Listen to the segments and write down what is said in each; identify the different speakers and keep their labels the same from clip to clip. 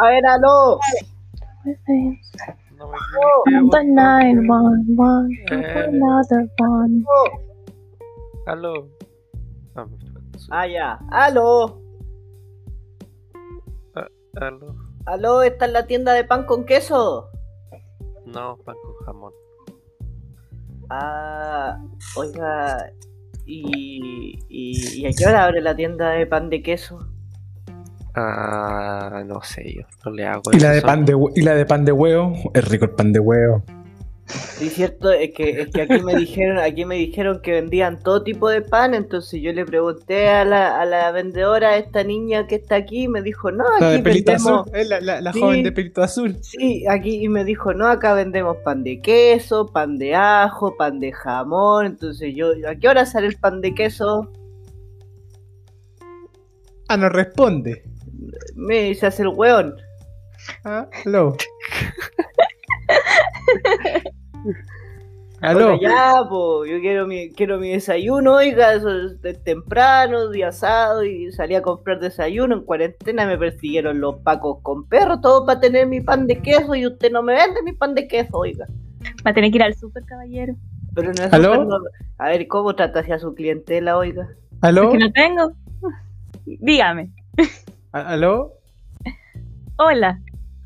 Speaker 1: A ver, aló.
Speaker 2: No me
Speaker 3: Oh,
Speaker 2: tiene que
Speaker 3: One night, one, one,
Speaker 2: Eh.
Speaker 3: another one.
Speaker 2: Aló. Ah, me falta-
Speaker 1: Ah, ya. Aló.
Speaker 2: Aló.
Speaker 1: Aló, ¿está en la tienda de pan con queso?
Speaker 2: No, pan con jamón.
Speaker 1: Ah, oiga. ¿Y, y, y a qué hora abre la tienda de pan de queso?
Speaker 2: Ah, no sé yo. No le hago
Speaker 4: Y la, de
Speaker 2: eso.
Speaker 4: pan de, hue- y la de pan de huevo, es rico el pan de huevo.
Speaker 1: Sí, cierto, es que, es que aquí me dijeron, aquí me dijeron que vendían todo tipo de pan, entonces yo le pregunté a la, a la vendedora, a esta niña que está aquí, y me dijo, no,
Speaker 4: La
Speaker 1: aquí
Speaker 4: de pelito
Speaker 1: vendemos,
Speaker 4: azul, es Eh, la, la- la
Speaker 1: Sí.
Speaker 4: joven de pelito azul.
Speaker 1: sí, aquí, y me dijo, no, acá vendemos pan de queso, pan de ajo, pan de jamón, entonces yo, ¿a qué hora sale el pan de queso?
Speaker 4: Ah, no responde.
Speaker 1: Me se hace el weón.
Speaker 4: Ah, aló. aló.
Speaker 1: Oiga, ya, po, yo quiero mi, quiero mi desayuno, oiga, eso es de temprano, día asado, y salí a comprar desayuno. En cuarentena me persiguieron los pacos con perros, todo para tener mi pan de queso, y usted no me vende mi pan de queso, oiga.
Speaker 3: Va a tener que ir al super caballero.
Speaker 1: Pero no es
Speaker 4: ¿Aló?
Speaker 1: súper normal. A ver, ¿cómo trata hacia su clientela, oiga?
Speaker 4: Aló.
Speaker 3: Porque no tengo. Dígame.
Speaker 4: a- Aló.
Speaker 3: Hola.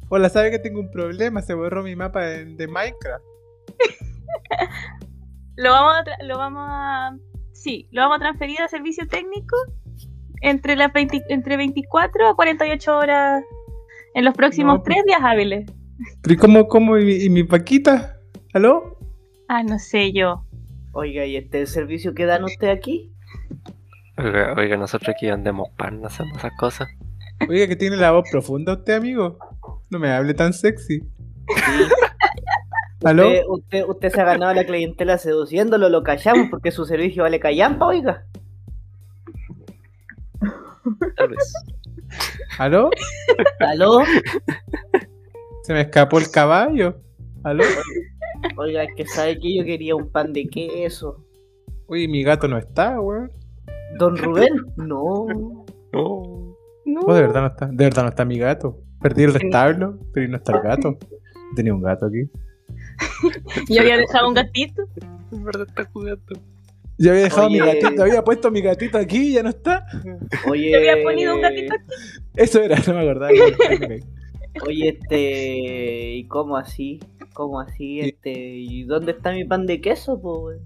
Speaker 4: Hola, sabe que tengo un problema, se borró mi mapa de, de Minecraft.
Speaker 3: Lo vamos a. tra- Lo vamos a sí, lo vamos a transferir a servicio técnico entre, las 20 entre 24 a 48 horas en los próximos
Speaker 4: No, pues.
Speaker 3: tres días hábiles.
Speaker 4: ¿Pero y cómo, cómo? ¿Y, mi- y mi paquita? ¿Aló?
Speaker 3: Ah, no sé yo.
Speaker 1: Oiga, ¿y este servicio que dan usted aquí?
Speaker 2: Oiga, oiga, nosotros aquí vendemos pan, no hacemos esas cosas.
Speaker 4: Oiga, que tiene la voz profunda usted, amigo. No me hable tan sexy. ¿Aló?
Speaker 1: Usted, usted, usted se ha ganado a la clientela seduciéndolo, lo callamos porque su servicio vale callampa, oiga.
Speaker 2: Tal vez.
Speaker 4: ¿Aló?
Speaker 1: ¿Aló?
Speaker 4: Se me escapó el caballo. ¿Aló?
Speaker 1: Oiga, es que sabe que yo quería un pan de queso.
Speaker 4: Uy, mi gato no está, weón.
Speaker 1: Don Rubén, no.
Speaker 2: No.
Speaker 3: No.
Speaker 4: Oh, de verdad no está. De verdad no está mi gato. Perdí el restablo, pero y no está el gato. Tenía un gato aquí.
Speaker 3: Yo había dejado un gatito.
Speaker 2: En verdad está jugando.
Speaker 4: Yo había dejado mi
Speaker 1: Oye.
Speaker 4: gatito, había puesto mi gatito aquí y ya no está.
Speaker 1: Oye,
Speaker 3: Yo
Speaker 4: Eh,
Speaker 3: había ponido un gatito aquí.
Speaker 4: Eso era, no me acordaba.
Speaker 1: Oye, este, ¿y cómo así? ¿Cómo así? Este, ¿y dónde está mi pan de queso, po? weón?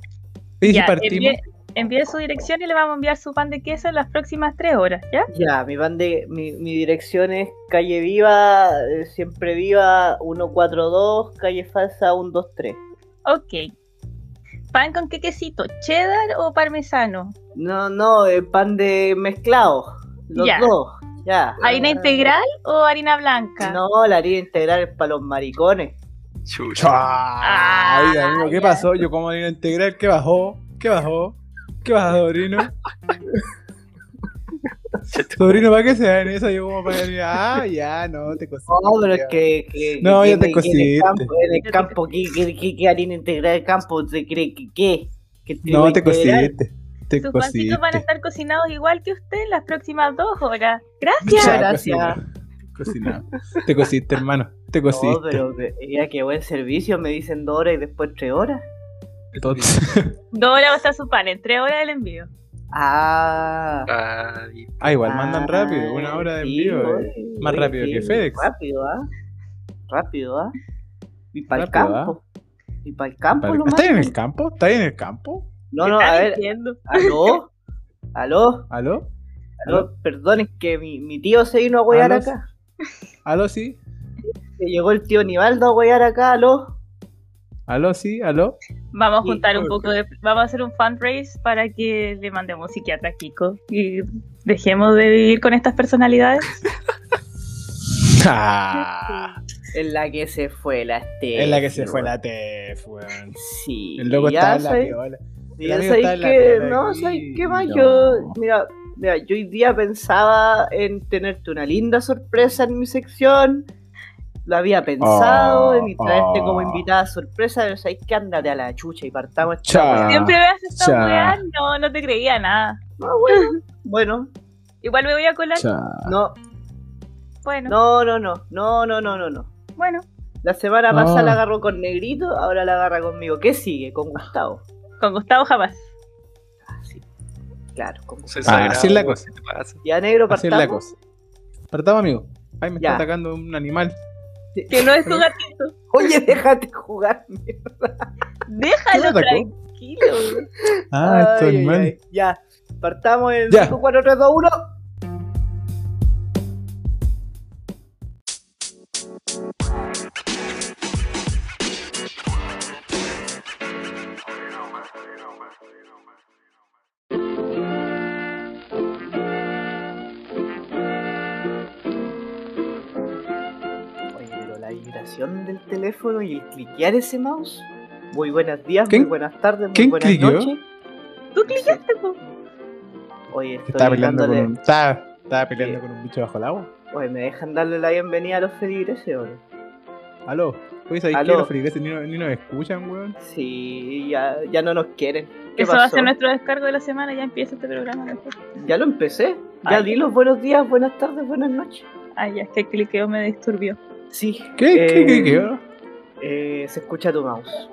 Speaker 4: Y
Speaker 3: Ya,
Speaker 4: partimos.
Speaker 3: envíe- envíe su dirección y le vamos a enviar su pan de queso en las próximas tres horas, ¿ya?
Speaker 1: Ya, mi pan de mi, mi dirección es calle Viva, eh, siempre viva 142, calle falsa 123.
Speaker 3: Ok. ¿Pan con qué quesito? ¿Cheddar o parmesano?
Speaker 1: No, no, eh, pan de mezclado. Los
Speaker 3: Ya.
Speaker 1: dos. Ya. Ah.
Speaker 3: ¿Harina integral o harina blanca?
Speaker 1: No, la harina integral es para los maricones.
Speaker 2: Chucha.
Speaker 4: Ay, amigo, ¿qué
Speaker 3: ya.
Speaker 4: pasó? Yo como harina integral, ¿qué bajó? ¿Qué bajó? ¿Qué bajó, sobrino? sobrino, ¿para qué se dan eso? Yo como para ir, ah, ya, no, te cosí.
Speaker 1: No, pero es que. que-
Speaker 4: Oh, No,
Speaker 1: que
Speaker 4: ya
Speaker 1: tiene-
Speaker 4: te
Speaker 1: que En el
Speaker 4: cosiste.
Speaker 1: campo, en el campo ¿qué, qué, qué, qué harina integral del campo? ¿Te cree que qué? ¿Que
Speaker 4: No, te
Speaker 1: integral?
Speaker 4: cosiste. pues Te
Speaker 3: Sus pancitos van a
Speaker 4: cosiste.
Speaker 3: estar cocinados igual que usted en las próximas dos horas. Gracias.
Speaker 1: Muchas
Speaker 4: Ya,
Speaker 1: gracias.
Speaker 4: cocinado, Cocinado. Te cosiste, hermano. Te cosiste.
Speaker 1: No, pero que- ya qué buen servicio, me dicen dos horas y después tres horas.
Speaker 4: Tot-
Speaker 3: Dos horas va a estar su pan, en tres horas el envío.
Speaker 1: Ah.
Speaker 2: Ah, y-
Speaker 4: Ah, igual mandan
Speaker 1: Ah,
Speaker 4: rápido, una hora de
Speaker 1: sí,
Speaker 4: envío. eh.
Speaker 1: oye,
Speaker 4: más
Speaker 1: oye,
Speaker 4: rápido
Speaker 1: sí,
Speaker 4: que FedEx.
Speaker 1: Rápido, ¿ah? Rápido, ¿ah? Y para el
Speaker 4: Rápido, ¿ah?
Speaker 1: campo. Y para el campo,
Speaker 4: Vale.
Speaker 1: lo
Speaker 4: ¿Está en
Speaker 1: mandan.
Speaker 4: el campo? ¿Está en el campo?
Speaker 1: No, no, a
Speaker 3: Está
Speaker 1: ver,
Speaker 3: mintiendo.
Speaker 1: aló. Aló,
Speaker 4: ¿Aló?
Speaker 1: aló, perdón, es que mi, mi tío se vino a huear
Speaker 4: Aló.
Speaker 1: acá.
Speaker 4: ¿Aló, sí?
Speaker 1: Se llegó el tío Nivaldo a huear acá, aló.
Speaker 4: ¿Aló, sí? ¿Aló?
Speaker 3: Vamos a
Speaker 1: Sí,
Speaker 3: juntar un
Speaker 4: por-
Speaker 3: poco de. Vamos a hacer un fundraise para que le mandemos psiquiatra a Kiko y dejemos de vivir con estas personalidades.
Speaker 4: Ah,
Speaker 1: En la que se fue la este.
Speaker 4: es la que se fue la TEF, weón.
Speaker 1: Sí.
Speaker 4: El loco
Speaker 1: y ya
Speaker 4: estaba en la
Speaker 1: sabes-
Speaker 4: piola.
Speaker 1: ya
Speaker 4: amigo
Speaker 1: sabes
Speaker 4: estaba en la
Speaker 1: que.
Speaker 4: piola
Speaker 1: No,
Speaker 4: aquí.
Speaker 1: ¿sabes qué más?
Speaker 4: No.
Speaker 1: Yo. Mira, mira, yo hoy día pensaba en tenerte una linda sorpresa en mi sección. lo había pensado
Speaker 4: Oh,
Speaker 1: en traerte
Speaker 4: oh.
Speaker 1: como invitada sorpresa, pero sabes que ándate a la chucha y partamos. esta
Speaker 4: Chao.
Speaker 1: weá.
Speaker 3: Siempre me haces esta
Speaker 4: Ah, ya.
Speaker 3: weá, no, no te creía nada.
Speaker 1: No, bueno, bueno,
Speaker 3: Igual me voy a colar.
Speaker 4: Cha.
Speaker 1: no,
Speaker 3: Bueno,
Speaker 1: no, no, no, no, no, no, no, no.
Speaker 3: bueno,
Speaker 1: La semana
Speaker 4: No.
Speaker 1: pasada la agarró con Negrito, ahora la agarra conmigo. ¿Qué sigue? Con Gustavo.
Speaker 3: con Gustavo jamás.
Speaker 1: Claro, con Gustavo.
Speaker 2: Soy
Speaker 4: Ah, así es la
Speaker 2: sagrado,
Speaker 4: cosa.
Speaker 2: ¿qué te pasa?
Speaker 1: Ya negro
Speaker 4: Así es
Speaker 1: partamos.
Speaker 4: la cosa. Partamos, amigo. Ay, me
Speaker 1: Ya. Ah,
Speaker 4: está atacando un animal.
Speaker 3: Que no es tu gatito.
Speaker 1: Oye, déjate jugar. mierda.
Speaker 3: Déjalo
Speaker 4: ¿Qué me atacó?
Speaker 3: tranquilo.
Speaker 4: Ah, esto
Speaker 1: Ay, ay,
Speaker 4: animal.
Speaker 1: ay. Ya, partamos en
Speaker 4: Ya.
Speaker 1: 5, 4, 3, 2, 1. Oye, pero la vibración del teléfono y el cliquear ese mouse. Muy buenos días,
Speaker 4: ¿Quién-
Speaker 1: muy buenas tardes, muy
Speaker 4: quién
Speaker 1: buenas
Speaker 4: cliqueó?
Speaker 1: noches.
Speaker 3: Tú clicaste, po.
Speaker 1: Oye,
Speaker 4: Que
Speaker 1: estoy
Speaker 4: Estaba peleando, con
Speaker 1: dándole-
Speaker 4: un, estaba, estaba peleando
Speaker 1: Sí.
Speaker 4: con un bicho bajo el agua.
Speaker 1: Oye, ¿me dejan darle la bienvenida a los feligreses o no?
Speaker 4: Aló. Pues ahí
Speaker 1: Aló.
Speaker 4: que los feligreses ni, no- ni nos escuchan, weón.
Speaker 1: Sí, ya, ya no nos quieren. ¿Qué
Speaker 3: Eso va a
Speaker 1: pasó?
Speaker 3: ser nuestro descargo de la semana. Ya empieza este programa. ¿no?
Speaker 1: Ya lo empecé. Ya
Speaker 3: Ay.
Speaker 1: di los buenos días, buenas tardes, buenas noches.
Speaker 3: Ay, ya, es que el cliqueo me disturbió.
Speaker 1: Sí.
Speaker 4: ¿Qué? ¿Qué?
Speaker 1: eh,
Speaker 4: ¿Qué? qué?
Speaker 1: eh, se escucha tu mouse.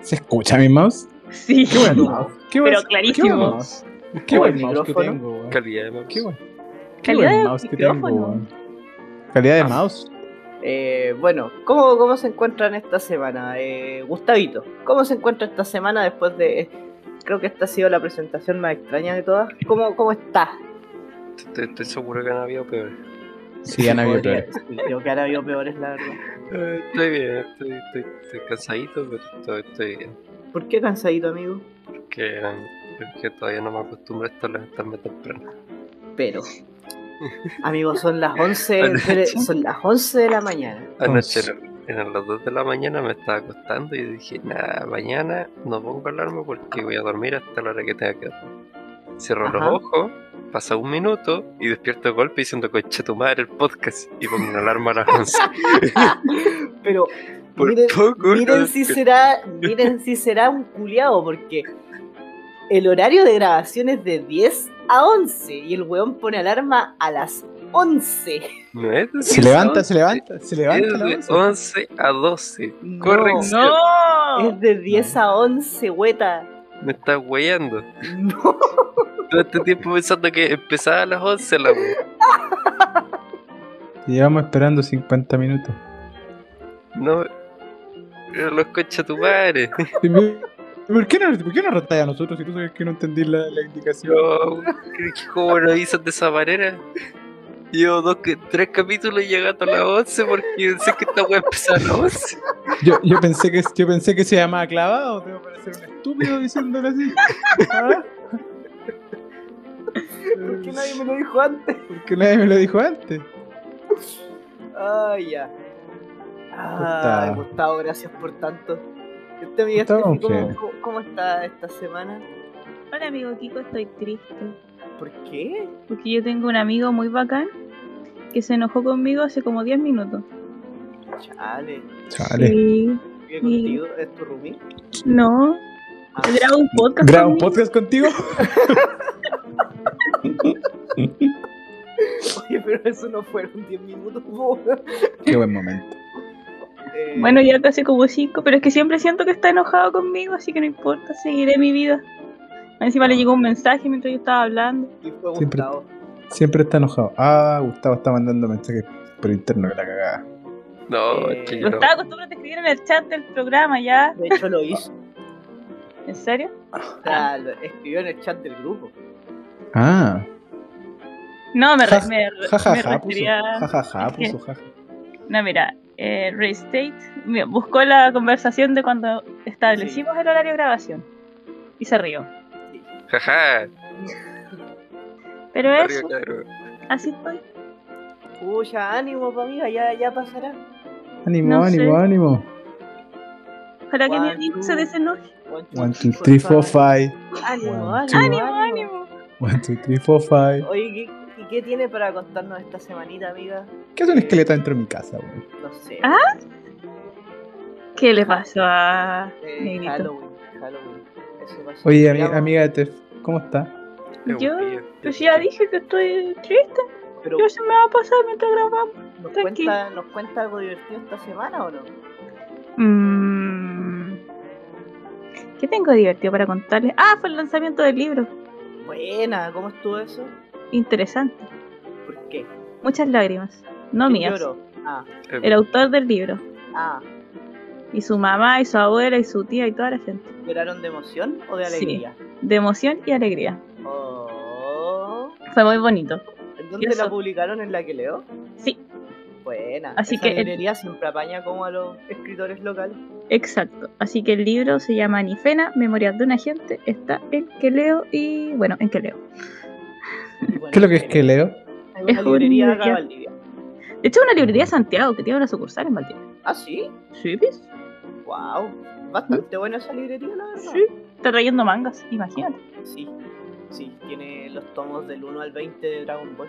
Speaker 4: ¿Se escucha mi mouse?
Speaker 3: Sí.
Speaker 4: Qué buen mouse. Qué
Speaker 3: Pero
Speaker 4: buen, Qué buen
Speaker 3: clarísimo.
Speaker 4: mouse. Qué buen
Speaker 1: el
Speaker 4: mouse que
Speaker 1: micrófono.
Speaker 4: tengo, weón.
Speaker 2: Calidad de mouse.
Speaker 4: Qué buen, qué
Speaker 3: Calidad
Speaker 4: buen
Speaker 3: de
Speaker 4: mouse que tengo,
Speaker 3: micrófono.
Speaker 4: weón. Calidad de mouse.
Speaker 1: Eh, bueno, ¿cómo, ¿cómo se encuentran esta semana? Eh, Gustavito, ¿cómo se encuentra esta semana después de... Creo que esta ha sido la presentación más extraña de todas. ¿Cómo, cómo estás?
Speaker 2: Estoy, estoy seguro que han habido peores.
Speaker 4: Sí, han habido peores.
Speaker 1: Sí, Creo que han habido peores, la verdad.
Speaker 2: Eh, Estoy bien, estoy, estoy, estoy cansadito, pero estoy, estoy bien.
Speaker 1: ¿Por qué cansadito, amigo?
Speaker 2: Porque, porque todavía no me acostumbro a esto levantarme temprano.
Speaker 1: pero. Amigos, son las 11, de, son las 11 de la mañana.
Speaker 2: Anoche
Speaker 4: Entonces-
Speaker 2: eran las 2 de la mañana, me estaba acostando y dije, nada, mañana no pongo alarma porque voy a dormir hasta la hora que tenga que dormir. Cierro
Speaker 1: Ajá.
Speaker 2: los ojos, pasa un minuto y despierto de golpe diciendo, concha tu madre, el podcast. Y pongo una alarma a las 11.
Speaker 1: Pero
Speaker 2: Por
Speaker 1: miren,
Speaker 2: poco. no
Speaker 1: miren si
Speaker 2: despierto.
Speaker 1: será, miren si será un culiao, porque el horario de grabación es de 10 a 11 y el weón pone alarma a las 11.
Speaker 2: No es de
Speaker 4: Se
Speaker 2: 10 a
Speaker 4: levanta,
Speaker 2: 11,
Speaker 4: se levanta, se levanta. la
Speaker 2: Es
Speaker 4: mouse.
Speaker 2: de 11 a 12.
Speaker 1: No,
Speaker 2: Correcto.
Speaker 3: ¡No!
Speaker 1: es de 10 a 11, hueta.
Speaker 2: Me estás weyando.
Speaker 1: No,
Speaker 2: Todo este tiempo pensando que empezaba a las 11 la wea.
Speaker 4: Llevamos esperando 50 minutos.
Speaker 2: No. Pero los concha tu madre.
Speaker 4: ¿Y me- ¿Por qué no, por qué no rotáis a nosotros si tú sabes que no entendí la, la indicación?
Speaker 2: No, ¿Cómo lo hizo de esa manera? Llevo dos, que- tres capítulos llegando a las 11 porque pensé que esta wea empezaba a las 11.
Speaker 4: Yo, yo, pensé que, yo pensé que se llamaba clavado, te va a parecer un estúpido diciéndolo así. ¿Ah?
Speaker 1: ¿por qué nadie me lo dijo antes?
Speaker 4: Porque nadie me lo dijo antes.
Speaker 1: Ay, ya. Ay,
Speaker 4: Puta.
Speaker 1: Gustavo, gracias por tanto. Este amigo,
Speaker 4: Gustavo,
Speaker 1: Steffi, ¿cómo,
Speaker 4: ¿qué?
Speaker 1: cómo- cómo está esta semana?
Speaker 3: Hola, amigo Kiko, estoy triste.
Speaker 1: ¿Por qué?
Speaker 3: Porque yo tengo un amigo muy bacán que se enojó conmigo hace como 10 minutos.
Speaker 1: Chale,
Speaker 4: Chale.
Speaker 3: Sí.
Speaker 1: vive contigo, es tu roomie.
Speaker 3: No.
Speaker 1: Ah,
Speaker 3: Grabo un podcast.
Speaker 4: ¿Graba un
Speaker 3: conmigo.
Speaker 4: podcast contigo?
Speaker 1: oye, pero eso no fueron 10 minutos. po.
Speaker 4: Qué buen momento.
Speaker 1: Eh,
Speaker 3: Bueno, ya casi como 5, pero es que siempre siento que está enojado conmigo, así que no importa, seguiré mi vida. Encima le llegó un mensaje mientras yo estaba hablando.
Speaker 1: Y fue
Speaker 4: siempre-
Speaker 1: Gustavo.
Speaker 4: Siempre está enojado. Ah, Gustavo está mandando mensajes por interno que la cagada.
Speaker 2: No,
Speaker 1: Eh,
Speaker 2: chico.
Speaker 3: No estaba acostumbrado a escribir en el chat del programa ya.
Speaker 1: De hecho, lo hizo.
Speaker 3: ¿En serio?
Speaker 1: O sea, lo escribió en el chat del grupo.
Speaker 4: Ah,
Speaker 3: No, me, re,
Speaker 4: Ja-
Speaker 3: me, re-
Speaker 4: jajaja,
Speaker 3: me
Speaker 4: puso.
Speaker 3: refería-
Speaker 4: Jajaja,
Speaker 3: Es
Speaker 4: puso, jaja.
Speaker 3: No, mira, eh, Restate mira, buscó la conversación de cuando establecimos el horario de grabación y se rió.
Speaker 2: Jaja.
Speaker 3: Pero
Speaker 2: arriba,
Speaker 3: eso,
Speaker 2: cabrón.
Speaker 3: así estoy.
Speaker 1: Pucha, ánimo, pa' amiga, ya, ya pasará.
Speaker 4: Ánimo,
Speaker 3: No
Speaker 4: ánimo,
Speaker 3: sé.
Speaker 4: ánimo.
Speaker 3: Ojalá que mi
Speaker 1: One,
Speaker 3: amigo
Speaker 1: two.
Speaker 3: se desenoje.
Speaker 1: One, two,
Speaker 4: One, two, three, four, five.
Speaker 1: Ánimo,
Speaker 4: One,
Speaker 1: ánimo,
Speaker 4: two.
Speaker 1: ánimo.
Speaker 3: ¡Ánimo!
Speaker 4: One, two, three, four, five.
Speaker 1: Oye, ¿qué- ¿y qué tiene para contarnos esta semanita, amiga?
Speaker 4: ¿Qué hace un esqueleto dentro de mi casa, weón?
Speaker 1: No No sé.
Speaker 3: ¿Ah? ¿Qué le pasó a
Speaker 1: Eh,
Speaker 3: Negrito?
Speaker 1: Halloween, Halloween. Eso pasó.
Speaker 4: Oye, ami-
Speaker 1: Digamos,
Speaker 4: amiga Tef, ¿cómo está?
Speaker 3: Yo, pues ya dije que estoy triste.
Speaker 1: Pero
Speaker 3: Yo se me va a pasar mientras grabamos.
Speaker 1: ¿nos
Speaker 3: tranqui.
Speaker 1: cuenta, ¿nos cuenta algo divertido esta semana o no?
Speaker 3: Mm. ¿Qué tengo divertido para contarles? Ah, fue el lanzamiento del libro.
Speaker 1: Buena, ¿cómo estuvo eso?
Speaker 3: Interesante.
Speaker 1: ¿Por qué?
Speaker 3: Muchas lágrimas. No
Speaker 1: ¿Quién
Speaker 3: mías.
Speaker 1: lloró? Ah,
Speaker 3: El autor del libro.
Speaker 1: ah,
Speaker 3: Y su mamá, y su abuela, y su tía, y toda la gente.
Speaker 1: ¿lloraron de emoción o de
Speaker 3: Sí.
Speaker 1: alegría?
Speaker 3: De emoción y alegría.
Speaker 1: Oh.
Speaker 3: Fue muy bonito.
Speaker 1: ¿En dónde
Speaker 3: Eso.
Speaker 1: la publicaron? ¿En la que leo?
Speaker 3: Sí,
Speaker 1: Buena.
Speaker 3: Así
Speaker 1: Esa
Speaker 3: que el-
Speaker 1: librería siempre apaña como a los escritores locales.
Speaker 3: exacto. Así que el libro se llama Nifena, Memorias de un agente. Está en que leo y bueno, en que leo.
Speaker 1: Y bueno,
Speaker 4: ¿Qué es lo que es que leo?
Speaker 1: Hay una
Speaker 3: Es
Speaker 1: librería
Speaker 3: judía.
Speaker 1: acá en Valdivia.
Speaker 3: De hecho, es una librería de Santiago que tiene una sucursal en Valdivia.
Speaker 1: Ah, sí.
Speaker 3: Sí, pues.
Speaker 1: Wow. Bastante buena esa librería, la verdad.
Speaker 3: Sí. Está trayendo mangas, imagínate.
Speaker 1: Sí, sí, tiene los tomos del 1 al 20 de Dragon Ball.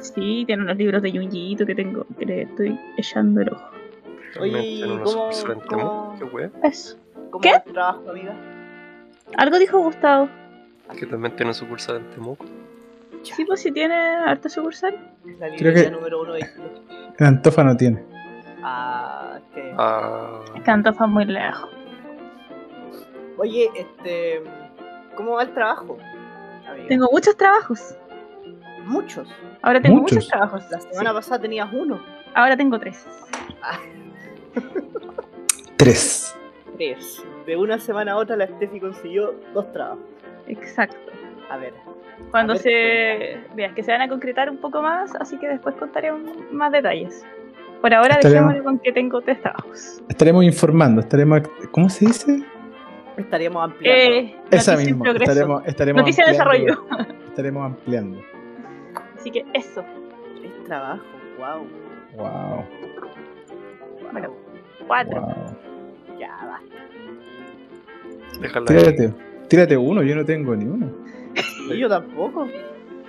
Speaker 3: Sí, tiene unos libros de Junjiito que tengo, que le estoy echando el ojo.
Speaker 1: Oye, ¿cómo- cómo-
Speaker 2: ¿Qué wea?
Speaker 3: Eso.
Speaker 1: ¿Cómo
Speaker 3: ¿Qué?
Speaker 1: va el trabajo, amiga?
Speaker 3: Algo dijo Gustavo.
Speaker 2: Que también tiene sucursal en Temuco.
Speaker 3: Sí, pues si tiene harta sucursal.
Speaker 1: Ah, Es la librería
Speaker 4: que-
Speaker 1: número 1 de Chile.
Speaker 4: En Antofa no tiene.
Speaker 1: Ah, es que-
Speaker 2: Ah,
Speaker 3: Es que Antofa es muy lejos.
Speaker 1: Oye, este. ¿Cómo va el trabajo? amiga?
Speaker 3: Tengo muchos trabajos.
Speaker 1: muchos.
Speaker 3: Ahora tengo muchos,
Speaker 4: Muchos.
Speaker 3: trabajos.
Speaker 1: La semana pasada tenías uno.
Speaker 3: Sí, Ahora tengo tres.
Speaker 4: Tres.
Speaker 1: Tres. De una semana a otra la Steffi consiguió dos trabajos.
Speaker 3: Exacto.
Speaker 1: A ver,
Speaker 3: Cuando
Speaker 1: A ver, pues.
Speaker 3: se. Veas que se van a concretar un poco más, así que después contaré un- más detalles. Por ahora
Speaker 4: Está bien.
Speaker 3: dejémoslo con que tengo tres trabajos.
Speaker 4: Estaremos informando, estaremos. ¿Cómo se dice?
Speaker 1: estaríamos ampliando.
Speaker 3: Eh, noticia
Speaker 4: Esa
Speaker 3: en
Speaker 4: misma.
Speaker 3: progreso.
Speaker 4: Estaremos, estaremos
Speaker 3: Noticia en
Speaker 4: ampliando- Estaremos ampliando.
Speaker 3: Así que eso.
Speaker 1: Tres trabajos, wow.
Speaker 4: Wow.
Speaker 3: Bueno, cuatro.
Speaker 4: wow.
Speaker 1: Ya basta.
Speaker 2: déjala ahí.
Speaker 4: Tírate, tírate uno, yo no tengo ni uno.
Speaker 1: Y yo tampoco.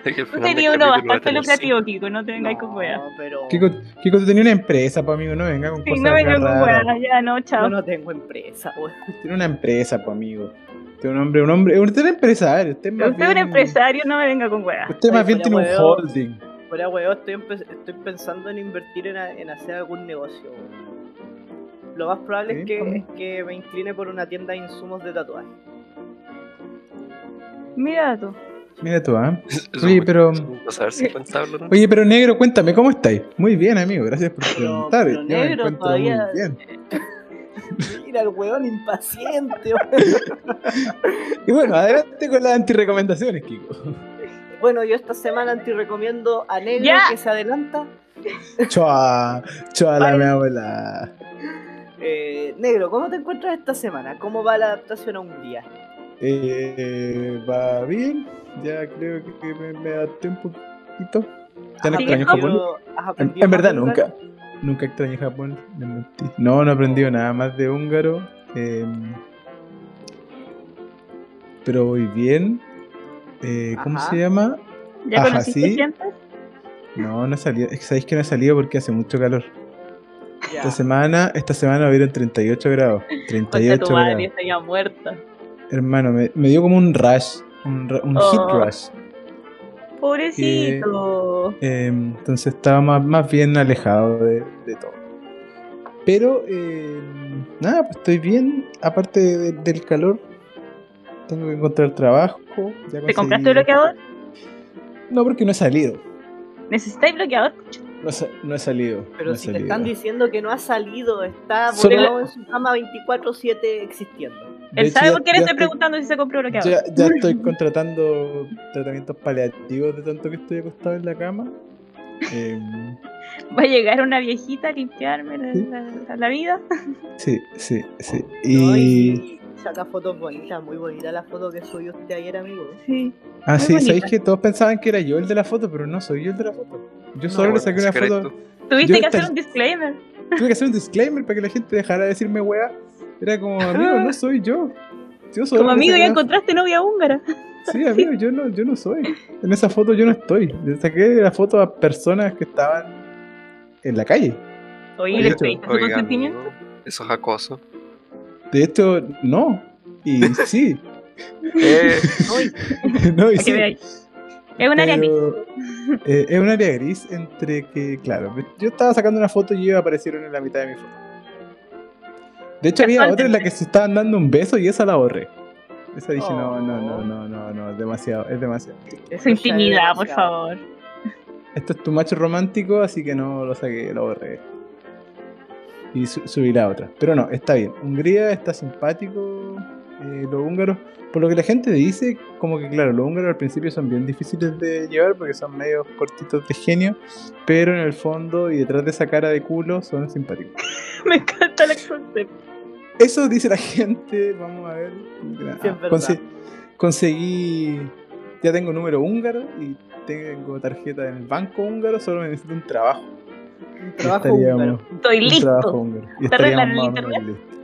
Speaker 2: Es que al
Speaker 3: Tú
Speaker 2: final del
Speaker 3: tenías uno
Speaker 2: capítulo va a
Speaker 3: bastante
Speaker 2: tener
Speaker 3: lucrativo, Kiko, no te vengáis
Speaker 1: No,
Speaker 3: con weas.
Speaker 1: pero.
Speaker 4: Kiko, Kiko, tú tenías una empresa, pues amigo, no venga con
Speaker 3: Sí,
Speaker 4: cosas
Speaker 3: no
Speaker 4: acá
Speaker 3: vengas con
Speaker 4: raras.
Speaker 3: weas, ya no, chao.
Speaker 1: Yo no tengo empresa, weón.
Speaker 4: Tiene una empresa, pues amigo. Tiene un hombre, un hombre. Usted es un empresario. Usted, es más
Speaker 3: Usted es un
Speaker 4: bien-
Speaker 3: empresario, no me venga con weas.
Speaker 4: Usted más
Speaker 1: Ay,
Speaker 4: bien
Speaker 1: fuera
Speaker 4: tiene un
Speaker 1: hueveo.
Speaker 4: holding.
Speaker 1: Fuera huevo, estoy, empe- estoy pensando en invertir en, a- en hacer algún negocio. weón. Lo más probable
Speaker 4: Sí,
Speaker 1: es, que,
Speaker 4: ¿cómo?
Speaker 1: es que me incline por una tienda de insumos de tatuaje.
Speaker 3: Mira tú.
Speaker 4: Mira tú, ¿ah?
Speaker 2: Eso
Speaker 4: Oye,
Speaker 2: es
Speaker 4: pero-
Speaker 2: muy- pasar 50 hablan, ¿no?
Speaker 4: Oye, pero negro, cuéntame, ¿cómo estáis? Muy bien, amigo, gracias por
Speaker 1: Pero-
Speaker 4: preguntar.
Speaker 1: pero
Speaker 4: Yo me
Speaker 1: negro,
Speaker 4: encuentro
Speaker 1: todavía-
Speaker 4: muy bien.
Speaker 1: Mira el huevón impaciente. weón.
Speaker 4: Y bueno, adelante con las antirecomendaciones, Kiko.
Speaker 1: bueno, yo esta semana antirrecomiendo a Negro
Speaker 3: Ya.
Speaker 1: que se adelanta.
Speaker 4: Chua, chua la mi abuela.
Speaker 1: Eh, negro, ¿cómo te encuentras esta semana? ¿Cómo va la adaptación a Hungría?
Speaker 4: Eh, va bien, ya creo que me, me adapté un poquito. Ya
Speaker 1: ¿Has
Speaker 4: no
Speaker 3: Sí, ¿cómo?
Speaker 4: extraño Japón.
Speaker 1: aprendido- has
Speaker 4: En,
Speaker 1: aprendido
Speaker 4: en verdad,
Speaker 1: más húngaro?
Speaker 4: nunca. Nunca extrañé Japón, les mentí. No, no he aprendido nada más de húngaro. eh, pero voy bien. Eh, ¿Cómo
Speaker 1: Ajá.
Speaker 4: se llama?
Speaker 3: ¿Ya
Speaker 4: Ajá,
Speaker 3: conociste
Speaker 4: sí.
Speaker 3: gente?
Speaker 4: No, no he salido. Es que sabéis que no he salido porque hace mucho calor.
Speaker 1: Ya.
Speaker 4: Esta semana, esta semana hubieron 38 grados.
Speaker 3: Concha
Speaker 4: 38
Speaker 3: tu madre,
Speaker 4: grados.
Speaker 3: está ya muerta.
Speaker 4: Hermano, me, me dio como un rush, un, ra- un
Speaker 3: Oh.
Speaker 4: hit rush.
Speaker 3: Pobrecito.
Speaker 4: Eh, entonces estaba más, más bien alejado de, de todo. Pero, eh, nada, pues estoy bien. Aparte de- del calor, tengo que encontrar trabajo. ya
Speaker 3: ¿Te
Speaker 4: conseguí-
Speaker 3: compraste bloqueador?
Speaker 4: No, porque no he salido.
Speaker 3: ¿Necesitáis bloqueador?
Speaker 4: No, he sa- no he salido.
Speaker 1: Pero
Speaker 4: no he
Speaker 1: si te
Speaker 4: salido.
Speaker 1: están diciendo que no ha salido, está
Speaker 4: Solo-
Speaker 1: volado en su cama 24-7 existiendo.
Speaker 4: De
Speaker 3: Él
Speaker 4: hecho,
Speaker 3: sabe
Speaker 4: ya-
Speaker 3: por qué le
Speaker 4: ya
Speaker 3: estoy
Speaker 4: estoy-
Speaker 3: preguntando si se compró bloqueador.
Speaker 4: Ya, ya estoy contratando tratamientos paliativos de tanto que estoy acostado en la cama. Em,
Speaker 3: Va a llegar una viejita a limpiarme la,
Speaker 4: Sí.
Speaker 3: la- la vida.
Speaker 4: sí, sí, sí.
Speaker 1: ¿no?
Speaker 4: Y.
Speaker 1: saca fotos bonitas, muy bonita la foto que subió usted ayer, amigo.
Speaker 3: Sí.
Speaker 4: Ah,
Speaker 3: Muy
Speaker 4: sí, sabéis
Speaker 3: bonita.
Speaker 4: que todos pensaban que era yo el de la foto, pero no soy yo el de la foto. Yo solo
Speaker 2: Bueno,
Speaker 4: le saqué una
Speaker 2: si querés
Speaker 4: foto.
Speaker 2: tú.
Speaker 3: Tuviste
Speaker 4: Yo
Speaker 3: que hacer
Speaker 4: esta-
Speaker 3: un disclaimer.
Speaker 4: Tuve que hacer un disclaimer para que la gente dejara de decirme weá. Era como, amigo, no soy yo. Yo solo
Speaker 3: Como
Speaker 4: le
Speaker 3: amigo,
Speaker 4: saqué
Speaker 3: ya
Speaker 4: una-
Speaker 3: encontraste novia húngara.
Speaker 4: Sí, amigo, yo no, yo no soy. En esa foto yo no estoy. Le saqué la foto a personas que estaban en la calle.
Speaker 3: Oye,
Speaker 4: De
Speaker 3: ¿les
Speaker 4: hecho,
Speaker 3: pediste su
Speaker 2: Oiga,
Speaker 3: consentimiento?
Speaker 2: amigo, eso es acoso.
Speaker 4: De hecho, no. Y sí.
Speaker 2: Eh,
Speaker 3: Uy,
Speaker 4: no, y
Speaker 3: para que
Speaker 4: sí.
Speaker 3: veáis. Es un área gris.
Speaker 4: Pero, eh, es un área gris entre que, claro, me- yo estaba sacando una foto y ellos aparecieron en la mitad de mi foto. De hecho, había otra en la que se estaban dando un beso y esa la borré. Esa dije, no, no, no, no, no, no, es demasiado, es demasiado.
Speaker 3: Su intimidad, por favor.
Speaker 4: Esto Este es tu macho romántico, así que no lo saqué, lo borré. Y su- subí la otra. Pero no, está bien. Hungría está simpático. eh, los húngaros, por lo que la gente dice, como que claro, los húngaros al principio son bien difíciles de llevar porque son medio cortitos de genio, pero en el fondo y detrás de esa cara de culo son simpáticos.
Speaker 3: Me encanta el concepto.
Speaker 4: Eso dice la gente. Vamos a ver. Mira,
Speaker 1: Sí, es
Speaker 4: ah,
Speaker 1: verdad.
Speaker 4: conse- conseguí. Ya tengo número húngaro y tengo tarjeta en el banco húngaro. Solo necesito un trabajo.
Speaker 1: Un trabajo
Speaker 4: Estaríamos-
Speaker 1: húngaro.
Speaker 3: Estoy
Speaker 4: Un trabajo
Speaker 3: listo.
Speaker 4: húngaro. Y
Speaker 3: ¿Te
Speaker 4: estaríamos
Speaker 3: arreglan
Speaker 4: más o
Speaker 3: el
Speaker 4: menos listos.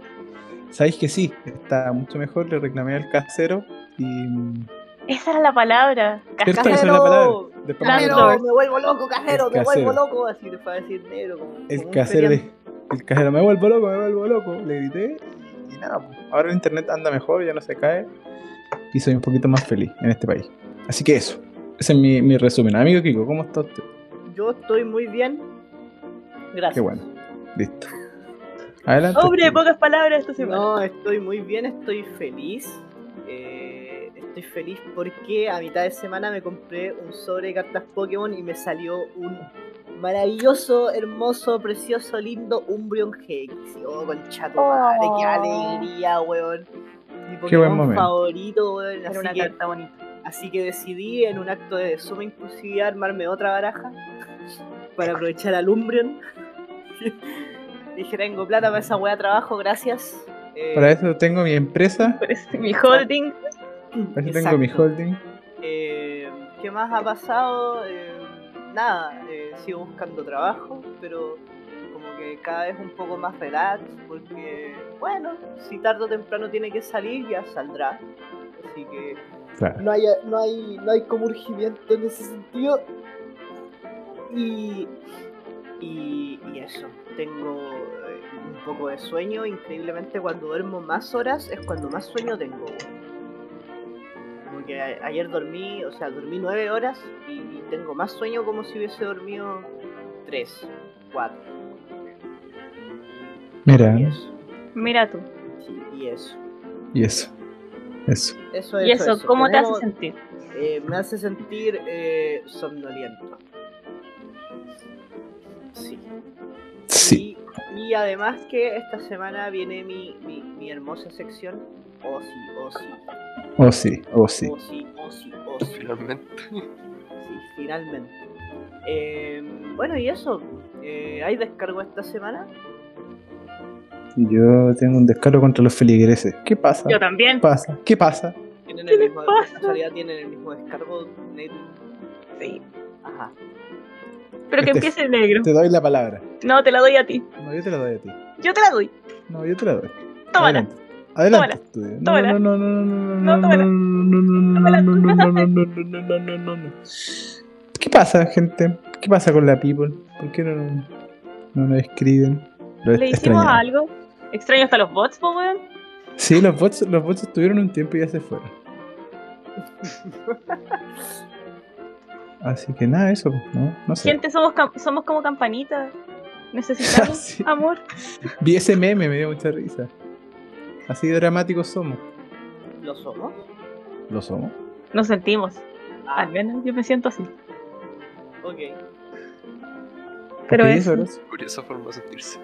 Speaker 4: Sabéis que sí, está mucho mejor. Le reclamé al casero y. mm,
Speaker 3: Esa era la palabra.
Speaker 4: ¿cierto?
Speaker 3: Cascada.
Speaker 4: Esa es la palabra.
Speaker 1: Casero.
Speaker 4: Después me
Speaker 3: Claro.
Speaker 1: Cajero,
Speaker 4: mandaron-
Speaker 1: me vuelvo loco, cajero,
Speaker 4: El
Speaker 1: me vuelvo
Speaker 4: casero.
Speaker 1: loco, así te para decir negro. como- como
Speaker 4: El
Speaker 1: un
Speaker 4: casero,
Speaker 1: feriante.
Speaker 4: le- el casero, me vuelvo loco, me vuelvo loco. Le grité y nada, pues, ahora el internet anda mejor, ya no se cae y soy un poquito más feliz en este país. Así que eso, ese es mi, mi resumen. Amigo Kiko, ¿cómo está usted?
Speaker 1: Yo estoy muy bien. Gracias.
Speaker 4: Qué bueno, listo. Adelante.
Speaker 3: Hombre, de
Speaker 4: Kiko.
Speaker 3: pocas palabras esta semana.
Speaker 1: No, estoy muy bien, estoy feliz. Eh, estoy feliz porque a mitad de semana me compré un sobre de cartas Pokémon y me salió un maravilloso, hermoso, precioso, lindo Umbreon GX. Oh, con chato, madre, qué
Speaker 3: Oh.
Speaker 1: alegría, weón. Mi Pokémon
Speaker 4: buen momento.
Speaker 1: favorito, weón.
Speaker 3: Era
Speaker 1: Así
Speaker 3: una
Speaker 1: que,
Speaker 3: carta bonita.
Speaker 1: así que decidí en un acto de suma impulsividad armarme otra baraja para aprovechar al Umbreon. Dije, tengo plata para esa weá trabajo, gracias. Eh,
Speaker 4: Para eso tengo mi empresa,
Speaker 3: Parece mi holding.
Speaker 4: para eso
Speaker 1: Exacto.
Speaker 4: tengo mi holding.
Speaker 1: Eh, ¿Qué más ha pasado? Eh, nada, eh, sigo buscando trabajo, pero como que cada vez un poco más relax, porque, bueno, si tarde o temprano tiene que salir, ya saldrá. Así que
Speaker 4: Claro.
Speaker 1: no hay, no hay, no hay como urgimiento en ese sentido. Y, y, y eso, tengo eh, un poco de sueño, increíblemente cuando duermo más horas es cuando más sueño tengo. weón. Porque a- ayer dormí, o sea, dormí nueve horas y, y tengo más sueño como si hubiese dormido tres, cuatro.
Speaker 4: Mira,
Speaker 1: Y eso.
Speaker 3: Mira tú.
Speaker 1: sí, y eso.
Speaker 4: y eso, eso.
Speaker 1: Eso,
Speaker 3: ¿Y eso cómo te hace
Speaker 1: Tenemos-
Speaker 3: sentir?
Speaker 4: Ah.
Speaker 1: eh, me hace sentir eh, somnoliento. Sí.
Speaker 4: Sí,
Speaker 1: Y, y además que esta semana viene mi, mi, mi hermosa sección. Oh sí, oh sí,
Speaker 4: oh sí, oh sí.
Speaker 1: oh sí, oh sí, oh sí.
Speaker 2: finalmente.
Speaker 1: Sí, finalmente. Eh, bueno, y eso. Eh, ¿Hay descargo esta semana?
Speaker 4: Yo tengo un descargo contra los feligreses. ¿Qué pasa?
Speaker 3: Yo
Speaker 4: ¿Qué
Speaker 3: también.
Speaker 4: pasa? ¿Qué pasa?
Speaker 1: ¿Tienen
Speaker 3: ¿Qué
Speaker 1: el
Speaker 3: les
Speaker 1: mismo,
Speaker 3: pasa?
Speaker 1: en realidad tienen el mismo descargo? Nate?
Speaker 3: Sí.
Speaker 1: Ajá.
Speaker 3: Pero que
Speaker 4: Este-
Speaker 3: empiece el negro.
Speaker 4: Te doy la palabra.
Speaker 3: No, te la doy a ti.
Speaker 4: No, yo te la doy a ti.
Speaker 3: Yo te la doy.
Speaker 4: No, yo te la doy.
Speaker 3: Tómala.
Speaker 4: Adelante. Adelante, estudio. No,
Speaker 3: Tómala.
Speaker 4: no, no, no, no, no,
Speaker 3: No,
Speaker 4: no,
Speaker 3: tómala.
Speaker 4: no, no, no, no,
Speaker 3: Tómala,
Speaker 4: no,
Speaker 3: tú
Speaker 4: no,
Speaker 3: vas a
Speaker 4: no, no, no, no, no, no, no. ¿Qué pasa, gente? ¿Qué pasa con la people? ¿Por qué no, no nos escriben? Lo
Speaker 3: Le
Speaker 4: est-
Speaker 3: hicimos
Speaker 4: extrañamos.
Speaker 3: algo. Extraño hasta los bots, po, weón.
Speaker 4: Sí, los bots, los bots estuvieron un tiempo y ya se fueron. Así que nada, eso, ¿no? No sé.
Speaker 3: Gente, somos, cam- somos como campanitas. Necesitamos
Speaker 4: Sí.
Speaker 3: amor.
Speaker 4: Vi ese meme, me dio mucha risa. Así de dramáticos somos.
Speaker 1: ¿Lo somos?
Speaker 4: ¿Lo somos?
Speaker 3: Nos sentimos.
Speaker 1: Ah,
Speaker 3: Al menos yo me siento así.
Speaker 1: ok.
Speaker 3: Pero
Speaker 4: ¿Por qué
Speaker 3: es-
Speaker 4: eso, Horacio?
Speaker 2: Curiosa forma de sentirse.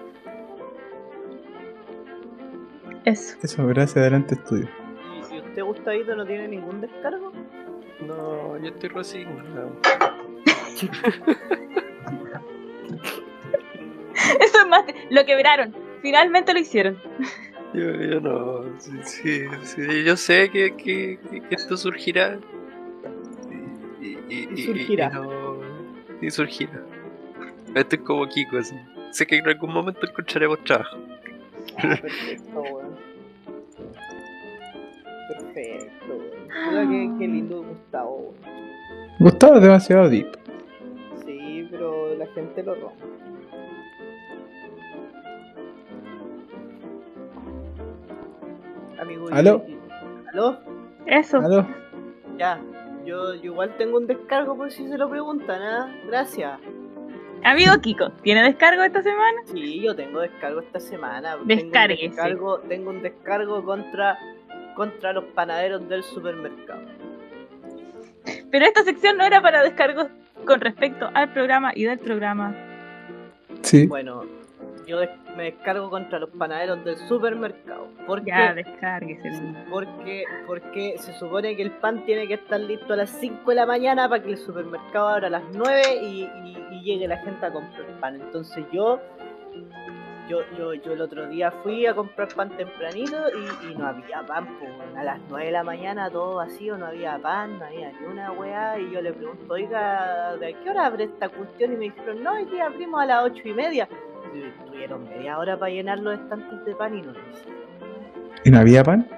Speaker 3: Eso.
Speaker 4: Eso, gracias, adelante estudio.
Speaker 1: ¿Y, y usted, Gustavito, no tiene ningún descargo?
Speaker 2: No, yo estoy resignado.
Speaker 3: Eso es más. Lo quebraron. Finalmente lo hicieron.
Speaker 2: Yo, yo no. Sí, sí, sí, yo sé que, que, que- que esto surgirá. Y, y- y- y- y
Speaker 1: Surgirá.
Speaker 2: no- y surgirá. Esto es como Kiko, así. Sé que en algún momento encontraremos trabajo.
Speaker 1: Perfecto, weón. Perfecto, weón. Puta, qué, qué lindo Gustavo, weón.
Speaker 4: Gustavo es demasiado deep.
Speaker 1: Sí, pero la gente lo rompe. amigo.
Speaker 4: ¿Aló?
Speaker 1: ¿Aló?
Speaker 3: Eso.
Speaker 4: Aló.
Speaker 1: Ya. Yo, yo igual tengo un descargo por si se lo preguntan, ¿ah? Gracias.
Speaker 3: Amigo Kiko, ¿tiene descargo esta semana?
Speaker 1: Sí, yo tengo descargo esta semana.
Speaker 3: Descárguese.
Speaker 1: Tengo un descargo, tengo un descargo contra, contra los panaderos del supermercado.
Speaker 3: Pero esta sección no era para descargos con respecto al programa y del programa.
Speaker 4: Sí.
Speaker 1: Bueno, yo des- me descargo contra los panaderos del supermercado. Porque,
Speaker 3: Ya, descárguese.
Speaker 1: porque, porque se supone que el pan tiene que estar listo a las 5 de la mañana para que el supermercado abra a las 9 y, y- y llegue la gente a comprar pan. Entonces yo... Yo, yo, yo el otro día fui a comprar pan tempranito y, y no había pan. po, weón. a las 9 de la mañana todo vacío, no había pan, no había ni una weá. Y yo le pregunto, oiga, ¿de qué hora abre esta cuestión? Y me dijeron, no, hoy día abrimos a las 8 y media. Y tuvieron media hora para llenar los estantes de pan y no lo hicieron.
Speaker 4: ¿Y no había pan?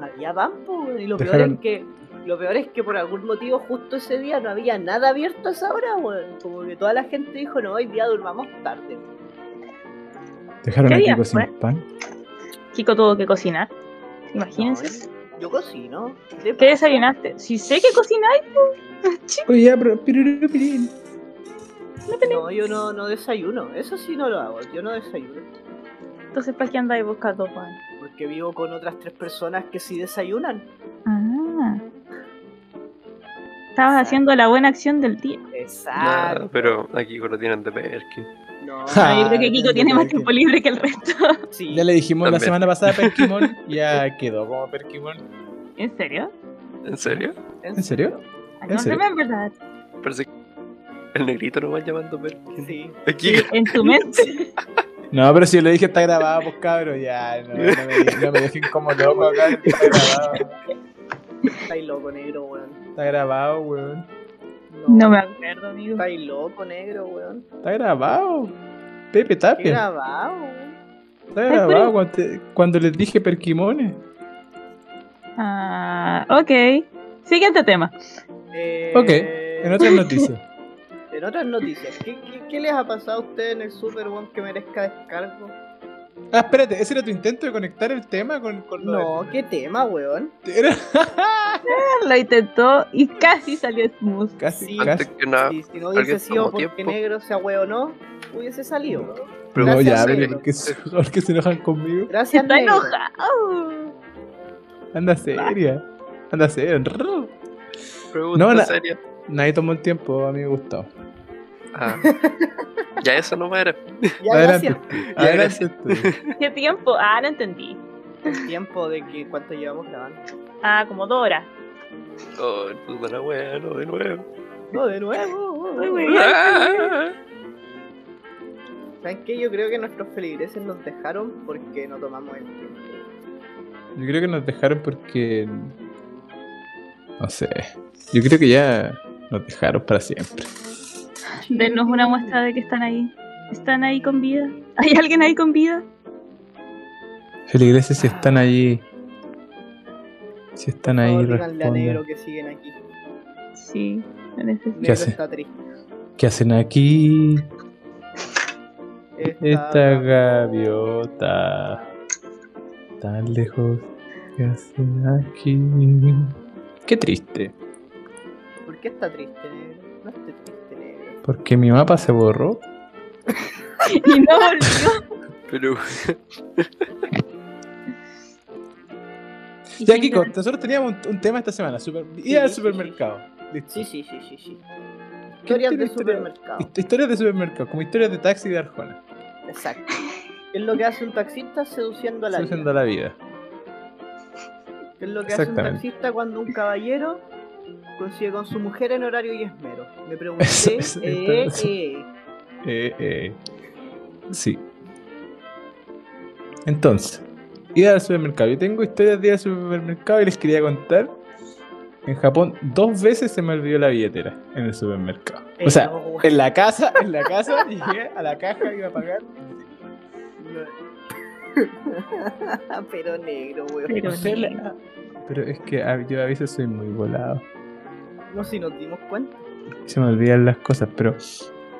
Speaker 1: No había pan, po, weón. y lo
Speaker 4: Dejaron-
Speaker 1: peor es que lo peor es que por algún motivo justo ese día no había nada abierto a esa hora, weón. Como que toda la gente dijo, no, hoy día durmamos tarde.
Speaker 4: ¿Dejaron
Speaker 3: ¿Qué
Speaker 4: a
Speaker 3: día
Speaker 4: Kiko
Speaker 3: fue?
Speaker 4: sin pan?
Speaker 3: Kiko tuvo que cocinar. Imagínense.
Speaker 1: No, yo cocino. De
Speaker 3: ¿Qué desayunaste? Si sé que cocináis, pues,
Speaker 4: Oye, ya, pero. pirurú, pirín.
Speaker 1: No, yo no, no desayuno. Eso sí no lo hago. Yo no desayuno.
Speaker 3: entonces ¿para qué andáis buscando pan?
Speaker 1: Porque vivo con otras tres personas que sí desayunan.
Speaker 3: Ah. Estabas haciendo la buena acción del día.
Speaker 1: Exacto.
Speaker 2: Nah, pero aquí lo tienen de Perkin.
Speaker 1: No.
Speaker 4: Ja.
Speaker 3: No, yo creo que
Speaker 4: Ah,
Speaker 3: Kiko
Speaker 4: ya,
Speaker 3: tiene
Speaker 4: ya,
Speaker 3: más
Speaker 4: ya.
Speaker 3: tiempo libre que el resto.
Speaker 1: Sí.
Speaker 4: Ya le dijimos la
Speaker 2: También.
Speaker 4: semana pasada a Perkimon. ya quedó como Perkimon.
Speaker 3: ¿En serio?
Speaker 2: ¿En serio?
Speaker 4: ¿En serio?
Speaker 3: I
Speaker 4: ¿En
Speaker 3: don't
Speaker 4: serio?
Speaker 3: remember that.
Speaker 2: Parece que el negrito nos va llamando Perkin.
Speaker 1: Sí.
Speaker 2: Aquí
Speaker 3: En tu mente.
Speaker 4: No, pero si yo le dije está grabado, pues cabro, ya. No, no, me, no me dejen como loco acá. Está grabado,
Speaker 1: Estáis loco, negro, weón.
Speaker 4: está grabado weón.
Speaker 3: No me acuerdo, amigo.
Speaker 1: Estáis loco, negro, weón.
Speaker 4: Está grabado. Pepe
Speaker 1: Qué
Speaker 4: Tapia.
Speaker 1: grabado, weón.
Speaker 4: Está grabado cuando, te- cuando les dije Perkimones.
Speaker 3: Ah, ok. Siguiente tema.
Speaker 1: Eh,
Speaker 4: Ok, En otras noticias.
Speaker 1: en otras noticias, ¿qué, qué, qué les ha pasado a ustedes en el Super One que merezca descargo?
Speaker 4: Ah, espérate, ¿ese era tu intento de conectar el tema con, con lo
Speaker 1: No, qué tema, weón.
Speaker 4: de- era-
Speaker 3: Lo intentó y casi salió smooth.
Speaker 4: Casi,
Speaker 1: Sí.
Speaker 2: antes
Speaker 4: casi.
Speaker 2: que nada.
Speaker 1: Si, si no
Speaker 2: alguien
Speaker 1: hubiese sido
Speaker 2: tomó
Speaker 1: porque
Speaker 2: tiempo.
Speaker 1: negro se ahueonó, hubiese salido.
Speaker 2: Pero
Speaker 4: no,
Speaker 1: gracias,
Speaker 4: ya,
Speaker 1: negro.
Speaker 4: pero porque se, porque se enojan conmigo.
Speaker 1: Gracias,
Speaker 3: Está
Speaker 1: negro.
Speaker 3: enojado.
Speaker 4: Anda seria. Anda seria.
Speaker 2: Pregunta
Speaker 4: No, la-
Speaker 2: seria.
Speaker 4: Nadie tomó el tiempo, a mí me gustó.
Speaker 2: Ah. ya eso no era.
Speaker 1: Ya,
Speaker 4: Adelante.
Speaker 1: gracias.
Speaker 4: Adelante tú.
Speaker 3: ¿Qué tiempo? Ah, no entendí.
Speaker 1: El tiempo de que cuánto llevamos grabando.
Speaker 3: Ah, como dos horas.
Speaker 2: Oh, puta la wea, no, de nuevo.
Speaker 1: No, de nuevo.
Speaker 3: Ay, güey.
Speaker 2: Ah.
Speaker 1: ¿Saben qué? Yo creo que nuestros feligreses nos dejaron porque no tomamos el tiempo.
Speaker 4: Yo creo que nos dejaron porque. No sé. Yo creo que ya nos dejaron para siempre.
Speaker 3: Denos una muestra de que están ahí. ¿Están ahí con vida? ¿Hay alguien ahí con vida?
Speaker 4: Feligreses, si están allí. Si están
Speaker 1: Por
Speaker 4: ahí,
Speaker 1: favor, díganle a
Speaker 4: respondan.
Speaker 1: negro que siguen aquí.
Speaker 3: Sí, lo necesito.
Speaker 1: Negro
Speaker 4: hace?
Speaker 1: está triste.
Speaker 4: ¿Qué hacen aquí?
Speaker 1: Está-
Speaker 4: Esta gaviota tan lejos que hacen aquí. Qué triste,
Speaker 1: ¿Por qué está triste, negro? No esté triste, negro.
Speaker 4: porque mi mapa se borró.
Speaker 3: Y no volvió.
Speaker 2: Pero
Speaker 3: Y
Speaker 4: Ya,
Speaker 3: siempre-
Speaker 4: Kiko, nosotros teníamos un, un tema esta semana: super, ir al
Speaker 1: sí, sí.
Speaker 4: supermercado. Listo.
Speaker 1: Sí, sí, sí, sí, sí. Historias de
Speaker 4: tiene este historia?
Speaker 1: supermercado.
Speaker 4: Hist- Historias de supermercado, como historias de taxi de Arjona.
Speaker 1: Exacto. ¿Qué es lo que hace un taxista seduciendo a la
Speaker 4: Seduciendo
Speaker 1: vida?
Speaker 4: a la vida.
Speaker 1: ¿Qué es lo que hace un
Speaker 4: Exactamente.
Speaker 1: taxista cuando un caballero consigue con su mujer en horario y esmero? Me pregunté.
Speaker 4: Eso, eso,
Speaker 1: eh,
Speaker 4: eso.
Speaker 1: eh,
Speaker 4: Eh, eh. Sí. Entonces, ir al supermercado. Yo tengo historias de ir al supermercado y les quería contar. En Japón, dos veces se me olvidó la billetera en el supermercado.
Speaker 1: eh,
Speaker 4: O sea,
Speaker 1: no, güey.
Speaker 4: en la casa, en la casa, llegué a la caja, iba a pagar.
Speaker 1: Pero negro, weón.
Speaker 3: Pero
Speaker 4: No sé,
Speaker 3: ni-
Speaker 4: la- ah, Pero es que a- yo a veces soy muy volado.
Speaker 1: No, si nos dimos cuenta.
Speaker 4: Se me olvidan las cosas, pero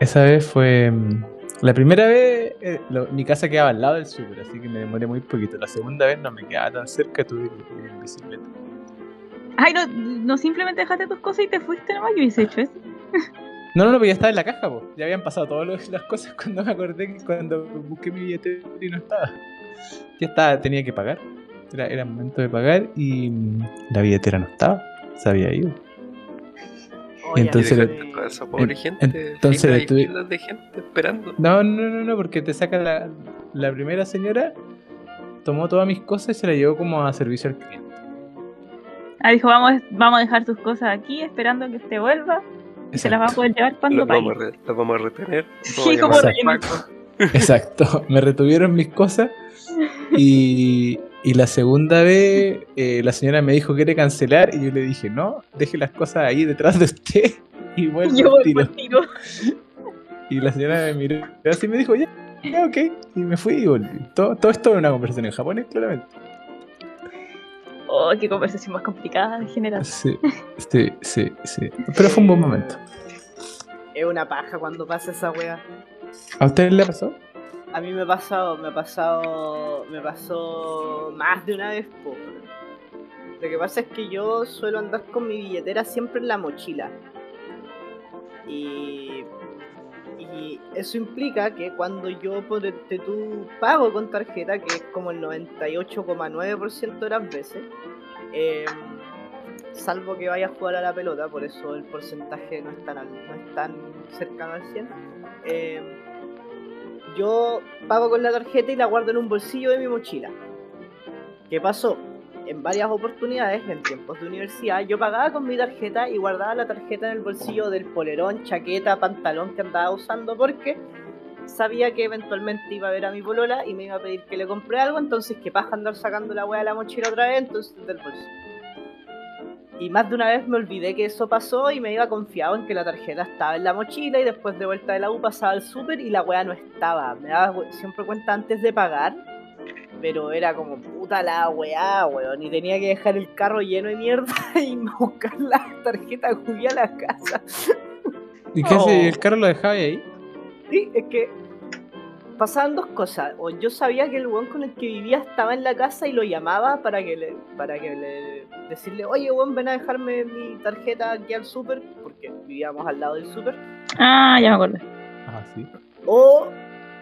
Speaker 4: esa vez fue. mm, La primera vez, eh, lo- mi casa quedaba al lado del súper, así que me demoré muy poquito. La segunda vez no me quedaba tan cerca, tuve que ir en bicicleta.
Speaker 3: Ay, no, no simplemente dejaste tus cosas y te fuiste nomás. Yo hubiese hecho eso.
Speaker 4: No, no, no, porque ya estaba en la caja, po. Ya habían pasado todas los- las cosas cuando me acordé que cuando busqué mi billete y no estaba. Ya estaba, tenía que pagar. Era, era momento de pagar y mm, la billetera no estaba. Se había ido. Entonces-
Speaker 2: Entonces,
Speaker 1: eh,
Speaker 2: casa, pobre
Speaker 4: en-
Speaker 2: gente.
Speaker 4: entonces
Speaker 2: filas y
Speaker 4: estuve-
Speaker 2: filas de gente esperando.
Speaker 4: No, no, no, no, porque te saca la, la primera señora, tomó todas mis cosas y se la llevó como a servicio al cliente.
Speaker 3: Ah, dijo, vamos, vamos a dejar tus cosas aquí esperando que te vuelva. Y se las va a poder llevar cuando
Speaker 2: Los vamos, a
Speaker 3: vaya.
Speaker 2: re- los vamos a retener.
Speaker 3: Sí,
Speaker 2: vamos a
Speaker 3: como
Speaker 2: llamar a
Speaker 3: rellenito.
Speaker 2: Paco.
Speaker 4: Exacto, me retuvieron mis cosas y, y la segunda vez eh, la señora me dijo quiere cancelar y yo le dije no, deje las cosas ahí detrás de usted y vuelvo
Speaker 3: Yo
Speaker 4: al
Speaker 3: voy
Speaker 4: tiro".
Speaker 3: por tiro.
Speaker 4: Y la señora me miró así y me dijo ya, ya, ok y me fui y volví. Todo, todo esto era una conversación en japonés, claramente.
Speaker 3: Oh, qué conversación más complicada de generar.
Speaker 4: Sí, sí, sí, sí. Pero fue un buen momento.
Speaker 1: Es una paja cuando pasa esa wea.
Speaker 4: ¿A usted le pasó?
Speaker 1: A mí me ha pasado, me ha pasado, me pasó más de una vez. po. Lo que pasa es que yo suelo andar con mi billetera siempre en la mochila. Y, y eso implica que cuando yo por tú pago con tarjeta, que es como el 98,9% de las veces, eh, salvo que vaya a jugar a la pelota, por eso el porcentaje no es tan, al- no es tan cercano al 100, eh, yo pago con la tarjeta y la guardo en un bolsillo de mi mochila. ¿Qué pasó? En varias oportunidades, en tiempos de universidad, yo pagaba con mi tarjeta y guardaba la tarjeta en el bolsillo del polerón, chaqueta, pantalón que andaba usando porque sabía que eventualmente iba a ver a mi polola y me iba a pedir que le compre algo, entonces que paja andar sacando la hueá de la mochila otra vez, entonces del bolsillo. Y más de una vez me olvidé que eso pasó y me iba confiado en que la tarjeta estaba en la mochila y después de vuelta de la U pasaba al súper y la weá no estaba. Me daba we- siempre cuenta antes de pagar, pero era como puta la weá, weón. Y tenía que dejar el carro lleno de mierda y buscar la tarjeta jugué a la casa.
Speaker 4: ¿Y qué
Speaker 3: Oh.
Speaker 4: hace? ¿El carro lo dejaba ahí?
Speaker 1: Sí, es que pasaban dos cosas. O yo sabía que el weón con el que vivía estaba en la casa y lo llamaba para que le, para que le decirle, oye weón, ven a dejarme mi tarjeta aquí al súper, porque vivíamos al lado del súper.
Speaker 3: Ah, ya me acuerdo.
Speaker 4: Ah, sí.
Speaker 1: O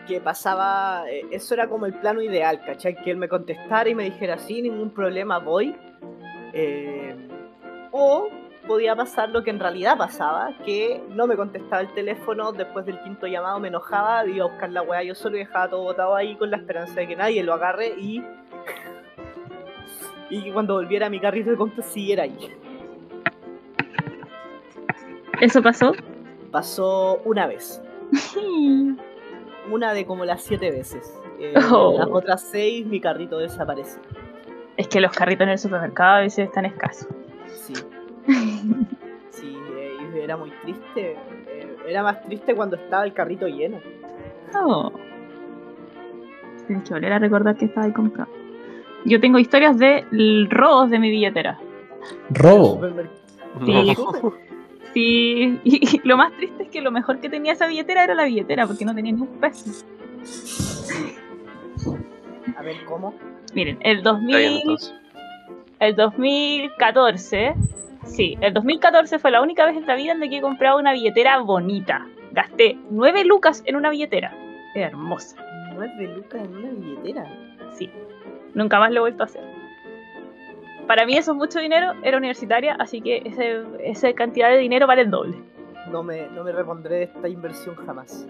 Speaker 1: que pasaba, eh, eso era como el plano ideal, ¿cachai? Que él me contestara y me dijera, sí, ningún problema, voy. Eh, o podía pasar lo que en realidad pasaba, que no me contestaba el teléfono, después del quinto llamado me enojaba, iba a buscar la weá yo solo y dejaba todo botado ahí con la esperanza de que nadie lo agarre y... Y que cuando volviera a mi carrito de compras siguiera ahí.
Speaker 3: ¿Eso pasó?
Speaker 1: Pasó una vez.
Speaker 3: Sí.
Speaker 1: Una de como las siete veces. Eh,
Speaker 3: Oh.
Speaker 1: Las otras seis mi carrito desapareció.
Speaker 3: Es que los carritos en el supermercado a veces están escasos.
Speaker 1: Sí, sí, eh, y era muy triste. eh, era más triste cuando estaba el carrito lleno.
Speaker 3: Oh. Tienes que volver a recordar que estaba ahí comprado. Yo tengo historias de l- robos de mi billetera.
Speaker 4: Robo.
Speaker 1: Supermerc-
Speaker 3: Sí.
Speaker 2: No.
Speaker 3: Sí, y, y lo más triste es que lo mejor que tenía esa billetera era la billetera, porque no tenía ni un peso.
Speaker 1: A ver cómo.
Speaker 3: Miren, el
Speaker 2: Está
Speaker 3: 2000,
Speaker 2: bien, entonces.
Speaker 3: el 2014, sí, el 2014 fue la única vez en la vida en la que he comprado una billetera bonita. Gasté 9 lucas en una billetera. Hermosa.
Speaker 1: Nueve lucas en una billetera.
Speaker 3: Sí. Nunca más lo he vuelto a hacer. Para mí eso es mucho dinero, era universitaria, así que ese, esa cantidad de dinero vale el doble.
Speaker 1: No me, no me repondré de esta inversión jamás.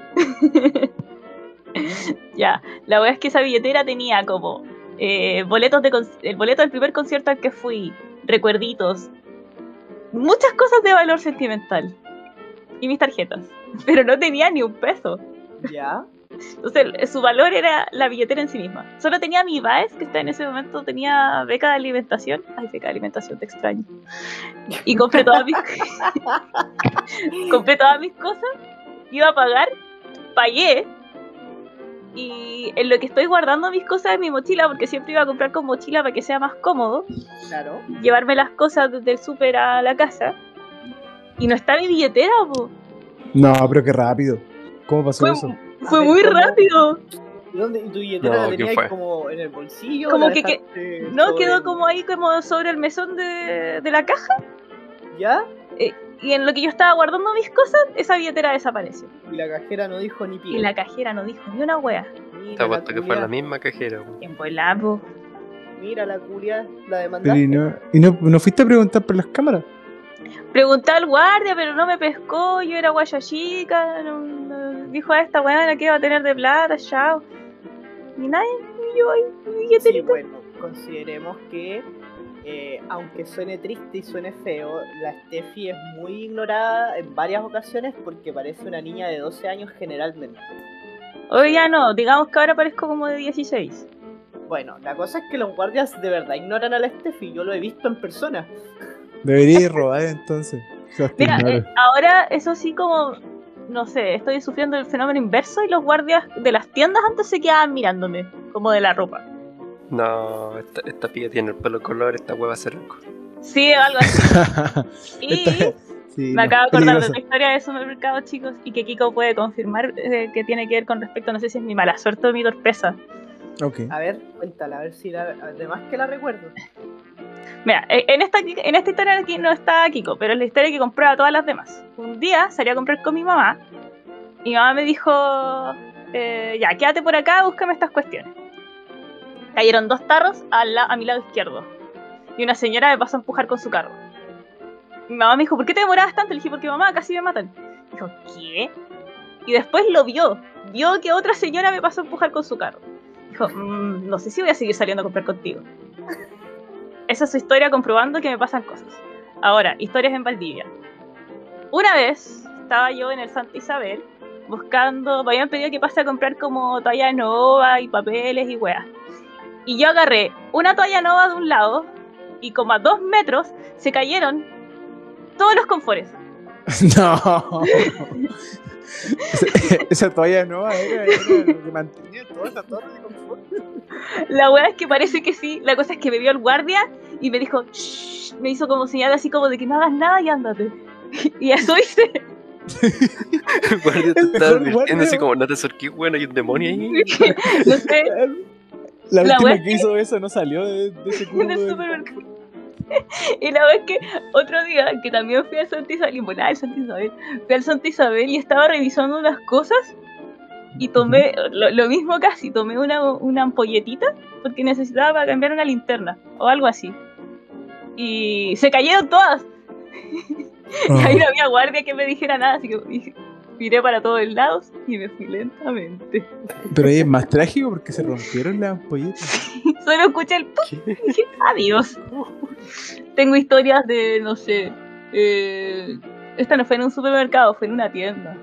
Speaker 3: ya, la verdad es que esa billetera tenía como eh, boletos de conci- el boleto del primer concierto al que fui, recuerditos, muchas cosas de valor sentimental y mis tarjetas, pero no tenía ni un peso.
Speaker 1: ¿Ya?
Speaker 3: Entonces, el- su valor era la billetera en sí misma. Solo tenía mi BAES, que está en ese momento tenía beca de alimentación. Ay, beca de alimentación, te extraño. Y compré todas mis, compré todas mis cosas, iba a pagar, pagué. Y en lo que estoy guardando mis cosas en mi mochila, porque siempre iba a comprar con mochila para que sea más cómodo,
Speaker 1: Claro.
Speaker 3: llevarme las cosas del súper a la casa. Y no está mi billetera, po.
Speaker 4: No, pero qué rápido. ¿Cómo pasó
Speaker 3: Fue
Speaker 4: eso?
Speaker 3: Fue
Speaker 1: ver,
Speaker 3: muy
Speaker 1: ¿cómo?
Speaker 3: rápido.
Speaker 1: ¿Y, dónde, y tu billetera
Speaker 2: No,
Speaker 1: la
Speaker 2: ¿qué
Speaker 1: tenías
Speaker 2: fue?
Speaker 1: como en el bolsillo?
Speaker 3: Como
Speaker 1: la
Speaker 3: que- que-
Speaker 1: dejaste
Speaker 3: No,
Speaker 1: sobre
Speaker 3: quedó
Speaker 1: el-
Speaker 3: como ahí, como sobre el mesón de, de la caja.
Speaker 1: ¿Ya?
Speaker 3: Eh, Y en lo que yo estaba guardando mis cosas, esa billetera desapareció.
Speaker 1: Y la cajera no dijo ni pie.
Speaker 3: Y la cajera no dijo ni una wea.
Speaker 1: Mira
Speaker 2: Te
Speaker 1: la
Speaker 2: apuesto que fue
Speaker 1: culiá,
Speaker 2: la misma cajera. weón.
Speaker 3: En Polapo.
Speaker 1: Mira la culia, la
Speaker 4: Pero
Speaker 1: demandaste.
Speaker 4: y no, y no, no fuiste a preguntar por las cámaras.
Speaker 3: Pregunté al guardia, pero no me pescó. Yo era guaya chica. no- no- dijo a esta weá que iba a tener de plata, chao. Y nadie, ni yo ahí, mi
Speaker 1: Sí,
Speaker 3: billetera.
Speaker 1: bueno, consideremos que, eh, aunque suene triste y suene feo, la Steffi es muy ignorada en varias ocasiones porque parece una niña de 12 años generalmente.
Speaker 3: Hoy ya no, digamos que ahora parezco como de 16.
Speaker 1: Bueno, la cosa es que los guardias de verdad ignoran a la Steffi, yo lo he visto en persona.
Speaker 4: Debería robar entonces. Esas
Speaker 3: Mira,
Speaker 4: tecnoras.
Speaker 3: eh, ahora eso sí como, no sé, estoy sufriendo el fenómeno inverso y los guardias de las tiendas antes se quedaban mirándome, como de la ropa.
Speaker 2: No, esta, esta piba tiene el pelo color, esta hueva se loco.
Speaker 3: Sí, o algo así. Y
Speaker 4: Esta- sí,
Speaker 3: me
Speaker 4: no,
Speaker 3: acabo de acordar de
Speaker 4: peligroso.
Speaker 3: otra historia de supermercado, chicos, y que Kiko puede confirmar eh, que tiene que ver con respecto, no sé si es mi mala suerte o mi torpeza.
Speaker 4: Ok.
Speaker 1: A ver, cuéntala, a ver si la, además que la recuerdo.
Speaker 3: Mira, eh, en esta, en esta historia aquí no está Kiko, pero es la historia que compraba todas las demás. Un día salí a comprar con mi mamá y mi mamá me dijo, eh, ya, quédate por acá, búscame estas cuestiones. Cayeron dos tarros a, la- a mi lado izquierdo y una señora me pasó a empujar con su carro. Mi mamá me dijo, ¿por qué te demorabas tanto? Le dije, porque mamá, casi me matan. Dijo, ¿qué? Y después lo vio, vio que otra señora me pasó a empujar con su carro. Dijo, "Mm, no sé si voy a seguir saliendo a comprar contigo esa es su historia comprobando que me pasan cosas. Ahora, historias en Valdivia. Una vez estaba yo en el Santa Isabel buscando, me habían pedido que pase a comprar como toalla nova y papeles y weas. Y yo agarré una toalla nova de un lado y como a dos metros se cayeron todos los confores.
Speaker 4: No. esa, esa toalla nueva era, era lo que mantenía toda esa torre de confort.
Speaker 3: La wea es que parece que sí, la cosa es que me vio el guardia y me dijo, "Shh", me hizo como señal así como de que no hagas nada y ándate. Y eso hice.
Speaker 2: El guardia te
Speaker 4: El
Speaker 2: está
Speaker 4: mejor
Speaker 2: advirtiendo
Speaker 4: guardia,
Speaker 2: así
Speaker 4: weón.
Speaker 2: como, no te sorquí, bueno, hay un demonio ahí.
Speaker 3: no sé,
Speaker 4: La,
Speaker 3: La wea
Speaker 4: última
Speaker 3: es
Speaker 4: que hizo eso no salió de, de ese cubo
Speaker 3: en el
Speaker 4: de-
Speaker 3: supermercado. Y la vez que otro día, que también fui al Santa Isabel, y bueno, al Santa Isabel, fui al Santa Isabel y estaba revisando unas cosas y tomé lo, lo mismo casi, tomé una, una ampolletita porque necesitaba para cambiar una linterna o algo así. Y se cayeron todas.
Speaker 4: Ah,
Speaker 3: Y ahí no había guardia que me dijera nada, así que dije- miré para todos lados y me fui lentamente.
Speaker 4: Pero ahí es más trágico porque se rompieron las ampolletas.
Speaker 3: Solo escuché el ¡pum!
Speaker 2: ¿Qué?
Speaker 3: y dije, adiós. Tengo historias de, no sé, eh, esta no fue en un supermercado, fue en una tienda.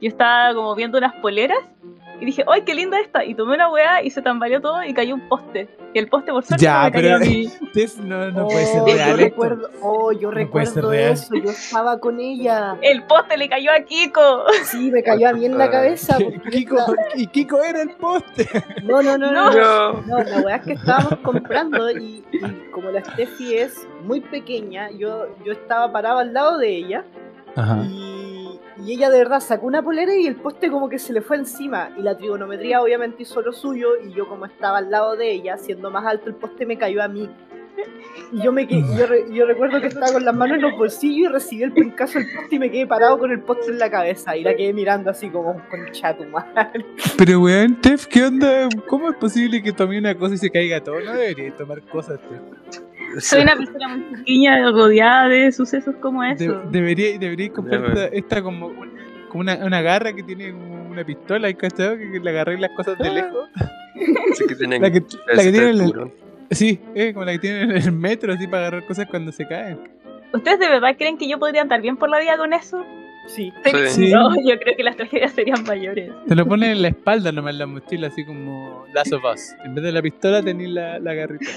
Speaker 3: Yo estaba como viendo unas poleras y dije, ¡ay, qué linda esta! Y tomé una weá y se tambaleó todo y cayó un poste. Y el poste, por suerte,
Speaker 4: Ya,
Speaker 3: no me cayó
Speaker 4: pero-
Speaker 3: a mí.
Speaker 4: Entonces, No, no
Speaker 1: Oh,
Speaker 4: puede ser
Speaker 1: Yo
Speaker 4: real. esto.
Speaker 1: recuerdo, oh, yo
Speaker 4: No puede ser
Speaker 1: recuerdo
Speaker 4: real.
Speaker 1: eso, yo estaba con ella.
Speaker 3: El poste le cayó a Kiko.
Speaker 1: Sí, me cayó a mí en la cabeza.
Speaker 4: Que-
Speaker 1: porque
Speaker 4: Kiko,
Speaker 1: esta-
Speaker 4: y Kiko era el poste.
Speaker 1: No, no, no, no. no.
Speaker 2: No.
Speaker 1: No, la weá es que estábamos comprando y, y como la Steffi es muy pequeña, yo, yo estaba parado al lado de ella
Speaker 4: Ajá.
Speaker 1: y, y ella de verdad sacó una polera y el poste como que se le fue encima y la trigonometría obviamente hizo lo suyo y yo como estaba al lado de ella, siendo más alto el poste me cayó a mí. Y yo, me que- y yo, re- yo recuerdo que estaba con las manos en los bolsillos y recibí el pincazo del poste y me quedé parado con el poste en la cabeza y la quedé mirando así como con chatuma.
Speaker 4: Pero weón, Tef, ¿qué onda? ¿Cómo es posible que tome una cosa y se caiga todo? No debería tomar cosas, Tef.
Speaker 3: Soy una persona muy pequeña, rodeada de sucesos como
Speaker 4: De-
Speaker 3: eso.
Speaker 4: debería, debería
Speaker 2: Ya,
Speaker 4: comprar
Speaker 2: weón.
Speaker 4: esta, esta como, un- como una, una garra que tiene como una pistola, ¿cachado? Que, que le agarré las cosas
Speaker 3: Ah.
Speaker 4: de lejos.
Speaker 2: Así que tienen
Speaker 4: La que, la que
Speaker 2: ese
Speaker 4: tiene en el,
Speaker 2: tiburón.
Speaker 4: sí, eh, como la que tiene en el metro, así para agarrar cosas cuando se caen.
Speaker 3: ¿Ustedes de verdad creen que yo podría andar bien por la vida con eso?
Speaker 1: Sí,
Speaker 2: Sí.
Speaker 4: Sí.
Speaker 3: No, yo creo que las tragedias serían mayores.
Speaker 4: Te lo ponen en la espalda nomás en la mochila, así como Last of Us. En vez de la pistola tenés la, la garrita.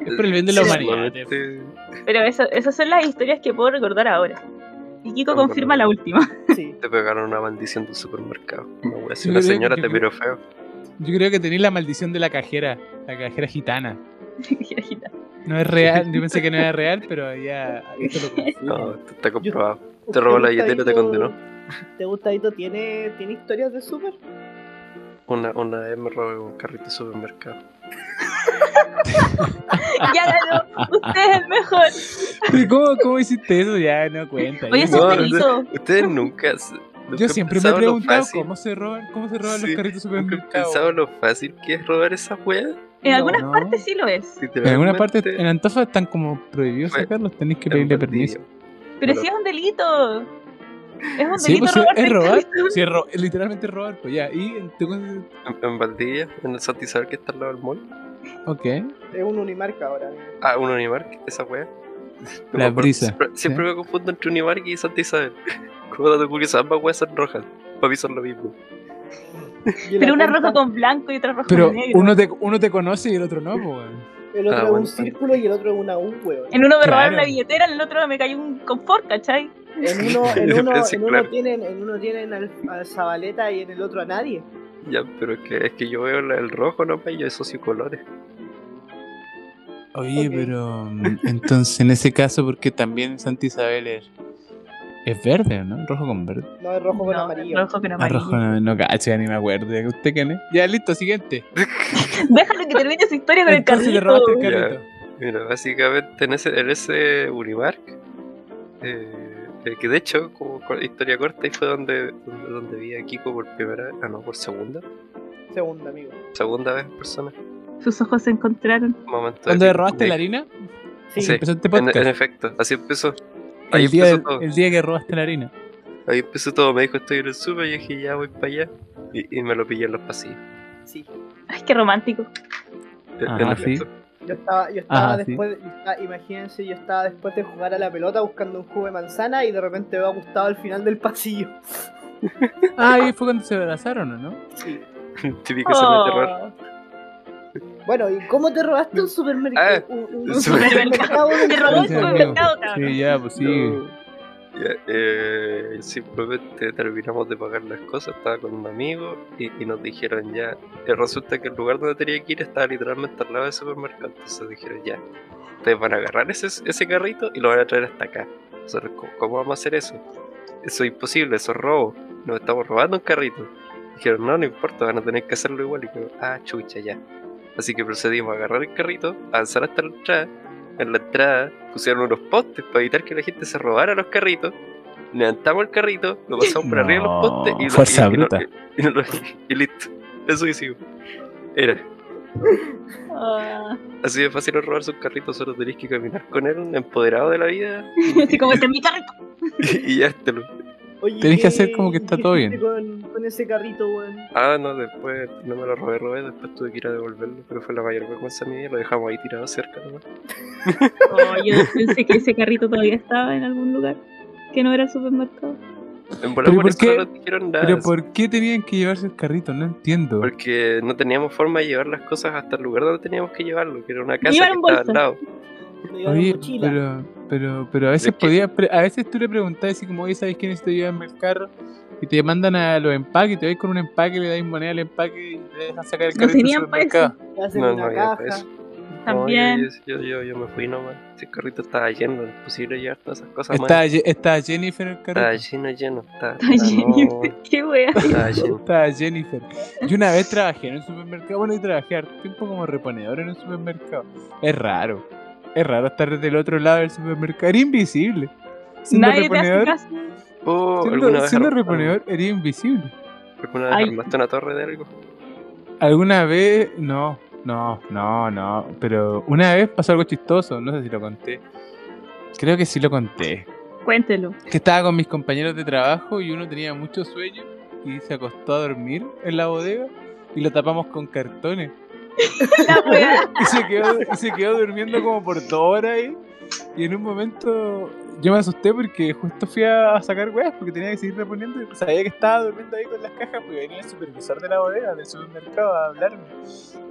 Speaker 4: Es por el bien de la
Speaker 2: Sí, este-
Speaker 4: humanidad. eh. Tef.
Speaker 2: solamente-
Speaker 3: Pero eso, esas son las historias que puedo recordar ahora. Y Kiko
Speaker 2: Vamos
Speaker 3: confirma
Speaker 2: con-
Speaker 3: la última.
Speaker 1: sí.
Speaker 2: Te pegaron una maldición del supermercado. Una wea así,
Speaker 4: Yo
Speaker 2: una
Speaker 4: creo-
Speaker 2: señora
Speaker 4: yo
Speaker 2: te
Speaker 4: creo-
Speaker 2: miró feo.
Speaker 4: Yo creo que tenés la maldición de la cajera, la cajera gitana.
Speaker 3: Girajita.
Speaker 4: No es real, yo pensé que no era real, pero ya esto lo confirma.
Speaker 2: No, esto está
Speaker 1: Yo-
Speaker 2: comprobado. Te robó la billetera, te condenó.
Speaker 1: ¿Te gusta, Vito? ¿Tiene, ¿Tiene historias de Super?
Speaker 2: Una, una vez me robé un carrito de supermercado.
Speaker 3: Ya ganó. Usted es el mejor.
Speaker 4: Pero ¿Cómo, cómo hiciste eso? Ya no cuenta.
Speaker 3: Oye,
Speaker 4: Yo-
Speaker 3: eso
Speaker 2: No,
Speaker 3: es delito.
Speaker 2: Ustedes nunca. nunca
Speaker 4: Yo
Speaker 2: han
Speaker 4: siempre me he
Speaker 2: pensado lo
Speaker 4: preguntado
Speaker 2: fácil-
Speaker 4: cómo se roban, cómo se roban
Speaker 2: Sí,
Speaker 4: los carritos de
Speaker 2: Nunca han
Speaker 4: supermercado.
Speaker 2: pensado lo fácil que es robar esa wea.
Speaker 3: En algunas
Speaker 4: No.
Speaker 3: partes sí lo es.
Speaker 4: En alguna parte, en Antofa están como prohibidos
Speaker 2: Fue-
Speaker 4: sacarlos, tenéis que pedirle permiso.
Speaker 3: Pero
Speaker 2: Pero-
Speaker 3: sí es un delito. Es un delito
Speaker 4: Sí, pues sí,
Speaker 3: robarse
Speaker 4: es
Speaker 3: el
Speaker 4: robar.
Speaker 3: carrito.
Speaker 4: Sí, es ro- es literalmente robar, pues ya. Y en tu-
Speaker 2: En, en Valdivia, en el Satizar que está al lado del mall.
Speaker 4: Ok.
Speaker 1: Es un Unimarca ahora. amigo.
Speaker 2: Ah, un Unimark, esa wea.
Speaker 4: La brisa,
Speaker 2: Siempre, siempre me confundo entre Unimark y Santa Isabel. Como dato curioso, ambas weas son rojas. Para mí son lo mismo.
Speaker 1: Y en
Speaker 3: Pero
Speaker 1: la
Speaker 3: una
Speaker 1: punta,
Speaker 3: roja con blanco y otra roja
Speaker 4: Pero
Speaker 3: con negro.
Speaker 4: uno te, uno te conoce y el otro no, pues. weón.
Speaker 1: El otro
Speaker 2: Ah,
Speaker 1: es
Speaker 2: bueno.
Speaker 1: un círculo y el otro es una U, weón.
Speaker 3: En uno me robaron
Speaker 4: Claro.
Speaker 3: la billetera, en el otro me cayó un confort, ¿cachai?
Speaker 1: En uno, en
Speaker 2: El
Speaker 1: uno,
Speaker 2: precio,
Speaker 1: en uno
Speaker 2: claro.
Speaker 1: tienen, en uno tienen al, a Zabaleta y en el otro a nadie.
Speaker 2: Ya, pero es que, es que yo veo la- el rojo, no, pa, yo asocio colores.
Speaker 4: Oye,
Speaker 1: Ok.
Speaker 4: pero mm, entonces en ese caso, porque también Santa Isabel es, es verde, ¿no? Rojo con verde.
Speaker 1: No es rojo con
Speaker 3: No,
Speaker 1: amarillo.
Speaker 3: rojo con
Speaker 4: Ah,
Speaker 3: amarillo.
Speaker 4: rojo no, no cacho, ya ni me acuerdo. ya que ¿Usted quién es? Ya, listo, siguiente.
Speaker 3: Déjalo que termine su historia con
Speaker 4: Entonces le
Speaker 3: el
Speaker 4: robaste el
Speaker 3: carrito.
Speaker 2: Ya.
Speaker 4: carrito.
Speaker 2: Mira, básicamente en ese, en ese Unimark, eh, eh, que de hecho, como cor- historia corta, ahí fue donde, donde, donde vi a Kiko por primera vez, ah, no, por segunda,
Speaker 1: Segundo, amigo.
Speaker 2: segunda vez en persona.
Speaker 3: Sus ojos se encontraron.
Speaker 2: Momento épico.
Speaker 4: ¿Dónde le robaste la harina?
Speaker 1: Sí.
Speaker 2: Sí.
Speaker 4: Empezó este
Speaker 2: En,
Speaker 4: podcast.
Speaker 2: en efecto, así empezó. Ahí
Speaker 4: el, día
Speaker 2: empezó
Speaker 4: del-
Speaker 2: todo.
Speaker 4: el día que robaste la harina.
Speaker 2: Ahí empezó todo. Me dijo, estoy en el super. Yo dije, ya voy para allá. Y, y me lo pillé en los pasillos.
Speaker 1: sí.
Speaker 3: Ay, qué romántico.
Speaker 2: En-
Speaker 4: Ajá,
Speaker 2: en
Speaker 4: Ah, sí.
Speaker 2: efecto.
Speaker 1: Yo estaba, yo estaba
Speaker 4: Ajá, sí.
Speaker 1: después, yo estaba- imagínense, yo estaba después de jugar a la pelota buscando un jugo de manzana y de repente veo a Gustavo al final del pasillo.
Speaker 4: Ah, ahí fue cuando se abrazaron, ¿o no?
Speaker 1: Sí.
Speaker 2: Típico escena de terror.
Speaker 3: Oh.
Speaker 1: Bueno, ¿y cómo te robaste
Speaker 4: Eh,
Speaker 1: un supermercado?
Speaker 2: Ah,
Speaker 1: un, un-
Speaker 2: el
Speaker 1: un
Speaker 3: supermercado.
Speaker 1: supermercado de
Speaker 3: Te robó el
Speaker 4: Sí, amigo.
Speaker 3: supermercado, cabrón.
Speaker 4: Sí, ya, pues sí.
Speaker 2: No. Ya, eh, simplemente terminamos de pagar las cosas, estaba con un amigo y, y nos dijeron ya, eh, resulta que el lugar donde tenía que ir estaba literalmente al lado del supermercado, entonces dijeron ya, ustedes van a agarrar ese, ese carrito y lo van a traer hasta acá. Nosotros, "¿Cómo- ¿cómo vamos a hacer eso? Eso es imposible, eso es robo, nos estamos robando un carrito. Dijeron, no, no importa, van a tener que hacerlo igual y yo, ah, chucha, ya. Así que procedimos a agarrar el carrito, avanzar hasta la entrada en la entrada pusieron unos postes para evitar que la gente se robara los carritos. Levantamos el carrito, lo pasamos por arriba de los
Speaker 4: No,
Speaker 2: postes y lo-
Speaker 4: fuerza
Speaker 2: y- y lo-
Speaker 4: bruta.
Speaker 2: y lo- y listo. Eso hicimos. Era.
Speaker 3: Ah.
Speaker 2: Así de fácil es robar sus carritos, solo tenés que caminar con él, empoderado de la vida,
Speaker 3: Así como este es mi carrito.
Speaker 2: y, y ya te lo.
Speaker 1: Oye,
Speaker 4: Tenés que
Speaker 1: ¿qué-
Speaker 4: hacer como que está
Speaker 1: qué
Speaker 4: todo
Speaker 1: hiciste
Speaker 4: bien.
Speaker 1: Con, con ese carrito, weón.
Speaker 2: Ah, no, después no me lo robé, robé, después tuve que ir a devolverlo, pero fue la mayor vergüenza mía, lo dejamos ahí tirado cerca nomás.
Speaker 3: Oh, yo pensé que ese carrito todavía estaba en algún lugar. Que no era el supermercado.
Speaker 2: En volar por
Speaker 4: ¿Pero por
Speaker 2: eso
Speaker 4: qué?
Speaker 2: no nos dijeron nada.
Speaker 4: Pero ¿por qué tenían que llevarse el carrito? No entiendo.
Speaker 2: Porque no teníamos forma de llevar las cosas hasta el lugar donde teníamos que llevarlo, que era una casa que
Speaker 3: Llevaron
Speaker 2: estaba al
Speaker 3: bolsa.
Speaker 2: lado.
Speaker 1: Me llevaron
Speaker 4: Oye,
Speaker 1: mochila.
Speaker 4: pero, pero, pero a veces
Speaker 2: Es que-
Speaker 4: podía, pre- a veces tú le preguntabas así como, oye, ¿sabes quién te llevarme el carro? Y te mandan a los empaques, y te vas con un empaque, le dais moneda al empaque y te dejan sacar el
Speaker 3: No
Speaker 4: carrito del
Speaker 3: tenían pa' eso.
Speaker 4: supermercado.
Speaker 1: Te hacen
Speaker 2: No,
Speaker 1: una
Speaker 2: no había
Speaker 1: caja.
Speaker 2: pa' eso.
Speaker 3: También.
Speaker 2: No, yo, yo, yo, yo me fui nomás. Ese carrito estaba lleno, era imposible llevar todas esas cosas
Speaker 4: Estaba,
Speaker 2: más.
Speaker 4: Ye- estaba Jennifer en el
Speaker 2: Estaba
Speaker 4: carrito.
Speaker 2: lleno, lleno. Estaba,
Speaker 3: Ay,
Speaker 4: Ah,
Speaker 2: estaba- no,
Speaker 3: Jennifer, qué wea.
Speaker 2: estaba lleno.
Speaker 4: Estaba Jennifer. Yo una vez trabajé en un supermercado, bueno, y trabajé harto tiempo como reponedor en un supermercado. Es raro. Es raro estar del otro lado del supermercado. Era invisible. Siendo
Speaker 3: Nadie te hace
Speaker 4: reponedor,
Speaker 3: caso.
Speaker 2: Oh, ¿alguna
Speaker 4: siendo,
Speaker 2: vez
Speaker 4: siendo
Speaker 2: armaste-
Speaker 4: reponedor, era invisible.
Speaker 2: ¿Alguna vez
Speaker 3: Ay.
Speaker 2: armaste una torre de algo?
Speaker 4: ¿Alguna vez? No, no, no, no. Pero una vez pasó algo chistoso, no sé si lo conté. Creo que sí lo conté.
Speaker 3: Cuéntelo.
Speaker 4: Que estaba con mis compañeros de trabajo y uno tenía mucho sueño y se acostó a dormir en la bodega y lo tapamos con cartones.
Speaker 3: La wea.
Speaker 4: Y se quedó, y se quedó durmiendo como por dos horas ahí. Y en un momento yo me asusté porque justo fui a sacar weas porque tenía que seguir reponiendo. y Sabía que estaba durmiendo ahí con las cajas porque venía el supervisor de la bodega, del supermercado, a hablarme.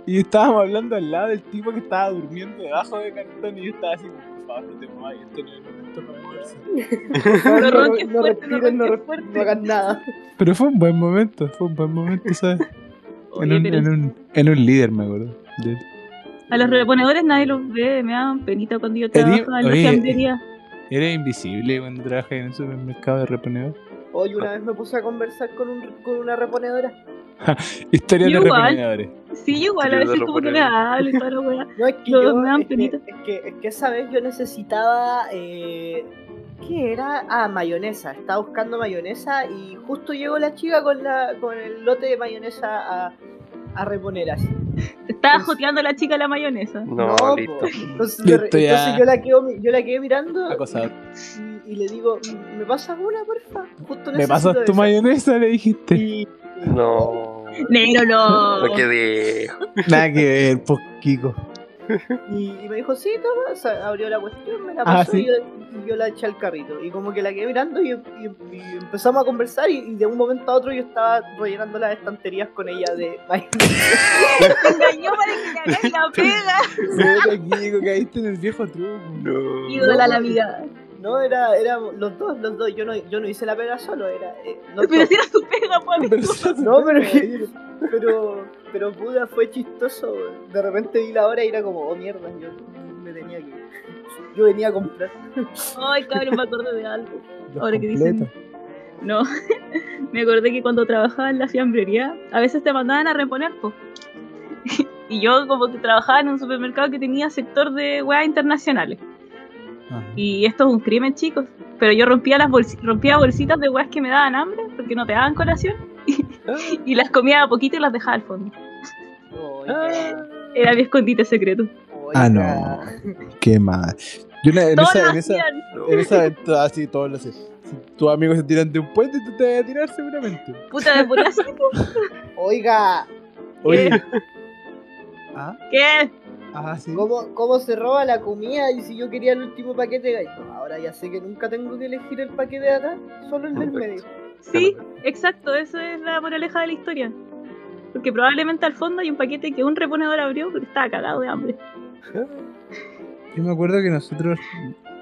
Speaker 4: Y estábamos hablando al lado del tipo que estaba durmiendo debajo de cartón y yo estaba así, como, por favor, no te muevas, esto no es el momento para moverse.
Speaker 3: No
Speaker 1: No, no,
Speaker 3: ronques
Speaker 1: no
Speaker 3: fuerte, no
Speaker 1: respiren, no,
Speaker 3: ronques
Speaker 1: re-
Speaker 3: fuerte.
Speaker 1: no hagan nada.
Speaker 4: Pero fue un buen momento, fue un buen momento, ¿sabes? En
Speaker 3: Oye,
Speaker 4: un,
Speaker 3: pero
Speaker 4: en un, en un líder, me acuerdo. de él.
Speaker 3: A los reponedores nadie los ve, me daban penita cuando yo
Speaker 4: Tenía-
Speaker 3: trabajaba en la
Speaker 4: oye, eh,
Speaker 3: fiambrería.
Speaker 4: Era invisible cuando trabajé en el supermercado de reponedor.
Speaker 1: Hoy una vez me puse a conversar con, un, con una reponedora.
Speaker 4: Historia de
Speaker 3: Igual.
Speaker 4: reponedores.
Speaker 3: Sí, igual, a
Speaker 2: Yo de
Speaker 3: veces como que le
Speaker 2: reponer.
Speaker 3: hablo y toda la weá.
Speaker 1: No, es que
Speaker 3: No,
Speaker 1: yo,
Speaker 3: me dan
Speaker 1: es que-
Speaker 3: penita.
Speaker 1: es que, es que esa vez yo necesitaba, eh, ¿qué era? Ah, mayonesa. Estaba buscando mayonesa y justo llegó la chica con, la, con el lote de mayonesa a, a reponer así.
Speaker 3: Te Estaba
Speaker 1: Es-
Speaker 3: joteando la chica la mayonesa.
Speaker 2: No,
Speaker 1: po.
Speaker 2: listo.
Speaker 1: Entonces,
Speaker 4: Yo
Speaker 1: de-
Speaker 4: estoy
Speaker 1: entonces
Speaker 4: a-
Speaker 1: yo, la quedo, yo la quedé mirando
Speaker 4: Acosador.
Speaker 1: y, y le digo, "Mm, ¿me pasas una, porfa? Justo
Speaker 4: ¿Me pasas
Speaker 1: necesito
Speaker 4: tu
Speaker 1: esa".
Speaker 4: mayonesa? Le dijiste.
Speaker 1: Y-
Speaker 2: No.
Speaker 3: Negro, no.
Speaker 2: Lo que dijo.
Speaker 4: Nada que ver, po, Kiko.
Speaker 1: Y, y me dijo, sí, toma, o sea, abrió la cuestión, me la
Speaker 4: Ah,
Speaker 1: pasó
Speaker 4: sí.
Speaker 1: y, yo, y yo la eché al carrito. Y como que la quedé mirando y, y- y empezamos a conversar y, y de un momento a otro yo estaba rellenando las estanterías con ella de
Speaker 3: Te engañó para que te hagáis la pega.
Speaker 4: Kiko, caíste en el viejo truco.
Speaker 2: No.
Speaker 3: Ídola la amiga.
Speaker 1: No, era, era los dos, los dos, yo no, yo no hice la pega solo, era... eh, los
Speaker 3: Pero
Speaker 1: dos.
Speaker 3: si era su pega, pues. amigo.
Speaker 1: No, pero que- Pero, pero puta, fue chistoso. weón. De repente vi la hora y era como, oh mierda, yo me tenía que... Yo venía a comprar.
Speaker 3: Ay, cabrón, me acordé de algo.
Speaker 4: Los
Speaker 3: Ahora que dicen-
Speaker 4: completos.
Speaker 3: No, me acordé que cuando trabajaba en la fiambrería, a veces te mandaban a reponer, po. Y yo como que trabajaba en un supermercado que tenía sector de weas internacionales.
Speaker 4: Ajá.
Speaker 3: Y esto es un crimen, chicos. Pero yo rompía las bolsi- rompía bolsitas de weas que me daban hambre, porque no te daban colación, y las comía a poquito y las dejaba al fondo.
Speaker 1: Oh,
Speaker 3: Era mi escondite secreto.
Speaker 4: Ah, no. Qué mal. Yo la- en
Speaker 3: Todos
Speaker 4: esa,
Speaker 3: lo
Speaker 4: en esa,
Speaker 3: hacían.
Speaker 2: No.
Speaker 4: en esa venta, así todos los. Si tus amigos se tiran de un puente, tú te vas a tirar seguramente.
Speaker 3: Puta de pura así,
Speaker 1: Oiga,
Speaker 4: Oye. ah,
Speaker 3: ¿Qué?
Speaker 4: ah, sí.
Speaker 1: ¿Cómo, ¿Cómo se roba la comida? Y si yo quería el último paquete, ay, no, ahora ya sé que nunca tengo que elegir el paquete de atrás, solo el del medio.
Speaker 2: Perfecto.
Speaker 3: Sí, exacto, eso es la moraleja de la historia. Porque probablemente al fondo hay un paquete que un reponedor abrió porque estaba cagado de hambre.
Speaker 4: Yo me acuerdo que nosotros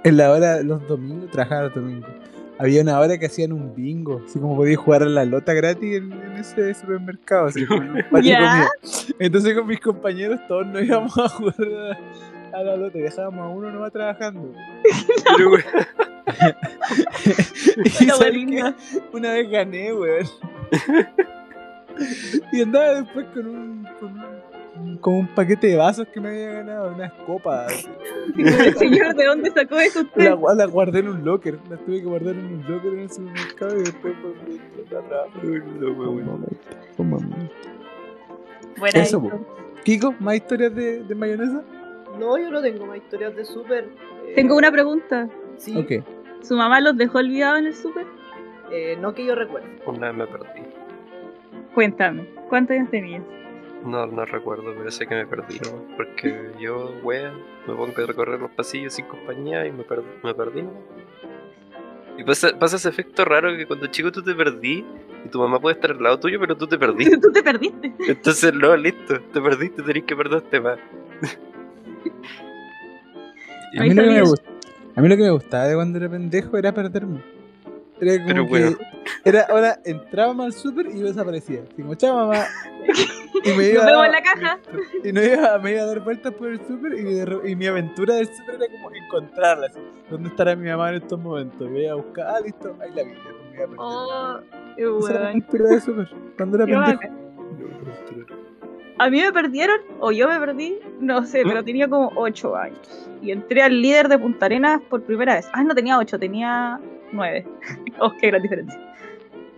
Speaker 4: en la hora los domingos, trabajaba los domingos. Había una hora que hacían un bingo, así como podías jugar a la lota gratis en, en ese supermercado, así como un patio de
Speaker 3: Ya.
Speaker 4: comida. Entonces con mis compañeros todos nos íbamos a jugar a, a la lota, y dejábamos a uno nomás trabajando.
Speaker 2: Pero, güey,
Speaker 4: Y
Speaker 3: La
Speaker 4: ¿sabes
Speaker 3: linda.
Speaker 4: qué? una vez gané, weón. y andaba después con un, con un con un paquete de vasos que me había ganado, unas copas.
Speaker 3: "Este Señor, ¿de dónde sacó eso usted?
Speaker 4: La, gua- la guardé en un locker, la tuve que guardar en un locker en el supermercado y después fue a trabajar.
Speaker 2: no, güey, güey.
Speaker 3: Buena
Speaker 4: Eso,
Speaker 3: eso.
Speaker 4: Kiko, ¿más historias de, de mayonesa?
Speaker 1: No, yo no tengo más historias de súper. eh,
Speaker 3: Tengo una pregunta.
Speaker 1: Sí,
Speaker 4: Ok.
Speaker 3: ¿Su mamá los dejó olvidados en el súper?
Speaker 1: eh, no que yo recuerde.
Speaker 2: Una vez me perdí.
Speaker 3: Cuéntame, ¿cuántos años tenías?
Speaker 2: No, no recuerdo, pero sé que me perdí, ¿no? Porque yo, wea, me pongo a recorrer los pasillos sin compañía y me, per- me perdí, ¿no? Y pasa, pasa ese efecto raro que cuando chico tú te perdí y tu mamá puede estar al lado tuyo, pero tú te perdiste.
Speaker 3: Tú te perdiste.
Speaker 2: Entonces, no, listo, te perdiste, tenés que perderte más.
Speaker 4: A
Speaker 3: Ahí
Speaker 4: mí, lo que me
Speaker 3: salías.
Speaker 4: gust- a mí lo que me gustaba de cuando era pendejo era perderme. Era como
Speaker 2: Pero
Speaker 4: que
Speaker 2: bueno.
Speaker 4: era, ahora entraba al súper y yo desaparecía. Así como, chao mamá. Y me
Speaker 3: Nos
Speaker 4: iba,
Speaker 3: vemos en la caja.
Speaker 4: y no iba, me iba a dar vueltas por el súper y, de re- y mi aventura del súper era como encontrarla. así, ¿Dónde estará mi mamá en estos momentos? Y iba a buscar, ah, listo, ahí la vi. después me iba a perder.
Speaker 3: Oh, qué
Speaker 4: Esa era mi
Speaker 3: weón.
Speaker 4: historia de súper. Cuando era
Speaker 3: Qué
Speaker 4: pendejo.
Speaker 3: bacán.
Speaker 2: No, no, no.
Speaker 3: A mí me perdieron, o yo me perdí, no sé,
Speaker 4: Mm.
Speaker 3: pero tenía como 8 años. Y entré al líder de Punta Arenas por primera vez. Ah, no tenía 8, tenía 9. oh, qué gran diferencia.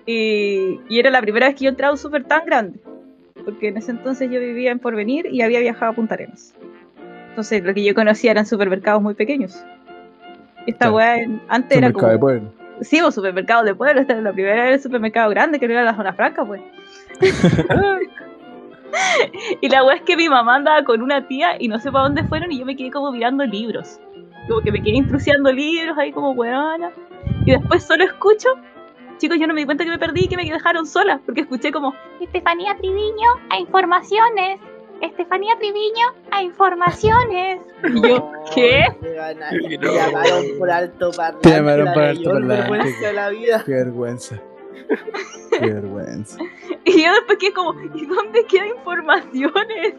Speaker 3: Y, y era la primera vez que yo entraba a un súper tan grande. Porque en ese entonces yo vivía en Porvenir y había viajado a Punta Arenas. Entonces lo que yo conocía eran supermercados muy pequeños. Esta
Speaker 4: Claro.
Speaker 3: weá en- antes era
Speaker 4: Supermercado de
Speaker 3: como.
Speaker 4: pueblo.
Speaker 3: Sí, un supermercado de pueblo, esta era la primera era el supermercado grande, que no era la zona franca, pues. y la weá es que mi mamá andaba con una tía y no sé para dónde fueron y yo me quedé como mirando libros. Como que me quedé intrusiando libros ahí como weona. Y después solo escucho. Chicos, yo no me di cuenta que me perdí y que me dejaron sola, porque escuché como,
Speaker 5: Estefanía Triviño a informaciones. Estefanía Triviño a informaciones.
Speaker 3: y yo, ¿qué?
Speaker 1: Te gana-
Speaker 2: Y
Speaker 1: te
Speaker 2: no.
Speaker 1: llamaron por alto parlante.
Speaker 4: Te llamaron
Speaker 1: la
Speaker 4: por alto
Speaker 1: mayor
Speaker 4: parlante.
Speaker 1: vergüenza de la vida.
Speaker 4: Qué vergüenza. Qué vergüenza.
Speaker 3: Y yo después quedé como, ¿y dónde quedan informaciones?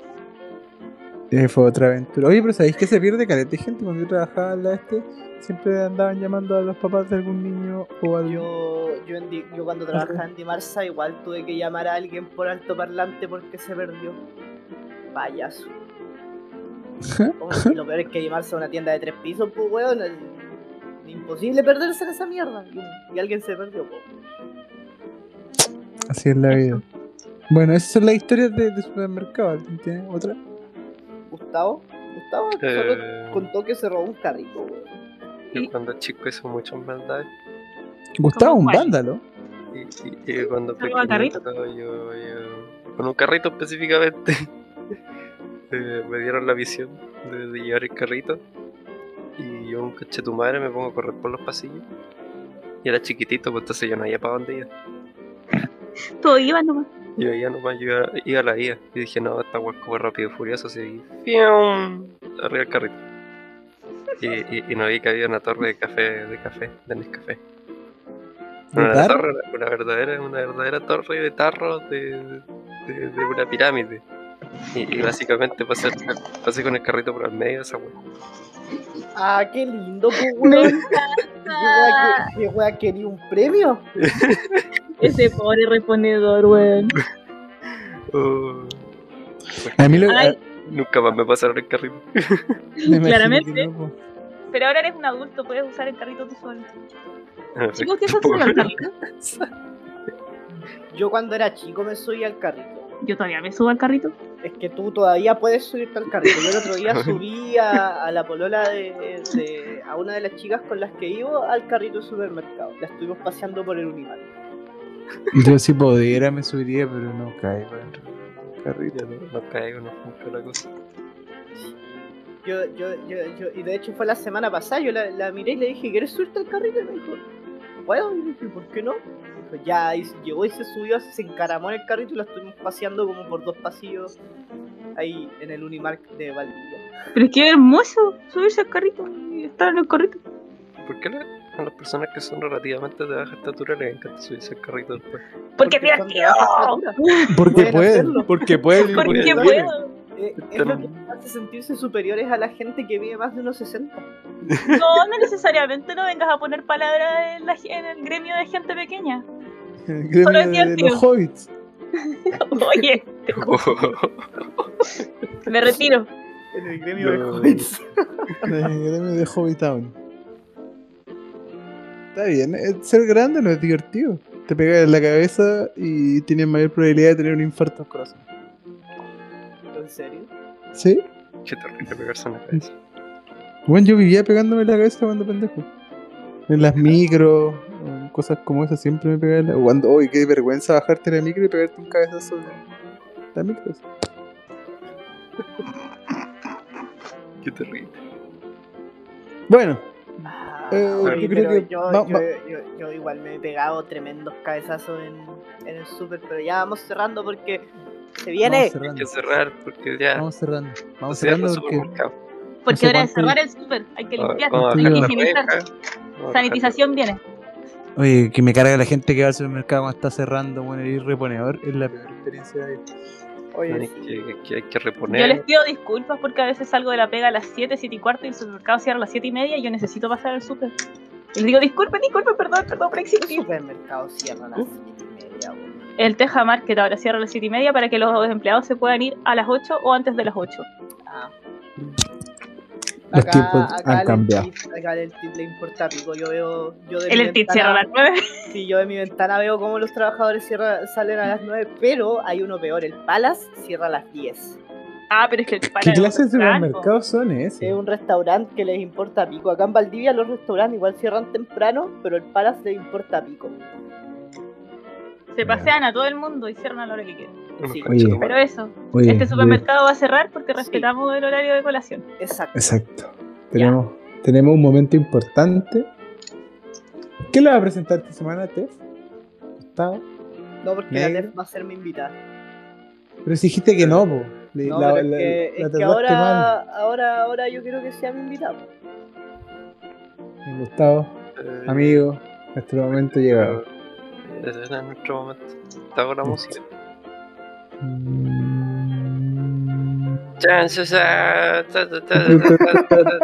Speaker 4: Eh, fue otra aventura. Oye, pero ¿sabéis que se pierde caleta de gente? Cuando yo trabajaba en la este, siempre andaban llamando a los papás de algún niño o algo.
Speaker 1: Yo, yo, en Di- yo cuando trabajaba en Dimarsa igual tuve que llamar a alguien por altoparlante porque se perdió. Payaso. Oh, y lo peor es que Dimarsa es una tienda de tres pisos, pues weón. es imposible perderse en esa mierda. Y, y alguien se perdió, pues.
Speaker 4: Así es la
Speaker 3: Eso.
Speaker 4: vida. Bueno, esas son las historias de, de supermercado. ¿Alguien tiene otra?
Speaker 1: Gustavo. Gustavo solo
Speaker 2: Eh,
Speaker 1: contó que se robó un carrito, weón.
Speaker 2: yo cuando chico hizo muchas maldades.
Speaker 4: Gustavo, un
Speaker 3: cuál?
Speaker 4: vándalo.
Speaker 2: Y, y- y cuando
Speaker 3: Saludos al carrito.
Speaker 2: pequeñito, yo- yo- con un carrito específicamente eh, me dieron la visión de, de llevar el carrito y yo un cachetumare me pongo a correr por los pasillos y era chiquitito pues entonces yo no había para dónde ir
Speaker 3: Todo iba nomás.
Speaker 2: yo ya nomás yo iba, iba a la guía y dije no esta hueá como rápido y furioso así ¡fium! arriba el carrito y, y- y no vi que había una torre de café de café de Nescafé
Speaker 4: ¿De
Speaker 2: una,
Speaker 4: tarro?
Speaker 2: torre, una verdadera, una verdadera torre de tarros de, de- de una pirámide. Y, y básicamente pasé, pasé con el carrito por el medio de esa hueá.
Speaker 1: Ah, qué lindo, pues weón. ¿Qué wea que- ¿Qué wea quería un premio?
Speaker 3: Ese pobre reponedor, weón.
Speaker 4: Uh.
Speaker 2: Oh.
Speaker 4: A mí lo
Speaker 3: Ay,
Speaker 2: Nunca más me pasaron el carrito.
Speaker 4: me imagino
Speaker 3: claramente.
Speaker 4: que no, po.
Speaker 3: Pero ahora eres un adulto, puedes usar el carrito tú solo.
Speaker 2: En
Speaker 3: Chicos, ¿ustedes
Speaker 2: efecto,
Speaker 3: han subido al carrito?
Speaker 1: Yo cuando era chico me subía al carrito.
Speaker 3: Yo todavía me subo al carrito.
Speaker 1: Es que tú todavía puedes subirte al carrito. Yo el otro día subí a, a la polola de, de- a una de las chicas con las que iba al carrito del supermercado. La estuvimos paseando por el Unimal.
Speaker 4: Pues, Yo si pudiera me subiría, pero no caigo dentro del carrito.
Speaker 2: Ya no, no caigo, no funciona la cosa.
Speaker 1: Yo, yo, yo, yo, y de hecho fue la semana pasada, yo la, la miré y le dije, ¿quieres subirte al carrito? Y me dijo, ¿puedo? Y le dije, ¿por qué no? Me dijo, ya, y se- llegó y se subió, se encaramó en el carrito y la estuvimos paseando como por dos pasillos ahí en el Unimark de Valdivia.
Speaker 3: Pero es que es hermoso subirse al carrito y estar en el carrito.
Speaker 2: ¿Por qué le- a las personas que son relativamente de baja estatura les encanta subirse al carrito después?
Speaker 3: Porque, mira,
Speaker 1: son de
Speaker 3: tío.
Speaker 1: baja estatura.
Speaker 4: Porque
Speaker 1: Pueden
Speaker 4: pueden,
Speaker 1: hacerlo.
Speaker 4: porque pueden. y
Speaker 3: Porque
Speaker 4: quieren.
Speaker 3: puedo.
Speaker 1: Eh, es lo que nos hace sentirse superiores a la gente que vive más de unos 60.
Speaker 3: No, no necesariamente no vengas a poner palabras en, la ge- en el gremio de gente pequeña.
Speaker 4: El gremio
Speaker 3: Solo es
Speaker 4: de
Speaker 3: divertido.
Speaker 4: los hobbits.
Speaker 3: Oye,
Speaker 2: Oh,
Speaker 3: me retiro.
Speaker 1: En el
Speaker 2: gremio de No.
Speaker 1: jóvenes.
Speaker 2: jóvenes.
Speaker 4: El gremio de Hobbitown. Está bien, eh, ser grande no es divertido. Te pega en la cabeza y tienes mayor probabilidad de tener un infarto al corazón.
Speaker 1: ¿En serio?
Speaker 4: ¿Sí?
Speaker 2: Qué terrible pegarse en la cabeza.
Speaker 4: Bueno, yo vivía pegándome en la cabeza cuando pendejo. En las micros, en cosas como esas, siempre me pegaba en la... Cuando, uy, qué vergüenza bajarte en la micro y pegarte un cabezazo en la micro.
Speaker 2: Qué terrible.
Speaker 4: Bueno,
Speaker 1: Ah,
Speaker 4: Eh,
Speaker 1: oye,
Speaker 4: yo creo
Speaker 1: pero
Speaker 4: que
Speaker 1: yo,
Speaker 4: va-
Speaker 1: yo-
Speaker 4: va-
Speaker 1: yo- yo igual me he pegado tremendos cabezazos en, en el super, pero ya vamos cerrando porque se viene.
Speaker 4: vamos
Speaker 2: Hay
Speaker 4: cerrando.
Speaker 2: que cerrar porque ya.
Speaker 4: Vamos cerrando. Vamos
Speaker 2: cierra
Speaker 4: cerrando
Speaker 2: el
Speaker 4: porque...
Speaker 2: Este supermercado.
Speaker 3: Porque
Speaker 4: sé
Speaker 3: ahora es
Speaker 4: cuánto-
Speaker 3: cerrar el súper. Hay que
Speaker 2: Vamos
Speaker 3: limpiar,
Speaker 2: a
Speaker 3: hay
Speaker 2: bajar
Speaker 3: que
Speaker 2: la
Speaker 3: higienizar.
Speaker 2: reja. Vamos a
Speaker 3: Sanitización viene.
Speaker 4: Oye, que me carga la gente que va al supermercado cuando está cerrando, bueno, y reponedor es la peor experiencia de
Speaker 2: bajar la-
Speaker 1: Oye,
Speaker 2: Hay
Speaker 1: sí.
Speaker 2: que, que hay que
Speaker 3: Yo les
Speaker 4: Eh.
Speaker 2: reponer.
Speaker 3: pido disculpas porque a veces salgo de la pega a las 7, 7 y cuarto y el supermercado cierra a las 7 y media y yo necesito pasar al súper. Y les digo, disculpen, disculpen, perdón, perdón por
Speaker 1: el
Speaker 3: existir.
Speaker 1: supermercado cierra a las siete y media, weón.
Speaker 3: El Teja Market ahora cierra a las 7 y media para que los empleados se puedan ir a las 8 o antes de las 8.
Speaker 1: Ah.
Speaker 4: Los
Speaker 1: Acá-
Speaker 4: tiempos han
Speaker 1: acá al
Speaker 4: cambiado.
Speaker 1: Eltit- Acá el tit le importa pico. Yo veo. Yo de
Speaker 3: El
Speaker 1: mi
Speaker 3: Eltit
Speaker 1: ventana-
Speaker 3: cierra a las 9.
Speaker 1: Sí, yo de mi ventana veo cómo los trabajadores cierra- salen a las 9, pero hay uno peor. El Palace cierra a las 10.
Speaker 3: Ah, pero es que el
Speaker 4: ¿Qué
Speaker 3: Palace
Speaker 4: clases de
Speaker 3: es blanco.
Speaker 4: supermercados son
Speaker 1: Es
Speaker 4: esos?
Speaker 1: un restaurante que les importa pico. Acá en Valdivia los restaurantes igual cierran temprano, pero el Palace les importa pico.
Speaker 3: Se pasean a todo el mundo y cierran a la hora que quieran.
Speaker 2: Unos
Speaker 1: sí.
Speaker 2: conchetumares.
Speaker 4: Oye,
Speaker 3: Pero eso,
Speaker 4: Oye,
Speaker 3: este supermercado va a cerrar porque
Speaker 1: Sí.
Speaker 3: respetamos el horario de colación.
Speaker 1: Exacto.
Speaker 4: Exacto. Tenemos, tenemos un momento importante. ¿Qué le va a presentar esta semana, Tef? Gustavo.
Speaker 1: No, porque la
Speaker 4: Negro.
Speaker 1: Tef va a ser mi invitada.
Speaker 4: Pero si dijiste que no, po. Le-
Speaker 1: No,
Speaker 4: la-
Speaker 1: pero es
Speaker 4: la-
Speaker 1: que, es
Speaker 4: la
Speaker 1: que
Speaker 4: trataste
Speaker 1: ahora, ahora, ahora yo quiero que sea mi invitada.
Speaker 4: mal. Gustavo,
Speaker 2: Eh,
Speaker 4: amigo, nuestro momento ha llegado.
Speaker 2: Ese es nuestro momento. Te hago la música.
Speaker 4: Mm.
Speaker 2: Chances are- ta, ta, ta, ta, ta, ta, ta, ta, ta, ta, ta, ta,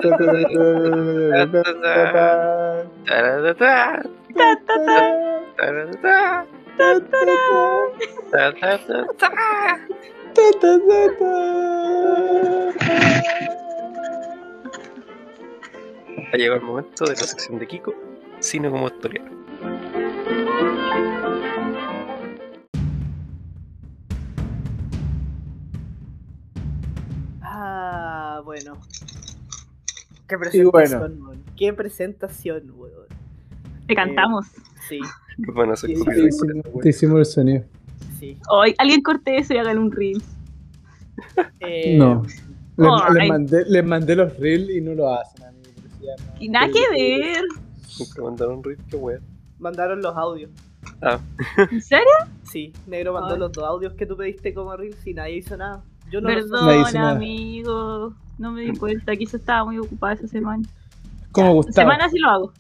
Speaker 2: ta, ta, ta, ta, ta, ta, ta, ta. Ha llegado el momento de la sección de Kiko, cine como historiador.
Speaker 1: Ah, bueno. Qué
Speaker 4: Y bueno.
Speaker 1: presentación, weón. Qué presentación, weón.
Speaker 3: Te cantamos.
Speaker 1: Sí,
Speaker 2: Nos van a hacer
Speaker 1: Sí,
Speaker 2: comer
Speaker 1: sí,
Speaker 2: hoy.
Speaker 1: sí.
Speaker 4: Te hicimos el sonido.
Speaker 1: sí.
Speaker 3: Hoy, alguien corte eso y hagan un reel.
Speaker 1: Eh,
Speaker 4: No. Les,
Speaker 3: Oh,
Speaker 4: les
Speaker 3: ay.
Speaker 4: mandé, les mandé los reels y no lo hacen, amigo. Ya no.
Speaker 3: Y nada que ver.
Speaker 2: Nunca mandaron un reel, qué wea.
Speaker 1: Mandaron los audios.
Speaker 3: ¿En serio?
Speaker 1: Sí, Negro mandó
Speaker 3: Ay.
Speaker 1: los dos audios que tú pediste como reel y nadie hizo nada. Yo no los-
Speaker 4: No dice
Speaker 3: Perdón,
Speaker 4: nada.
Speaker 3: amigo. No me di cuenta. Quizás estaba muy ocupada esa semana.
Speaker 4: Como Gustavo.
Speaker 3: Semana sí lo hago.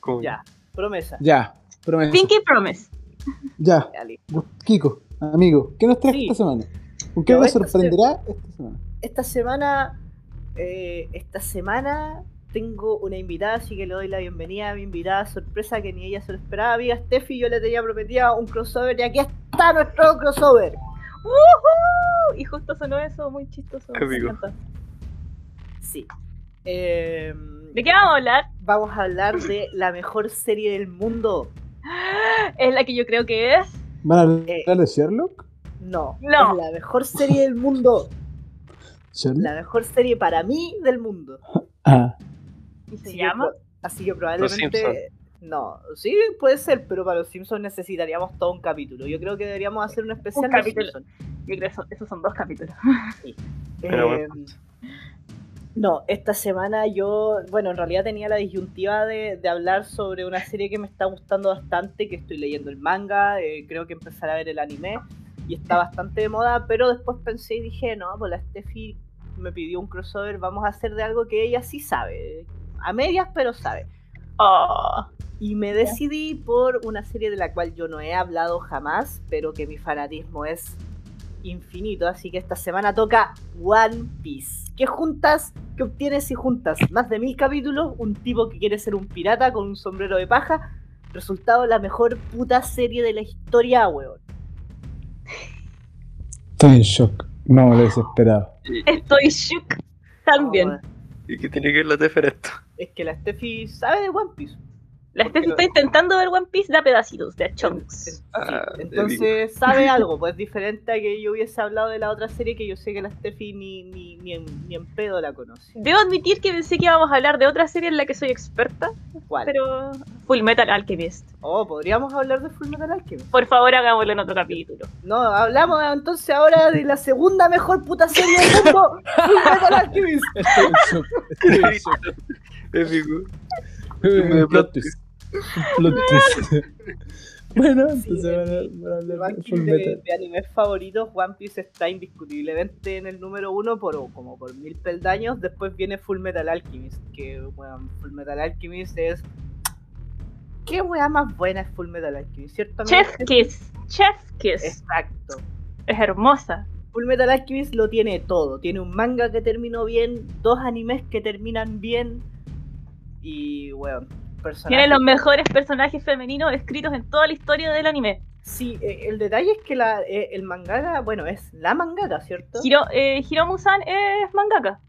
Speaker 2: Como-
Speaker 1: Ya, promesa.
Speaker 4: Ya, promesa.
Speaker 3: Pinky Promise.
Speaker 4: Ya,
Speaker 1: Ya, listo.
Speaker 4: Gu- Kiko, amigo, ¿qué nos traes
Speaker 1: Sí.
Speaker 4: esta semana? ¿Con qué
Speaker 1: Yo
Speaker 4: nos
Speaker 1: esta
Speaker 4: sorprenderá esta semana?
Speaker 1: Esta semana, eh, esta semana tengo una invitada, así que le doy la bienvenida a mi invitada sorpresa que ni ella se lo esperaba. Amiga Steffi, yo le tenía prometida un crossover y aquí está nuestro crossover.
Speaker 3: ¡Woohoo! Y justo sonó eso, muy chistoso. me
Speaker 2: Amigo.
Speaker 3: encanta.
Speaker 1: Sí. Eh,
Speaker 3: ¿De qué vamos a hablar?
Speaker 1: vamos a hablar de la mejor serie del mundo.
Speaker 3: Es la que yo creo que es.
Speaker 4: ¿Van a hablar
Speaker 1: Eh.
Speaker 4: de Sherlock?
Speaker 1: No,
Speaker 3: No.
Speaker 1: es la mejor serie del mundo.
Speaker 4: ¿Sherlock?
Speaker 1: La mejor serie para mí del mundo.
Speaker 4: Ah,
Speaker 3: ¿Y se
Speaker 1: Así que
Speaker 3: llama?
Speaker 1: pro- Así que probablemente.
Speaker 2: Simpson.
Speaker 1: No, sí, puede ser, pero para los Simpsons necesitaríamos todo un capítulo. Yo creo que deberíamos hacer un especial
Speaker 3: Un
Speaker 1: de
Speaker 3: capítulo.
Speaker 1: Simpsons.
Speaker 3: Yo creo que eso- esos son dos capítulos.
Speaker 2: Pero
Speaker 1: Eh,
Speaker 2: bueno.
Speaker 1: No, esta semana yo, bueno, en realidad tenía la disyuntiva de, de hablar sobre una serie que me está gustando bastante, que estoy leyendo el manga, eh, creo que empezar a ver el anime y está bastante de moda, pero después pensé y dije, no, pues la Steffi me pidió un crossover, vamos a hacer de algo que ella sí sabe, a medias pero sabe.
Speaker 3: Oh,
Speaker 1: Y me decidí por una serie de la cual yo no he hablado jamás, pero que mi fanatismo es infinito, así que esta semana toca One Piece. ¿Qué juntas? ¿Qué obtienes si juntas más de mil capítulos? Un tipo que quiere ser un pirata con un sombrero de paja. Resultado, la mejor puta serie de la historia, weón.
Speaker 4: estoy en shock. No, lo desesperado.
Speaker 2: ¿Y,
Speaker 3: estoy shook también.
Speaker 1: No,
Speaker 2: y qué tiene que ver la TF en esto?
Speaker 1: es que la Steffi sabe de One Piece.
Speaker 3: la
Speaker 1: ¿por qué
Speaker 3: Steffi
Speaker 1: no?
Speaker 3: está intentando ver One Piece de a pedacitos, de a chunks.
Speaker 1: Sí,
Speaker 2: Ah,
Speaker 1: entonces sabe algo, pues diferente a que yo hubiese hablado de la otra serie que yo sé que la Steffi ni, ni, ni, en, ni en pedo la conoce.
Speaker 3: Debo admitir que pensé que íbamos a hablar de otra serie en la que soy experta,
Speaker 1: ¿Cuál?
Speaker 3: pero Full Metal Alchemist.
Speaker 1: Oh, podríamos hablar de Fullmetal Alchemist.
Speaker 3: Por favor, hagámoslo en otro capítulo.
Speaker 1: No, hablamos entonces ahora de la segunda mejor puta serie del mundo, Fullmetal Alchemist.
Speaker 4: Estoy en shock. Estoy en shock.
Speaker 2: Épico.
Speaker 4: Un plot twist. Un plot twist. Bueno,
Speaker 1: Sí,
Speaker 4: entonces van a-
Speaker 1: el-
Speaker 4: van a
Speaker 1: El
Speaker 4: hablar de
Speaker 1: ranking
Speaker 4: Full
Speaker 1: de,
Speaker 4: Metal.
Speaker 1: de animes favoritos, One Piece está indiscutiblemente en el número uno por como por mil peldaños. Después viene Full Metal Alchemist, que bueno, Full Metal Alchemist es. ¿Qué weá más buena es Full Metal Alchemist? ¿Cierto? amigo?
Speaker 3: Chef Kiss. Chef Kiss. Es,
Speaker 1: Exacto.
Speaker 3: hermosa.
Speaker 1: Full Metal Alchemist lo tiene todo. Tiene un manga que terminó bien, dos animes que terminan bien. Y bueno,
Speaker 3: Tiene
Speaker 1: personajes
Speaker 3: los mejores personajes femeninos escritos en toda la historia del anime.
Speaker 1: Sí, eh, el detalle es que la, eh, el mangaka, bueno, es la mangaka, ¿cierto?
Speaker 3: Hiro, eh, Hiromu-san es mangaka.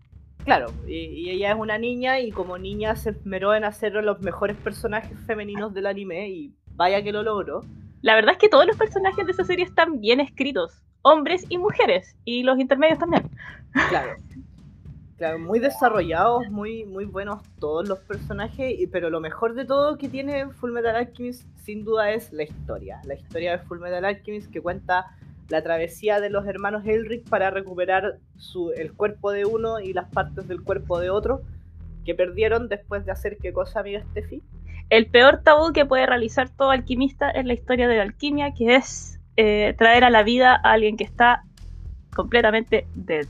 Speaker 1: Claro, y, y ella es una niña y como niña se esmeró en hacer los mejores personajes femeninos del anime y vaya que lo logró.
Speaker 3: La verdad es que todos los personajes de esa serie están bien escritos. Hombres y mujeres. Y los intermedios también.
Speaker 1: Claro. Claro, muy desarrollados, muy, muy buenos todos los personajes, y- pero lo mejor de todo que tiene Fullmetal Alchemist sin duda es la historia. La historia de Fullmetal Alchemist que cuenta la travesía de los hermanos Elric para recuperar su, el cuerpo de uno y las partes del cuerpo de otro que perdieron después de hacer qué cosa, amiga Steffi.
Speaker 3: El peor tabú que puede realizar todo alquimista es la historia de la alquimia, que es eh, traer a la vida a alguien que está completamente dead.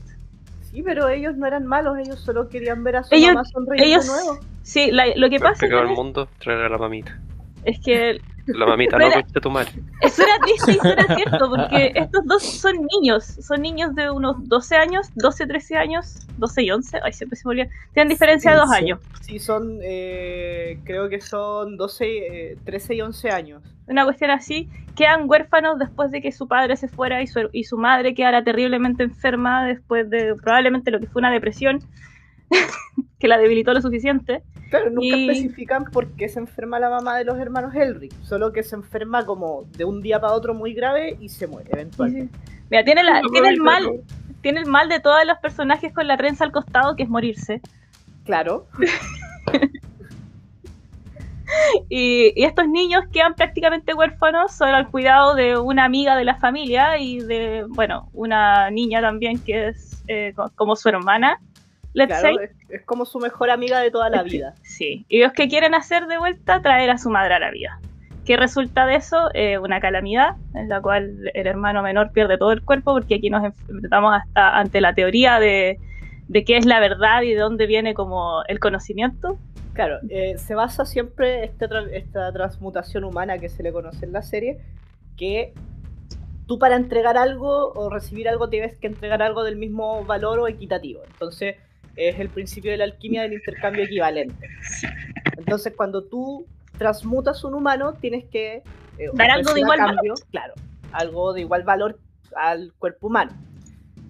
Speaker 1: Sí, pero ellos no eran malos, ellos solo querían ver a su
Speaker 3: Ellos-
Speaker 1: mamá sonreír
Speaker 3: Ellos...
Speaker 1: de nuevo.
Speaker 3: Sí, la- lo que
Speaker 2: Me ha
Speaker 3: pasa
Speaker 2: pegado
Speaker 3: con
Speaker 2: al
Speaker 3: es-
Speaker 2: mundo, traer a la mamita.
Speaker 3: es que
Speaker 2: La mamita, no
Speaker 3: Espera.
Speaker 2: concha tu madre.
Speaker 3: Suena triste y suena cierto, porque estos dos son niños, son niños de unos 12 años, 12, 13 años, 12 y 11, ay, siempre se me olvida, tienen diferencia de dos
Speaker 4: Once.
Speaker 3: años,
Speaker 1: Sí, son, eh, creo que son 12, eh, 13 y 11 años.
Speaker 3: una cuestión así, quedan huérfanos después de que su padre se fuera y su, y su madre quedara terriblemente enferma después de probablemente lo que fue una depresión, que la debilitó lo suficiente,
Speaker 1: Claro, nunca
Speaker 3: Y-
Speaker 1: especifican por qué se enferma la mamá de los hermanos Elric, solo que se enferma como de un día para otro muy grave y se muere eventualmente.
Speaker 3: mira, tiene, la,
Speaker 2: No,
Speaker 3: Ah, tiene el
Speaker 2: no,
Speaker 3: mal,
Speaker 2: no.
Speaker 3: tiene el mal de todos los personajes con la trenza al costado, que es morirse.
Speaker 1: Claro.
Speaker 3: Y, y estos niños quedan prácticamente huérfanos, solo al cuidado de una amiga de la familia y de, bueno, una niña también que es eh, co- como su hermana, let's say.
Speaker 1: Claro, es, es como su mejor amiga de toda la vida.
Speaker 3: Sí. Y los que quieren hacer de vuelta, traer a su madre a la vida. ¿Qué resulta de eso? Eh, una calamidad en la cual el hermano menor pierde todo el cuerpo, porque aquí nos enfrentamos hasta ante la teoría de, de qué es la verdad y de dónde viene como el conocimiento.
Speaker 1: Claro, eh, se basa siempre esta, tra- esta transmutación humana que se le conoce en la serie, que tú para entregar algo o recibir algo tienes que entregar algo del mismo valor o equitativo. Entonces es el principio de la alquimia del intercambio equivalente. Entonces cuando tú transmutas un humano tienes que eh,
Speaker 3: Dar algo de
Speaker 1: ofrecer a
Speaker 3: igual valor.
Speaker 1: cambio, claro, algo de igual valor al cuerpo humano.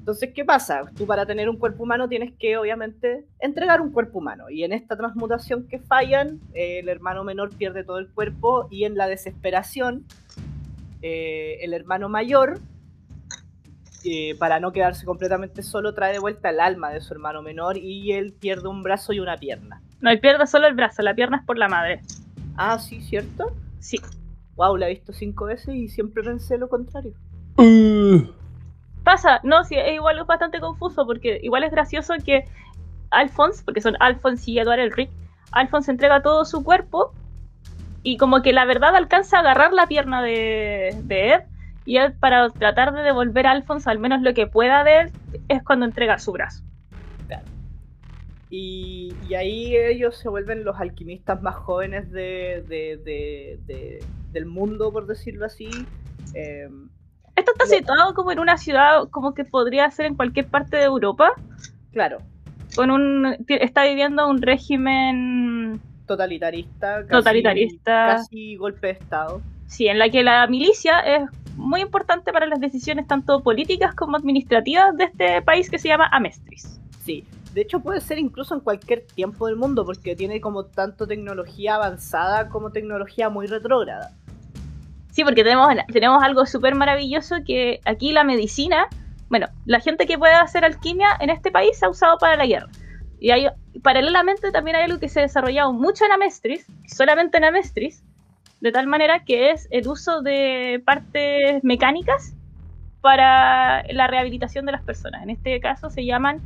Speaker 1: Entonces, ¿qué pasa? Tú para tener un cuerpo humano tienes que, obviamente, entregar un cuerpo humano. Y en esta transmutación que fallan, eh, el hermano menor pierde todo el cuerpo y en la desesperación, eh, el hermano mayor, eh, para no quedarse completamente solo, trae de vuelta el alma de su hermano menor y él pierde un brazo y una pierna.
Speaker 3: No, él pierde solo el brazo, la pierna es por la madre.
Speaker 1: Ah, sí, ¿cierto?
Speaker 3: Sí.
Speaker 1: Wow, la he visto cinco veces y siempre pensé lo contrario. Uh.
Speaker 3: pasa, no, sí, es igual bastante confuso porque igual es gracioso que Alphonse, porque son Alphonse y Eduardo Elric, Alphonse entrega todo su cuerpo y como que la verdad alcanza a agarrar la pierna de, de Ed y Ed para tratar de devolver a Alphonse al menos lo que pueda de él es cuando entrega su brazo.
Speaker 1: Y, y ahí ellos se vuelven los alquimistas más jóvenes de, de- de- de- del mundo, por decirlo así. Eh,
Speaker 3: Esto está
Speaker 1: Lo-
Speaker 3: situado como en una ciudad como que podría ser en cualquier parte de Europa,
Speaker 1: claro,
Speaker 3: con un está viviendo un régimen
Speaker 1: totalitarista. Casi,
Speaker 3: Totalitarista.
Speaker 1: Casi golpe de Estado.
Speaker 3: Sí, en la que la milicia es muy importante para las decisiones tanto políticas como administrativas de este país que se llama Amestris.
Speaker 1: Sí. De hecho, puede ser incluso en cualquier tiempo del mundo, porque tiene como tanto tecnología avanzada como tecnología muy retrógrada.
Speaker 3: Sí, porque tenemos, tenemos algo súper maravilloso que aquí la medicina, bueno, la gente que puede hacer alquimia en este país se ha usado para la guerra. Y hay, paralelamente también hay algo que se ha desarrollado mucho en Amestris, solamente en Amestris, de tal manera que es el uso de partes mecánicas para la rehabilitación de las personas. En este caso se llaman...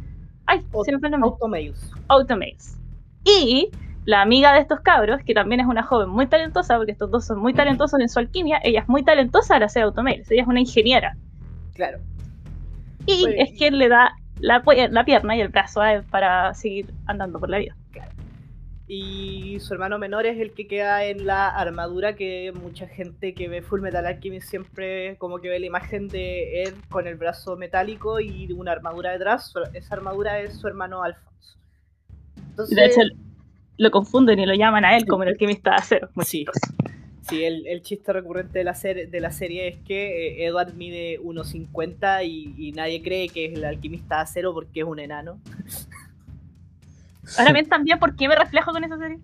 Speaker 3: Ay,
Speaker 1: O-
Speaker 3: se me fue el nombre.
Speaker 1: Automails.
Speaker 3: Automates. Y la amiga de estos cabros, que también es una joven muy talentosa, porque estos dos son muy talentosos en su alquimia, ella es muy talentosa al hacer automates, ella es una ingeniera.
Speaker 1: Claro.
Speaker 3: Y
Speaker 1: Bueno.
Speaker 3: es quien le da la, pue- la pierna y el brazo a él para seguir andando por la vida.
Speaker 1: y su hermano menor es el que queda en la armadura que mucha gente que ve Full Metal Alchemist siempre como que ve la imagen de él con el brazo metálico y una armadura detrás. Su- Esa armadura es su hermano Alfonso.
Speaker 3: Y
Speaker 1: Entonces,
Speaker 3: de hecho, lo confunden y lo llaman a él como el alquimista de acero. Muy
Speaker 1: Sí.
Speaker 3: chistoso.
Speaker 1: sí, el, el chiste recurrente de la, ser- de la serie es que eh, Edward mide 1.50 y, y nadie cree que es el alquimista de acero porque es un enano.
Speaker 3: Ahora bien, también, ¿por qué me reflejo con esa serie?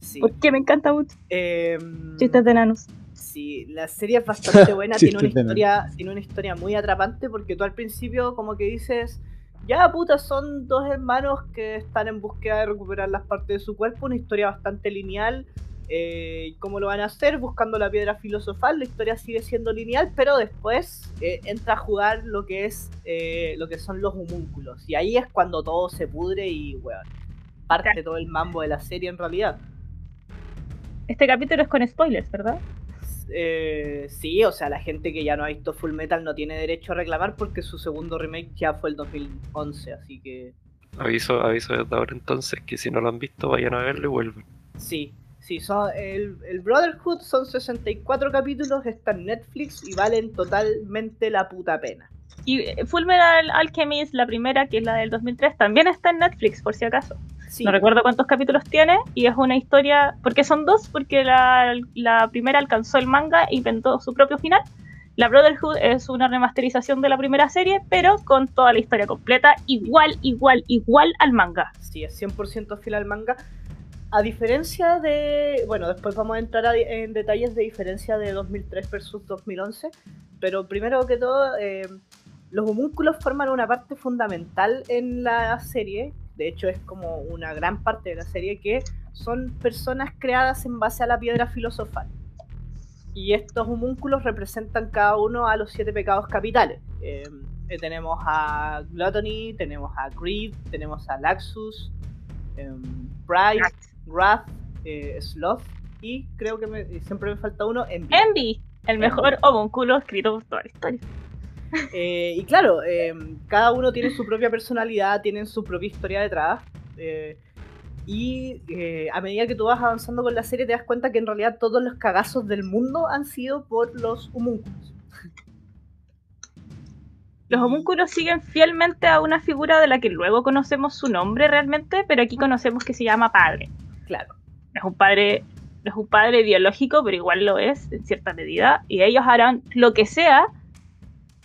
Speaker 1: Sí.
Speaker 3: Porque me encanta mucho.
Speaker 1: Em,
Speaker 3: Chistes de nanos.
Speaker 1: Sí, la serie es bastante buena, tiene, una
Speaker 4: Chistes de
Speaker 1: historia, tiene una historia muy atrapante porque tú al principio como que dices, ya puta, son dos hermanos que están en búsqueda de recuperar las partes de su cuerpo, una historia bastante lineal, eh, y ¿cómo lo van a hacer? Buscando la piedra filosofal, la historia sigue siendo lineal, pero después eh, entra a jugar lo que, es, eh, lo que son los homúnculos, y ahí es cuando todo se pudre y, weón, parte todo el mambo de la serie en realidad.
Speaker 3: Este capítulo es con spoilers, ¿verdad?
Speaker 1: Eh, sí, o sea, la gente que ya no ha visto Full Metal no tiene derecho a reclamar porque su segundo remake ya fue el 2011, así que
Speaker 2: Aviso, aviso desde ahora entonces que si no lo han visto, vayan a verlo y vuelvan.
Speaker 1: sí. Sí, son, el, el Brotherhood son 64 capítulos, está en Netflix y valen totalmente la puta pena.
Speaker 3: Y eh, Fullmetal Alchemist, la primera, que es la del 2003, también está en Netflix, por si acaso.
Speaker 1: Sí,
Speaker 3: No recuerdo cuántos capítulos tiene y es una historia, porque son dos, porque la, la primera alcanzó el manga e inventó su propio final. La Brotherhood es una remasterización de la primera serie, pero con toda la historia completa, igual, igual, igual al manga.
Speaker 1: sí, es 100% fiel al manga. A diferencia de. Bueno, después vamos a entrar a di- en detalles de diferencia de 2003 versus 2011. Pero primero que todo, eh, los homúnculos forman una parte fundamental en la serie. De hecho, es como una gran parte de la serie que son personas creadas en base a la piedra filosofal. Y estos homúnculos representan cada uno a los siete pecados capitales. Eh, eh, tenemos a Gluttony, tenemos a Greed, tenemos a Laxus, em, Pride, Wrath, eh, Sloth y creo que me- siempre me falta uno, Envy.
Speaker 3: Envy, el mejor homúnculo escrito por toda la historia.
Speaker 1: Eh, y claro, eh, cada uno tiene su propia personalidad, tienen su propia historia detrás. eh, y eh, a medida que tú vas avanzando con la serie, te das cuenta que en realidad todos los cagazos del mundo han sido por los homúnculos.
Speaker 3: Los homúnculos siguen fielmente a una figura de la que luego conocemos su nombre realmente, pero aquí conocemos que se llama padre.
Speaker 1: Claro.
Speaker 3: No es un padre, no es un padre biológico, pero igual lo es en cierta medida. Y ellos harán lo que sea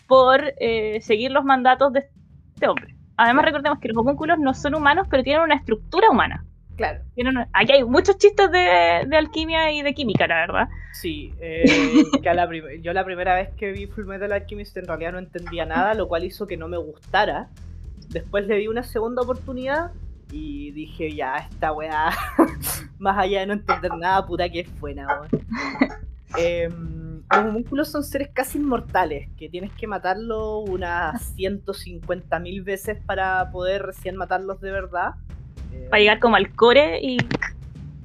Speaker 3: por eh, seguir los mandatos de este hombre. Además, recordemos que los homúnculos no son humanos, pero tienen una estructura humana.
Speaker 1: Claro.
Speaker 3: Tienen una- Aquí hay muchos chistes de, de alquimia y de química, la verdad.
Speaker 1: Sí, eh, que a la prim- yo la primera vez que vi Fullmetal Alchemist en realidad no entendía nada, lo cual hizo que no me gustara. Después le di una segunda oportunidad y dije, ya, esta weá, más allá de no entender nada, puta que es buena, weón. Em, los homúnculos son seres casi inmortales, que tienes que matarlo unas 150.000 veces para poder recién matarlos de verdad. Eh,
Speaker 3: Para llegar como al core y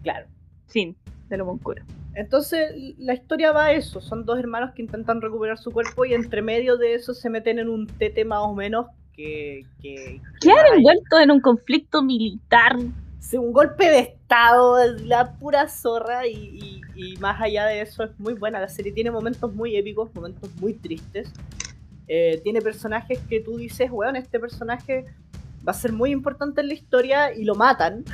Speaker 1: Claro.
Speaker 3: fin del homúnculo.
Speaker 1: Entonces, la historia va a eso. Son dos hermanos que intentan recuperar su cuerpo y entre medio de eso se meten en un tete más o menos que... que, que
Speaker 3: Quedan
Speaker 1: va-
Speaker 3: envueltos en un conflicto militar
Speaker 1: Sí, un golpe de estado, es la pura zorra y, y- y más allá de eso es muy buena. La serie tiene momentos muy épicos, momentos muy tristes. Eh, tiene personajes que tú dices, weón, este personaje va a ser muy importante en la historia y lo matan.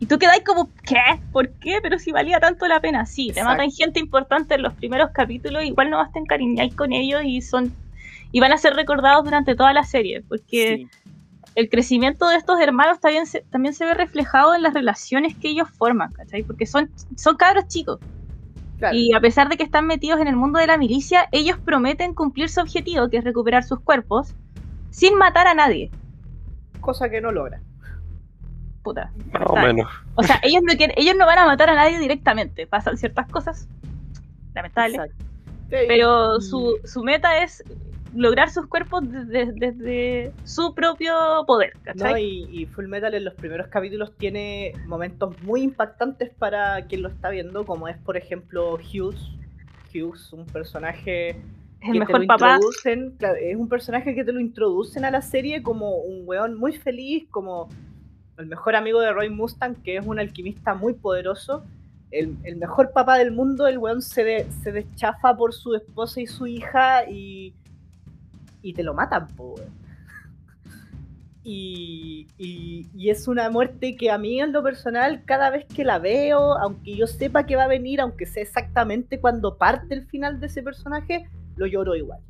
Speaker 3: Y tú quedáis como, ¿qué? ¿Por qué? Pero si valía tanto la pena. Sí, te
Speaker 1: Exacto.
Speaker 3: matan gente importante en los primeros capítulos, igual nomás te encariñáis con ellos y son y van a ser recordados durante toda la serie, porque
Speaker 1: Sí.
Speaker 3: el crecimiento de estos hermanos también se, también se ve reflejado en las relaciones que ellos forman, ¿cachai? Porque son, son cabros chicos
Speaker 1: Claro.
Speaker 3: y a pesar de que están metidos en el mundo de la milicia, ellos prometen cumplir su objetivo, que es recuperar sus cuerpos, sin matar a nadie.
Speaker 1: Cosa que no logra.
Speaker 3: Puta.
Speaker 2: Más o menos.
Speaker 3: O sea, ellos no, quieren- ellos no van a matar a nadie directamente. Pasan ciertas cosas lamentables.
Speaker 1: Exacto. Mm.
Speaker 3: Pero su, su meta es lograr sus cuerpos de- de- desde su propio poder. ¿cachai?
Speaker 1: No, y, y Full Metal en los primeros capítulos tiene momentos muy impactantes para quien lo está viendo, como es por ejemplo Hughes. Hughes, un personaje
Speaker 3: es el
Speaker 1: que te
Speaker 3: mejor
Speaker 1: lo
Speaker 3: papá.
Speaker 1: introducen, claro, es un personaje que te lo introducen a la serie como un weón muy feliz, como el mejor amigo de Roy Mustang, que es un alquimista muy poderoso, el, el mejor papá del mundo, el weón se, de- se deschafa por su esposa y su hija y, y te lo matan, po, weón. Y, y- y es una muerte que a mí en lo personal, cada vez que la veo, aunque yo sepa que va a venir, aunque sé exactamente cuándo parte el final de ese personaje, lo lloro igual.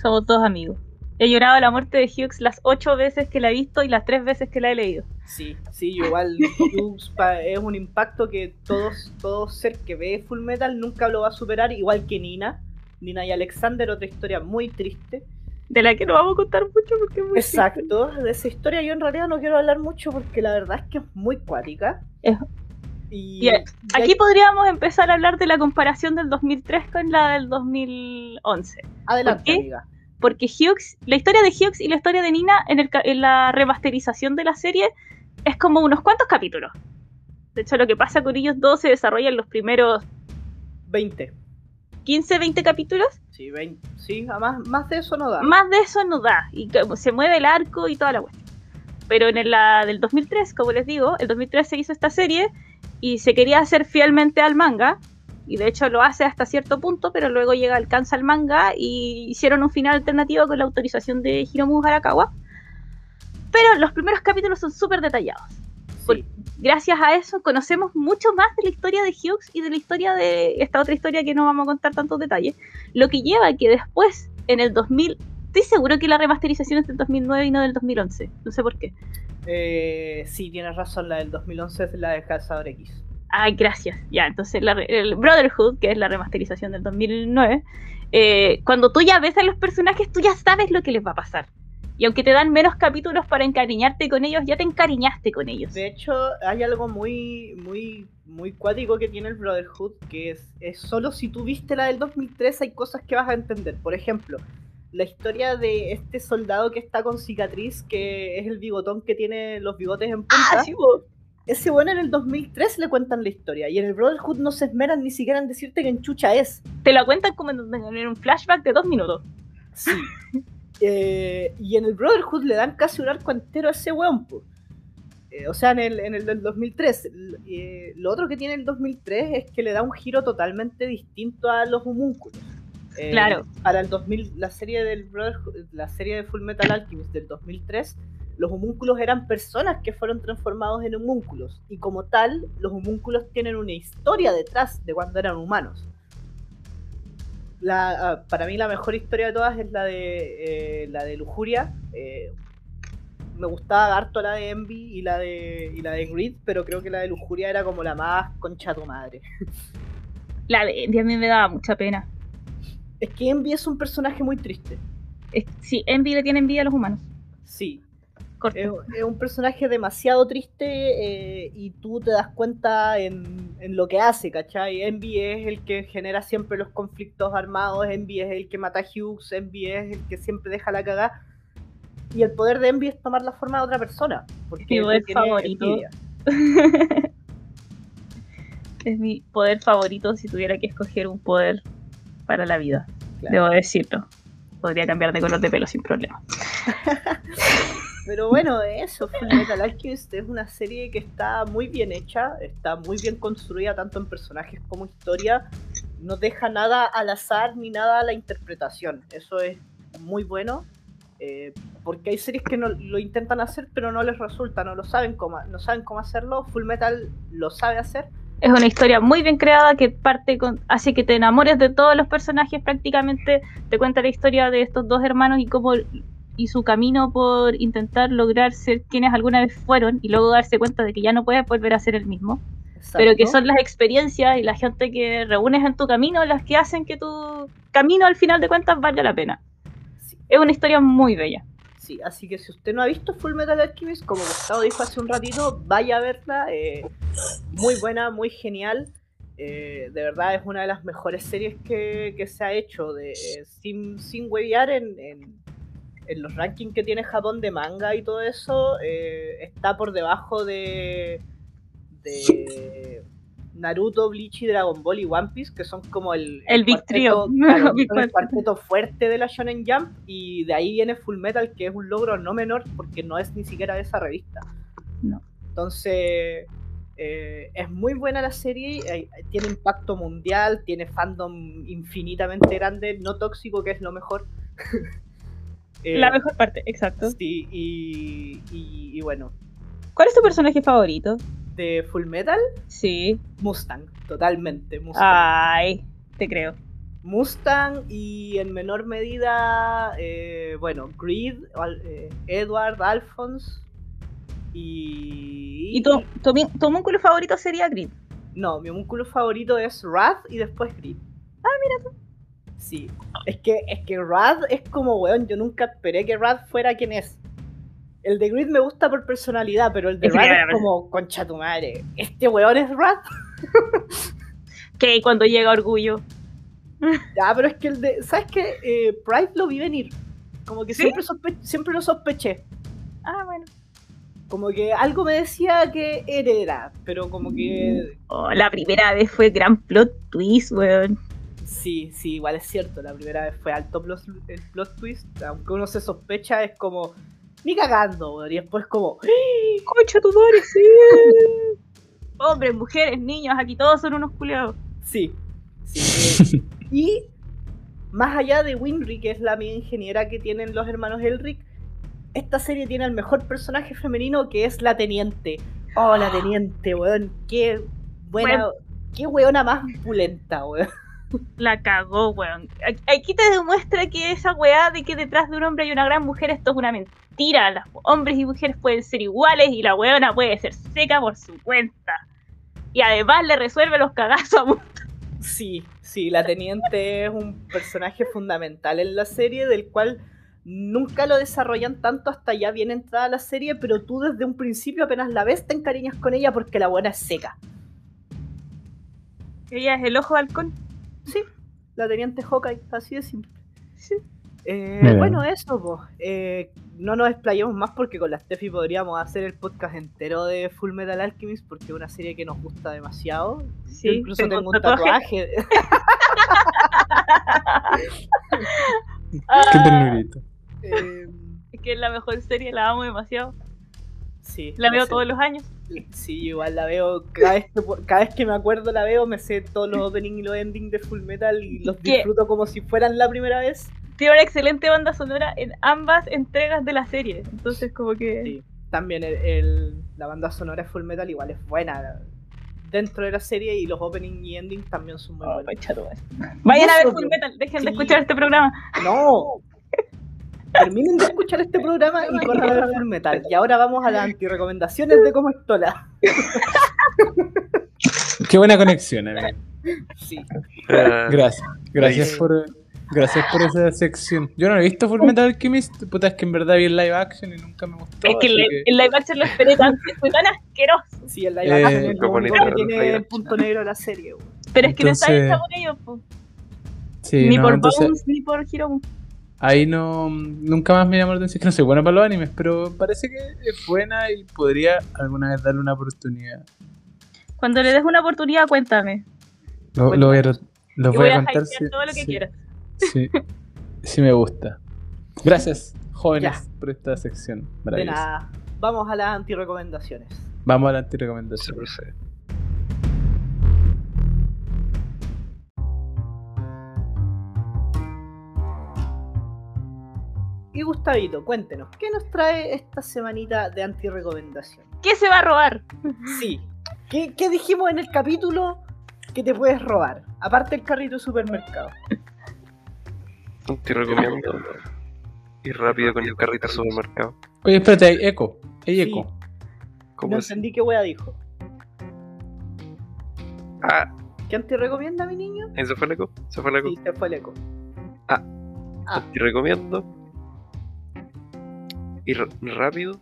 Speaker 3: Somos dos amigos. He llorado la muerte de Hughes las ocho veces que la he visto y las tres veces que la he leído.
Speaker 1: Sí, sí, yo igual Hughes pa- es un impacto que todos, todo ser que ve Full Metal nunca lo va a superar, igual que Nina. Nina y Alexander, otra historia muy triste.
Speaker 3: De la que no vamos a contar mucho porque es muy triste.
Speaker 1: Exacto, de esa historia yo en realidad no quiero hablar mucho porque la verdad es que es muy cuática.
Speaker 3: Es-
Speaker 1: Y,
Speaker 3: Y, eh,
Speaker 1: y hay-
Speaker 3: Aquí podríamos empezar a hablar de la comparación del 2003 con la del 2011.
Speaker 1: adelante,
Speaker 3: ¿por qué?
Speaker 1: amiga.
Speaker 3: porque Hughes, la historia de Hughes y la historia de Nina en, el ca- en la remasterización de la serie es como unos cuantos capítulos. De hecho, lo que pasa con ellos dos se desarrolla en los primeros
Speaker 1: 20.
Speaker 3: 15, 20 capítulos.
Speaker 1: Sí, 20. Sí, más, más de eso no da.
Speaker 3: Más de eso no da. Y como se mueve el arco y toda la cuestión. Pero en la del 2003, como les digo, el 2003 se hizo esta serie y se quería hacer fielmente al manga. Y de hecho lo hace hasta cierto punto, pero luego llega, alcanza al manga y hicieron un final alternativo con la autorización de Hiromu Harakawa. Pero los primeros capítulos son súper detallados. Por- Gracias a eso conocemos mucho más de la historia de Hughes y de la historia de esta otra historia que no vamos a contar tantos detalles. Lo que lleva a que después, en el 2000, estoy seguro que la remasterización es del 2009 y no del 2011. No sé por qué.
Speaker 1: Eh, sí, tienes razón, la del 2011 es la de Cazador X.
Speaker 3: Ay, gracias. Ya, entonces la re- el Brotherhood, que es la remasterización del 2009, eh, cuando tú ya ves a los personajes, tú ya sabes lo que les va a pasar. Y aunque te dan menos capítulos para encariñarte con ellos, ya te encariñaste con ellos.
Speaker 1: De hecho, hay algo muy, muy, muy cuático que tiene el Brotherhood, que es, es solo si tú viste la del 2003 hay cosas que vas a entender. Por ejemplo, la historia de este soldado que está con cicatriz, que es el bigotón que tiene los bigotes en punta.
Speaker 3: Ah, sí, po.
Speaker 1: Ese bueno en el 2003 le cuentan la historia y en el Brotherhood no se esmeran ni siquiera en decirte que en chucha es.
Speaker 3: te lo cuentan como en, en un flashback de dos minutos.
Speaker 1: Sí. Eh, y en el Brotherhood le dan casi un arco entero a ese weón, po. Eh, o sea, en el, en el del 2003. L- eh, lo otro que tiene el 2003 es que le da un giro totalmente distinto a los homúnculos. Eh,
Speaker 3: Claro.
Speaker 1: Para el 2000, la serie del Brotherhood, la serie de Full Metal Alchemist del 2003, los homúnculos eran personas que fueron transformados en homúnculos. Y como tal, los homúnculos tienen una historia detrás de cuando eran humanos. La, ah, para mí la mejor historia de todas es la de eh, la de Lujuria. Eh, me gustaba harto la de Envy y la de y la de Grid, pero creo que la de Lujuria era como la más concha tu madre.
Speaker 3: La de Envy a mí me daba mucha pena.
Speaker 1: Es que Envy es un personaje muy triste.
Speaker 3: Es- sí, Envy le tiene envidia a los humanos.
Speaker 1: Sí,
Speaker 3: Corto.
Speaker 1: es, es un personaje demasiado triste eh, y tú te das cuenta en, en lo que hace, ¿cachai? Envy es el que genera siempre los conflictos armados, Envy es el que mata a Hughes, Envy es el que siempre deja la cagada. Y el poder de Envy es tomar la forma de otra persona. Porque
Speaker 3: Mi
Speaker 1: él
Speaker 3: poder
Speaker 1: tiene
Speaker 3: favorito.
Speaker 1: envidia.
Speaker 3: es mi poder favorito si tuviera que escoger un poder para la vida.
Speaker 1: Claro.
Speaker 3: Debo decirlo. Podría cambiar de color de pelo sin problema.
Speaker 1: Pero bueno, eso, Fullmetal Alchemist es una serie que está muy bien hecha, está muy bien construida tanto en personajes como historia, no deja nada al azar ni nada a la interpretación, eso es muy bueno, eh, porque hay series que no, lo intentan hacer pero no les resulta, no lo saben cómo, no saben cómo hacerlo, Fullmetal lo sabe hacer,
Speaker 3: Es una historia muy bien creada que parte con, hace que te enamores de todos los personajes prácticamente. Te cuenta la historia de estos dos hermanos y cómo y su camino por intentar lograr ser quienes alguna vez fueron y luego darse cuenta de que ya no puedes volver a ser el mismo. pero que
Speaker 1: Exacto.
Speaker 3: son las experiencias y la gente que reúnes en tu camino las que hacen que tu camino al final de cuentas valga la pena.
Speaker 1: Sí.
Speaker 3: Es una historia muy bella.
Speaker 1: Sí, así que si usted no ha visto Full Metal Alchemist, como Gustavo dijo hace un ratito, vaya a verla. eh, muy buena, muy genial. eh, de verdad es una de las mejores series que, que se ha hecho, de, eh, sin, sin hueviar en, en- en los rankings que tiene Japón de manga y todo eso. eh, está por debajo de, de Naruto, Bleach y Dragon Ball y One Piece, que son como el...
Speaker 3: El Big
Speaker 1: cuarteto-
Speaker 3: Trio.
Speaker 1: claro,
Speaker 3: Big
Speaker 1: son el
Speaker 3: cuarteto.
Speaker 1: cuarteto fuerte de la Shonen Jump y de ahí viene Full Metal, que es un logro no menor porque no es ni siquiera de esa revista.
Speaker 3: No.
Speaker 1: Entonces, eh, es muy buena la serie, eh, tiene impacto mundial, tiene fandom infinitamente grande, no tóxico, que es lo mejor. Eh,
Speaker 3: La mejor parte, exacto.
Speaker 1: sí, y, y- y bueno,
Speaker 3: ¿Cuál es tu personaje favorito?
Speaker 1: de Full Metal,
Speaker 3: Sí.
Speaker 1: Mustang, totalmente. Mustang.
Speaker 3: Ah. Ay, te creo.
Speaker 1: Mustang y en menor medida, eh, bueno, Greed, Al- eh, Edward, Alphonse y...
Speaker 3: ¿Y tu, tu, mi- tu homúnculo favorito sería Grid?
Speaker 1: No, mi homúnculo favorito es Wrath y después Greed. Ah, mira tú. Sí, es que, es que Wrath es como, weón, yo nunca esperé que Wrath fuera quien es. El de Greed me gusta por personalidad, pero el de
Speaker 3: Es que,
Speaker 1: Wrath
Speaker 3: a ver.
Speaker 1: es como, concha tu madre, ¿este weón es Wrath?
Speaker 3: Que cuando llega Orgullo.
Speaker 1: Ya, pero es que el de. ¿Sabes qué? Eh, Pride lo vi venir. Como que
Speaker 3: ¿Sí?
Speaker 1: siempre, sospe- siempre lo sospeché.
Speaker 3: Ah, bueno.
Speaker 1: Como que algo me decía que él era, pero como que.
Speaker 3: Oh, la primera vez fue gran plot twist, weón.
Speaker 1: Sí, sí, igual es cierto. La primera vez fue alto plot, el plot twist. Aunque uno se sospecha, es como. Ni cagando, weón. Y después, como.
Speaker 3: Concha tu madre, sí. hombres, mujeres, niños, aquí todos son unos culiados.
Speaker 1: Sí. sí, eh, y más allá de Winry, que es la mi ingeniera que tienen los hermanos Elric, esta serie tiene al mejor personaje femenino que es la teniente. Oh, la teniente, weón. Qué buena.
Speaker 3: Bueno.
Speaker 1: Qué weona más pulenta, weón.
Speaker 3: La cagó, weón. Aquí- Aquí te demuestra que esa weá de que detrás de un hombre hay una gran mujer, esto es una mentira. Los hombres y mujeres pueden ser iguales y la weona puede ser seca por su cuenta. Y además le resuelve los cagazos a mu-
Speaker 1: Sí, sí, la teniente es un personaje fundamental en la serie, del cual nunca lo desarrollan tanto hasta ya bien entrada la serie, pero tú desde un principio apenas la ves te encariñas con ella porque la buena es seca.
Speaker 3: Ella es el ojo de halcón.
Speaker 1: La teniente Hawkeye, así de simple.
Speaker 3: Sí.
Speaker 1: Eh,
Speaker 6: Mira.
Speaker 1: bueno, eso, po. Eh, no nos explayemos más porque con la Steffi podríamos hacer el podcast entero de Full Metal Alchemist porque es una serie que nos gusta demasiado. Yo incluso tengo, un tatuaje.
Speaker 3: Ah,
Speaker 6: Qué ternurito.
Speaker 1: Eh,
Speaker 3: es que es la mejor serie, la amo demasiado.
Speaker 1: sí,
Speaker 3: La
Speaker 1: no
Speaker 3: veo
Speaker 1: sé.
Speaker 3: todos los años.
Speaker 1: Sí, igual la veo. Cada vez, que, cada vez que me acuerdo la veo, me sé todos los openings y los endings de Full Metal y los
Speaker 3: ¿Qué?
Speaker 1: disfruto como si fueran la primera vez.
Speaker 3: Tiene una excelente banda sonora en ambas entregas de la serie. Entonces, como que.
Speaker 1: Sí. También el, el- la banda sonora de Full Metal igual es buena dentro de la serie y los openings y endings también son muy
Speaker 3: Oh,
Speaker 1: buenos.
Speaker 3: concha tu madre. Vayan a ver
Speaker 1: Eso,
Speaker 3: Full
Speaker 1: pues.
Speaker 3: Metal, dejen de
Speaker 1: Sí.
Speaker 3: escuchar este programa.
Speaker 1: ¡No! Terminen de escuchar este programa y corran a ver Full Metal. Y ahora vamos a las antirecomendaciones de Como Estola.
Speaker 6: Qué buena conexión, amigo.
Speaker 1: Sí.
Speaker 2: Ah,
Speaker 6: Gracias. Gracias
Speaker 1: Sí.
Speaker 6: por, gracias por esa sección. Yo no he visto Full Metal Alchemist. Puta, es que en verdad vi el live action y nunca me gustó.
Speaker 3: es que
Speaker 6: así
Speaker 3: el,
Speaker 6: que-
Speaker 3: el live action lo esperé tanto, fue tan asqueroso.
Speaker 1: Sí, el live action
Speaker 6: Eh,
Speaker 1: es
Speaker 2: Qué
Speaker 1: lo único
Speaker 2: bonito,
Speaker 1: que tiene
Speaker 2: Rafael.
Speaker 1: el punto negro de la serie. güey.
Speaker 3: Pero es que no
Speaker 6: Entonces-
Speaker 3: está hecha por ellos, po.
Speaker 6: Sí,
Speaker 3: ni
Speaker 6: no,
Speaker 3: por
Speaker 6: entonces-
Speaker 3: Bones, ni por Hiromu.
Speaker 6: Ahí no, nunca más me llamó la atención. Es que no soy buena para los animes, pero parece que es buena y podría alguna vez darle una oportunidad.
Speaker 3: Cuando le des una oportunidad, cuéntame.
Speaker 6: Lo, lo voy a, los
Speaker 3: Te
Speaker 6: voy a contar
Speaker 3: hypear todo lo que
Speaker 6: sí,
Speaker 3: quieras.
Speaker 6: sí, sí me gusta. Gracias, jóvenes,
Speaker 1: Ya.
Speaker 6: por esta sección
Speaker 1: De
Speaker 6: maravillosa.
Speaker 1: nada. Vamos a las antirecomendaciones.
Speaker 6: Vamos a la
Speaker 2: se
Speaker 6: antirecomendación.
Speaker 2: procede.
Speaker 1: Y Gustavito, cuéntenos, ¿qué nos trae esta semanita de antirecomendación?
Speaker 3: ¿Qué se va a robar?
Speaker 1: Sí. ¿Qué, qué dijimos en el capítulo que te puedes robar? Aparte el carrito de supermercado.
Speaker 2: Te recomiendo ir rápido con el carrito al supermercado.
Speaker 6: Oye, espérate, hay eco. Hay
Speaker 1: Sí.
Speaker 6: eco.
Speaker 2: ¿Cómo
Speaker 1: No
Speaker 2: es?
Speaker 1: entendí qué wea dijo.
Speaker 2: Ah,
Speaker 1: ¿Qué antirecomienda mi niño?
Speaker 2: ¿eso fue el eco? ¿Eso fue el eco?
Speaker 1: Y se fue el eco. Ah.
Speaker 2: Te recomiendo ir rápido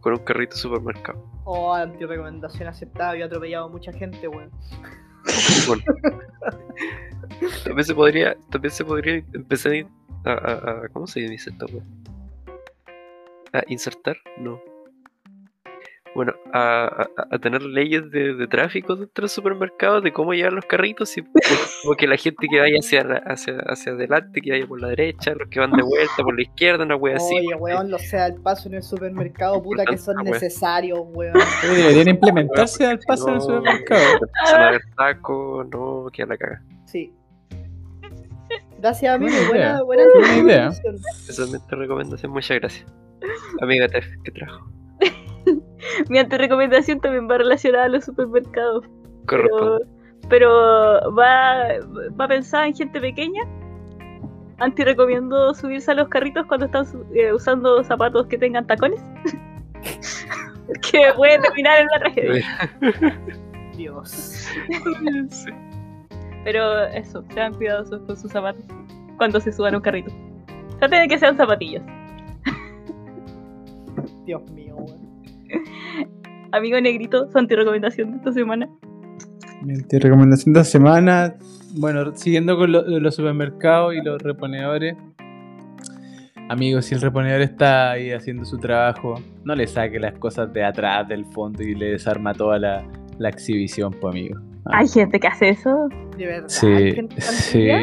Speaker 2: con un carrito al supermercado.
Speaker 1: Oh, antirecomendación aceptada, había atropellado a mucha gente, weón.
Speaker 2: Bueno. también se podría, también se podría empezar a, a- a- ¿cómo se dice esta wea? A insertar, no. Bueno, a, a- a tener leyes de, de tráfico dentro del supermercado, de cómo llevar los carritos, y como que la gente que vaya hacia, la- hacia, hacia adelante, que vaya por la derecha, los que van de vuelta por la izquierda, una wea así.
Speaker 1: Oye, weón, los sea el paso en el supermercado, puta que son
Speaker 2: Importante, weón.
Speaker 1: necesarios, weón.
Speaker 6: Oye, Deberían implementarse al paso en el
Speaker 2: No,
Speaker 6: supermercado.
Speaker 2: empiezan a ver tacos, no, que a la caga.
Speaker 1: Sí. Gracias, amigo.
Speaker 6: Buena
Speaker 1: Buena, buena,
Speaker 6: idea. Buena idea.
Speaker 1: recomendación.
Speaker 2: Esa es mi recomendación, muchas gracias. Amiga Tef, ¿qué trajo?
Speaker 3: Mi antirecomendación también va relacionada a los supermercados. Pero,
Speaker 2: Corresponde.
Speaker 3: pero va, va pensada en gente pequeña. Anti recomiendo subirse a los carritos cuando están su- eh, usando zapatos que tengan tacones. que puede terminar en una tragedia.
Speaker 1: Dios.
Speaker 2: Sí.
Speaker 3: Pero eso, sean cuidadosos con sus zapatos cuando se suban a un carrito. Traten de que sean zapatillas.
Speaker 1: Dios mío, weón.
Speaker 3: Amigo negrito, son tu recomendación de esta semana.
Speaker 6: Mi recomendación de la semana, bueno, siguiendo con lo- los supermercados y los reponedores. Amigos, si el reponedor está ahí haciendo su trabajo, no le saque las cosas de atrás, del fondo y le desarma toda la, la exhibición, pues amigo. Ah,
Speaker 3: Hay gente que hace eso.
Speaker 1: De verdad.
Speaker 6: sí,
Speaker 1: gente tan
Speaker 6: sí.
Speaker 1: fría.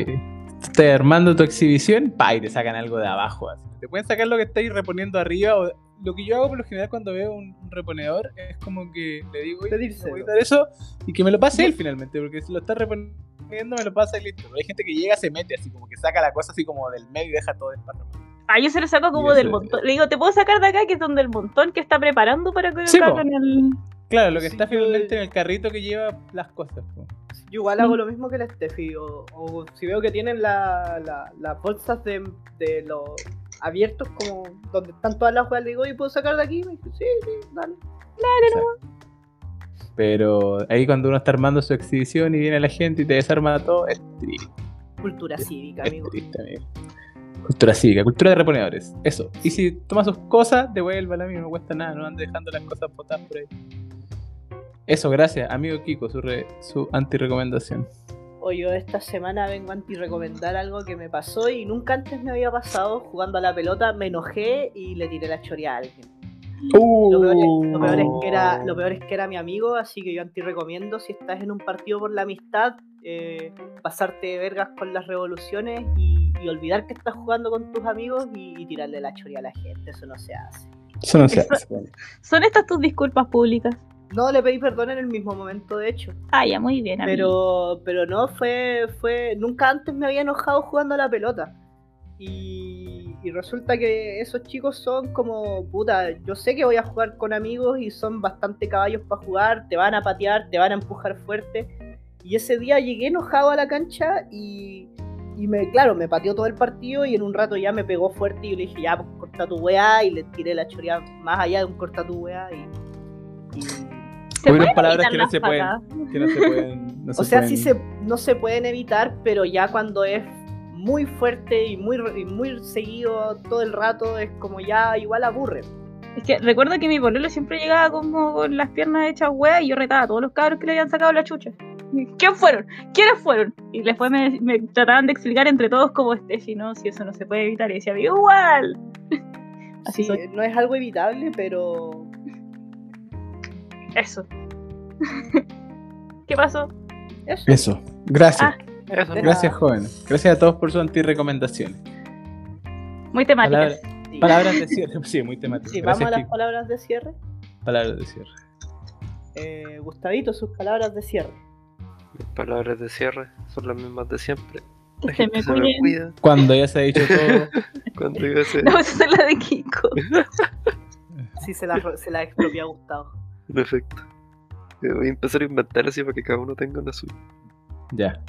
Speaker 6: Estás armando tu exhibición, pa, y te sacan algo de abajo. así. Te pueden sacar lo que estáis reponiendo arriba o- lo que yo hago por lo general cuando veo un, un reponedor es como que le digo, oye, ¿me
Speaker 1: Pedírselo.
Speaker 6: puedes dar eso y que me lo pase él finalmente, porque si lo está reponiendo me lo pasa y listo. Pero hay gente que llega, se mete así, como que saca la cosa así como del medio y deja todo desparramado.
Speaker 3: Ah, yo se lo saco como
Speaker 6: Y
Speaker 3: del
Speaker 6: ese-
Speaker 3: montón. Le digo, ¿te puedo sacar de acá? Que es donde el montón que está preparando para
Speaker 6: Sí,
Speaker 3: colocarlo
Speaker 6: po.
Speaker 3: en el.
Speaker 6: Claro, lo que
Speaker 1: Sí,
Speaker 6: está
Speaker 1: yo-
Speaker 6: finalmente en el carrito que lleva las cosas. po.
Speaker 1: Yo igual hago lo mismo que la Steffi. O, o si veo que tienen la- la- las bolsas de, de los abiertos, como donde están todas las weas, le digo, ¿y puedo sacar de aquí? Me dice, sí, sí, dale.
Speaker 6: Pero ahí cuando uno está armando su exhibición y viene la gente y te desarma todo, es triste.
Speaker 1: Cultura cívica,
Speaker 6: Es
Speaker 1: amigo.
Speaker 6: triste, amigo. Cultura cívica, cultura de reponedores. Eso. Y si toma sus cosas, devuélvala, amigo. No cuesta nada, no ande dejando las cosas botadas por ahí. Eso, gracias, amigo Kiko, su, re- su anti-recomendación.
Speaker 1: O yo esta semana vengo a recomendar algo que me pasó y nunca antes me había pasado. Jugando a la pelota, me enojé y le tiré la chorea a alguien. Lo peor, es, lo peor es que era, lo peor es que era mi amigo, así que yo anti recomiendo si estás en un partido por la amistad, eh, pasarte de vergas con las revoluciones y, y olvidar que estás jugando con tus amigos y, y tirarle la choría a la gente, eso no se hace.
Speaker 6: Eso no se
Speaker 3: Eso-
Speaker 6: hace.
Speaker 3: ¿Son estas tus disculpas públicas?
Speaker 1: No le pedí perdón en el mismo momento, de hecho.
Speaker 3: Ah, ya, muy bien, amigo.
Speaker 1: Pero, pero no, fue, fue. Nunca antes me había enojado jugando a la pelota. Y, y resulta que esos chicos son como, puta, yo sé que voy a jugar con amigos y son bastante caballos para jugar, te van a patear, te van a empujar fuerte. Y ese día llegué enojado a la cancha y, y me, claro, me pateó todo el partido y en un rato ya me pegó fuerte y yo le dije, ya, pues corta tu weá y le tiré la choreada más allá de un corta tu weá y... y-
Speaker 3: ¿Se
Speaker 6: Hubieron
Speaker 3: pueden
Speaker 6: palabras
Speaker 3: evitar
Speaker 6: que no
Speaker 3: las
Speaker 6: se pueden-
Speaker 3: patadas?
Speaker 6: Que no se pueden. no
Speaker 1: O sea,
Speaker 6: pueden-
Speaker 1: sí se, no se pueden evitar, pero ya cuando es muy fuerte y muy, y muy seguido todo el rato, es como ya igual aburre.
Speaker 3: Es que recuerdo que mi pololo siempre llegaba como con las piernas hechas hueá y yo retaba a todos los cabros que le habían sacado la chucha. ¿Quién fueron? ¿Quiénes fueron? Y después me, me trataban de explicar entre todos como Steffi, no, si eso no se puede evitar. Y decía, igual. Así
Speaker 1: Sí,
Speaker 3: soy.
Speaker 1: no es algo evitable, pero
Speaker 3: Eso. ¿Qué pasó?
Speaker 1: eso.
Speaker 6: Eso. Gracias.
Speaker 1: Ah,
Speaker 2: Eso,
Speaker 1: Pero-
Speaker 6: Gracias, joven. Gracias a todos por sus anti-recomendaciones.
Speaker 3: Muy temática.
Speaker 6: Palabra-
Speaker 1: sí.
Speaker 6: palabras de cierre. Sí, muy temático.
Speaker 1: Sí, vamos
Speaker 6: Gracias,
Speaker 1: a las
Speaker 6: Kiko.
Speaker 1: palabras de cierre.
Speaker 6: Palabras de cierre.
Speaker 1: Eh, Gustavito, sus palabras de cierre.
Speaker 2: Mis palabras de cierre son las mismas de siempre. La
Speaker 3: Que se
Speaker 2: gente
Speaker 3: me
Speaker 2: se me
Speaker 3: cuide.
Speaker 2: cuida
Speaker 6: Cuando ya se ha dicho todo.
Speaker 2: cuando yo se...
Speaker 3: No, esa es la de Kiko.
Speaker 1: Sí, se la, se la expropia Gustavo.
Speaker 2: Perfecto. Eh, Voy a empezar a inventar así para que cada uno tenga una suya.
Speaker 6: ya.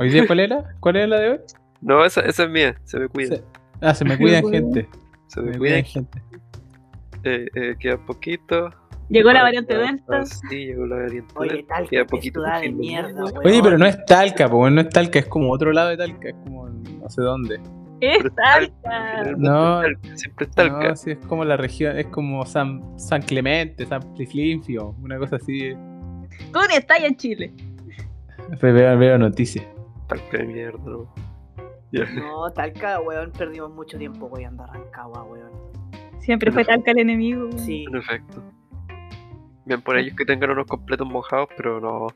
Speaker 6: ¿Hoy día cuál era? ¿Cuál era la de hoy?
Speaker 2: No, esa, esa es mía. Se me cuida.
Speaker 6: Se- ah, se me cuidan gente.
Speaker 2: Se
Speaker 6: Se
Speaker 2: me
Speaker 6: me
Speaker 2: cuida.
Speaker 6: cuidan gente.
Speaker 2: Eh, eh, queda poquito.
Speaker 3: Llegó la
Speaker 2: Ah,
Speaker 3: variante
Speaker 2: ah,
Speaker 3: Delta.
Speaker 2: ah, Sí, llegó la variante
Speaker 1: Oye,
Speaker 2: Delta.
Speaker 1: tal
Speaker 2: Queda
Speaker 1: que
Speaker 2: poquito.
Speaker 1: ciudad de
Speaker 2: fin
Speaker 1: mierda,
Speaker 2: mundo.
Speaker 1: weón.
Speaker 6: Oye, pero no es Talca, porque no es Talca, es como otro lado de Talca, es como no sé dónde.
Speaker 3: Es
Speaker 2: Pero es
Speaker 3: alta.
Speaker 2: Generalmente
Speaker 6: No.
Speaker 2: es Talca, Siempre es Talca.
Speaker 6: No, sí, es como la región, es como San, San Clemente, San Piflinfio, una cosa así.
Speaker 3: Tú ni estás en Chile.
Speaker 6: Veo, veo noticias.
Speaker 2: Talca de mierda, no. Ya.
Speaker 1: No, Talca, weón, perdimos mucho tiempo voy a andar Rancagua, weón.
Speaker 3: Siempre fue talca el enemigo.
Speaker 1: Sí.
Speaker 2: Perfecto. Bien por ellos que tengan unos completos mojados, pero no.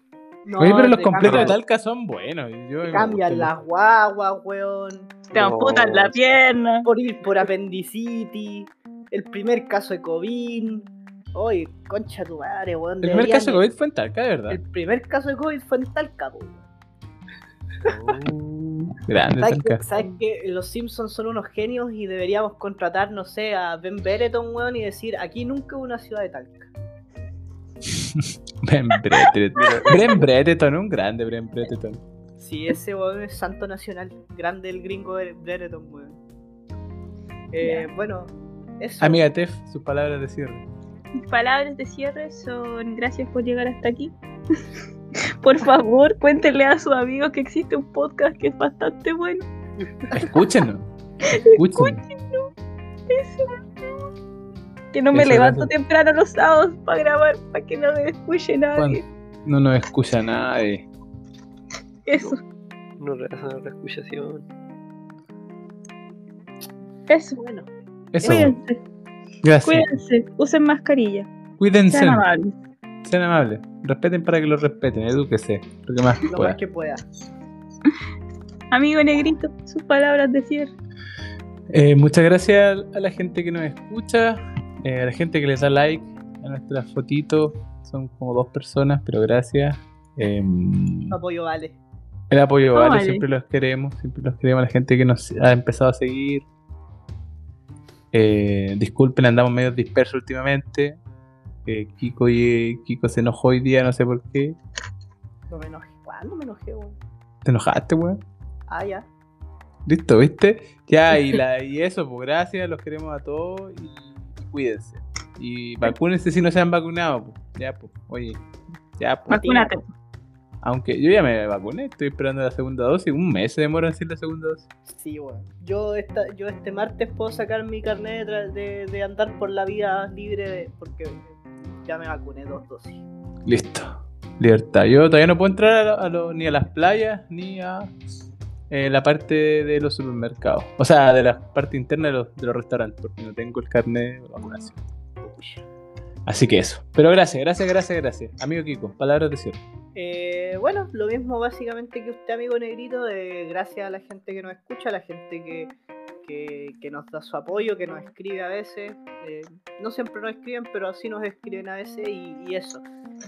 Speaker 1: No,
Speaker 6: Oye, pero los
Speaker 1: te
Speaker 6: completos de
Speaker 1: cambian-
Speaker 6: Talca son buenos. Yo
Speaker 1: te
Speaker 6: me
Speaker 1: Cambian
Speaker 6: gustan.
Speaker 1: las guaguas, weón.
Speaker 3: Te amputan
Speaker 2: No.
Speaker 3: la pierna.
Speaker 1: por ir por apendicitis, el primer caso de COVID. Oye, concha tu madre, weón.
Speaker 6: El primer
Speaker 1: deberían-
Speaker 6: caso de COVID fue en Talca, de verdad.
Speaker 1: El primer caso de COVID fue en Talca, po.
Speaker 4: Oh.
Speaker 6: Grande
Speaker 1: ¿Sabes que,
Speaker 6: Talca.
Speaker 1: sabes que los Simpsons son unos genios y deberíamos contratar, no sé, a Ben Bereton, weón, y decir, aquí nunca hubo una ciudad de Talca.
Speaker 6: Bren Breteton. Bren Breteton, un grande Bren Breteton.
Speaker 1: Sí, ese weón es santo nacional. Grande el gringo Bre- Brereton, weón. Eh, Bueno, eso.
Speaker 6: Amiga Tef, sus palabras de cierre.
Speaker 3: Mis palabras de cierre son gracias por llegar hasta aquí. Por favor, cuéntenle a sus amigos que existe un podcast que es bastante bueno.
Speaker 6: Escúchenlo. Escúchenlo.
Speaker 3: Eso. Que no me
Speaker 6: Eso,
Speaker 3: levanto
Speaker 6: gracias.
Speaker 3: temprano los sábados para grabar, para que no me escuche nadie.
Speaker 6: No nos escucha nadie.
Speaker 3: Eso,
Speaker 2: No le hacen la escuchación.
Speaker 3: eso.
Speaker 1: Bueno,
Speaker 6: Eso.
Speaker 3: Cuídense,
Speaker 6: Gracias.
Speaker 3: cuídense, usen mascarilla.
Speaker 6: Cuídense.
Speaker 3: Sean amables.
Speaker 6: Sean amables. Respeten para que los respeten. Edúquese. Lo que más
Speaker 1: lo
Speaker 6: pueda.
Speaker 1: más que pueda.
Speaker 3: Amigo negrito, sus palabras de cierre.
Speaker 6: Eh, muchas gracias a la gente que nos escucha. Eh, la gente que les da like a nuestras fotitos son como dos personas, pero gracias. Em,
Speaker 1: Apoyo vale.
Speaker 6: el apoyo
Speaker 3: Ah,
Speaker 6: vale,
Speaker 3: vale.
Speaker 6: siempre los queremos, siempre los queremos a la gente que nos ha empezado a seguir. Eh, disculpen, andamos medio dispersos últimamente. Eh, Kiko, y, Kiko se enojó hoy día, no sé por qué.
Speaker 1: No me enojé. ¿Cuándo me enojé, weón?
Speaker 6: ¿Te enojaste, weón?
Speaker 1: Ah, ya.
Speaker 6: Listo, ¿viste? Ya, y, la, y eso, pues gracias, los queremos a todos y, y cuídense. Y vacúnense si no se han vacunado, pues. Ya, pues, oye, ya, pues.
Speaker 3: Vacúnate.
Speaker 6: Aunque yo ya me vacuné, estoy esperando la segunda dosis, un mes se demora en hacer la segunda dosis.
Speaker 1: Sí, weón. Yo, esta, yo este martes puedo sacar mi carnet de, tra- de- de andar por la vida libre de- porque ya me vacuné dos dosis.
Speaker 6: Listo, libertad. Yo todavía no puedo entrar a lo- a lo- ni a las playas ni a eh, la parte de los supermercados. O sea, de la parte interna de los, de los restaurantes, porque no tengo el carnet de vacunación. Así que eso. Pero gracias, gracias, gracias, gracias. Amigo Kiko, palabras de cierre.
Speaker 1: Eh, bueno, lo mismo básicamente que usted, amigo negrito, eh, gracias a la gente que nos escucha, a la gente que, que- que nos da su apoyo, que nos escribe a veces. eh, no siempre nos escriben, pero así nos escriben a veces y, y eso.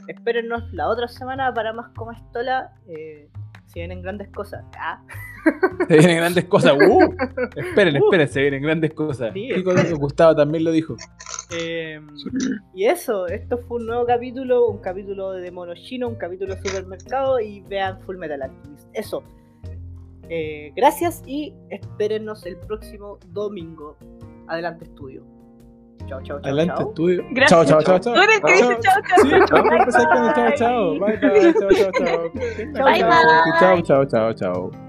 Speaker 1: Espérennos la otra semana para más como estola. eh, si vienen grandes cosas. Ah,
Speaker 6: Se vienen grandes cosas. ¡Uh! Esperen,
Speaker 1: Uh.
Speaker 6: esperen, se vienen grandes cosas.
Speaker 1: Sí,
Speaker 6: Kiko, Gustavo también lo dijo.
Speaker 1: eh, y eso, esto fue un nuevo capítulo, un capítulo de Mono Chino, un capítulo de supermercado y vean Full Metal Alchemist. Eso. Eh, gracias y espérennos el próximo domingo. Adelante estudio. Chao, chao, chao.
Speaker 6: Adelante,
Speaker 1: chao.
Speaker 6: estudio.
Speaker 3: Gracias.
Speaker 6: Chao, chao, chao, chao.
Speaker 3: Tú eres el que dice chao, chao,
Speaker 6: Sí,
Speaker 3: chao.
Speaker 6: vamos a empezar con el chao, chao. Bye, bye, chao, chao, chao.
Speaker 1: Bye,
Speaker 5: bye.
Speaker 6: Chao, chao, chao, chao.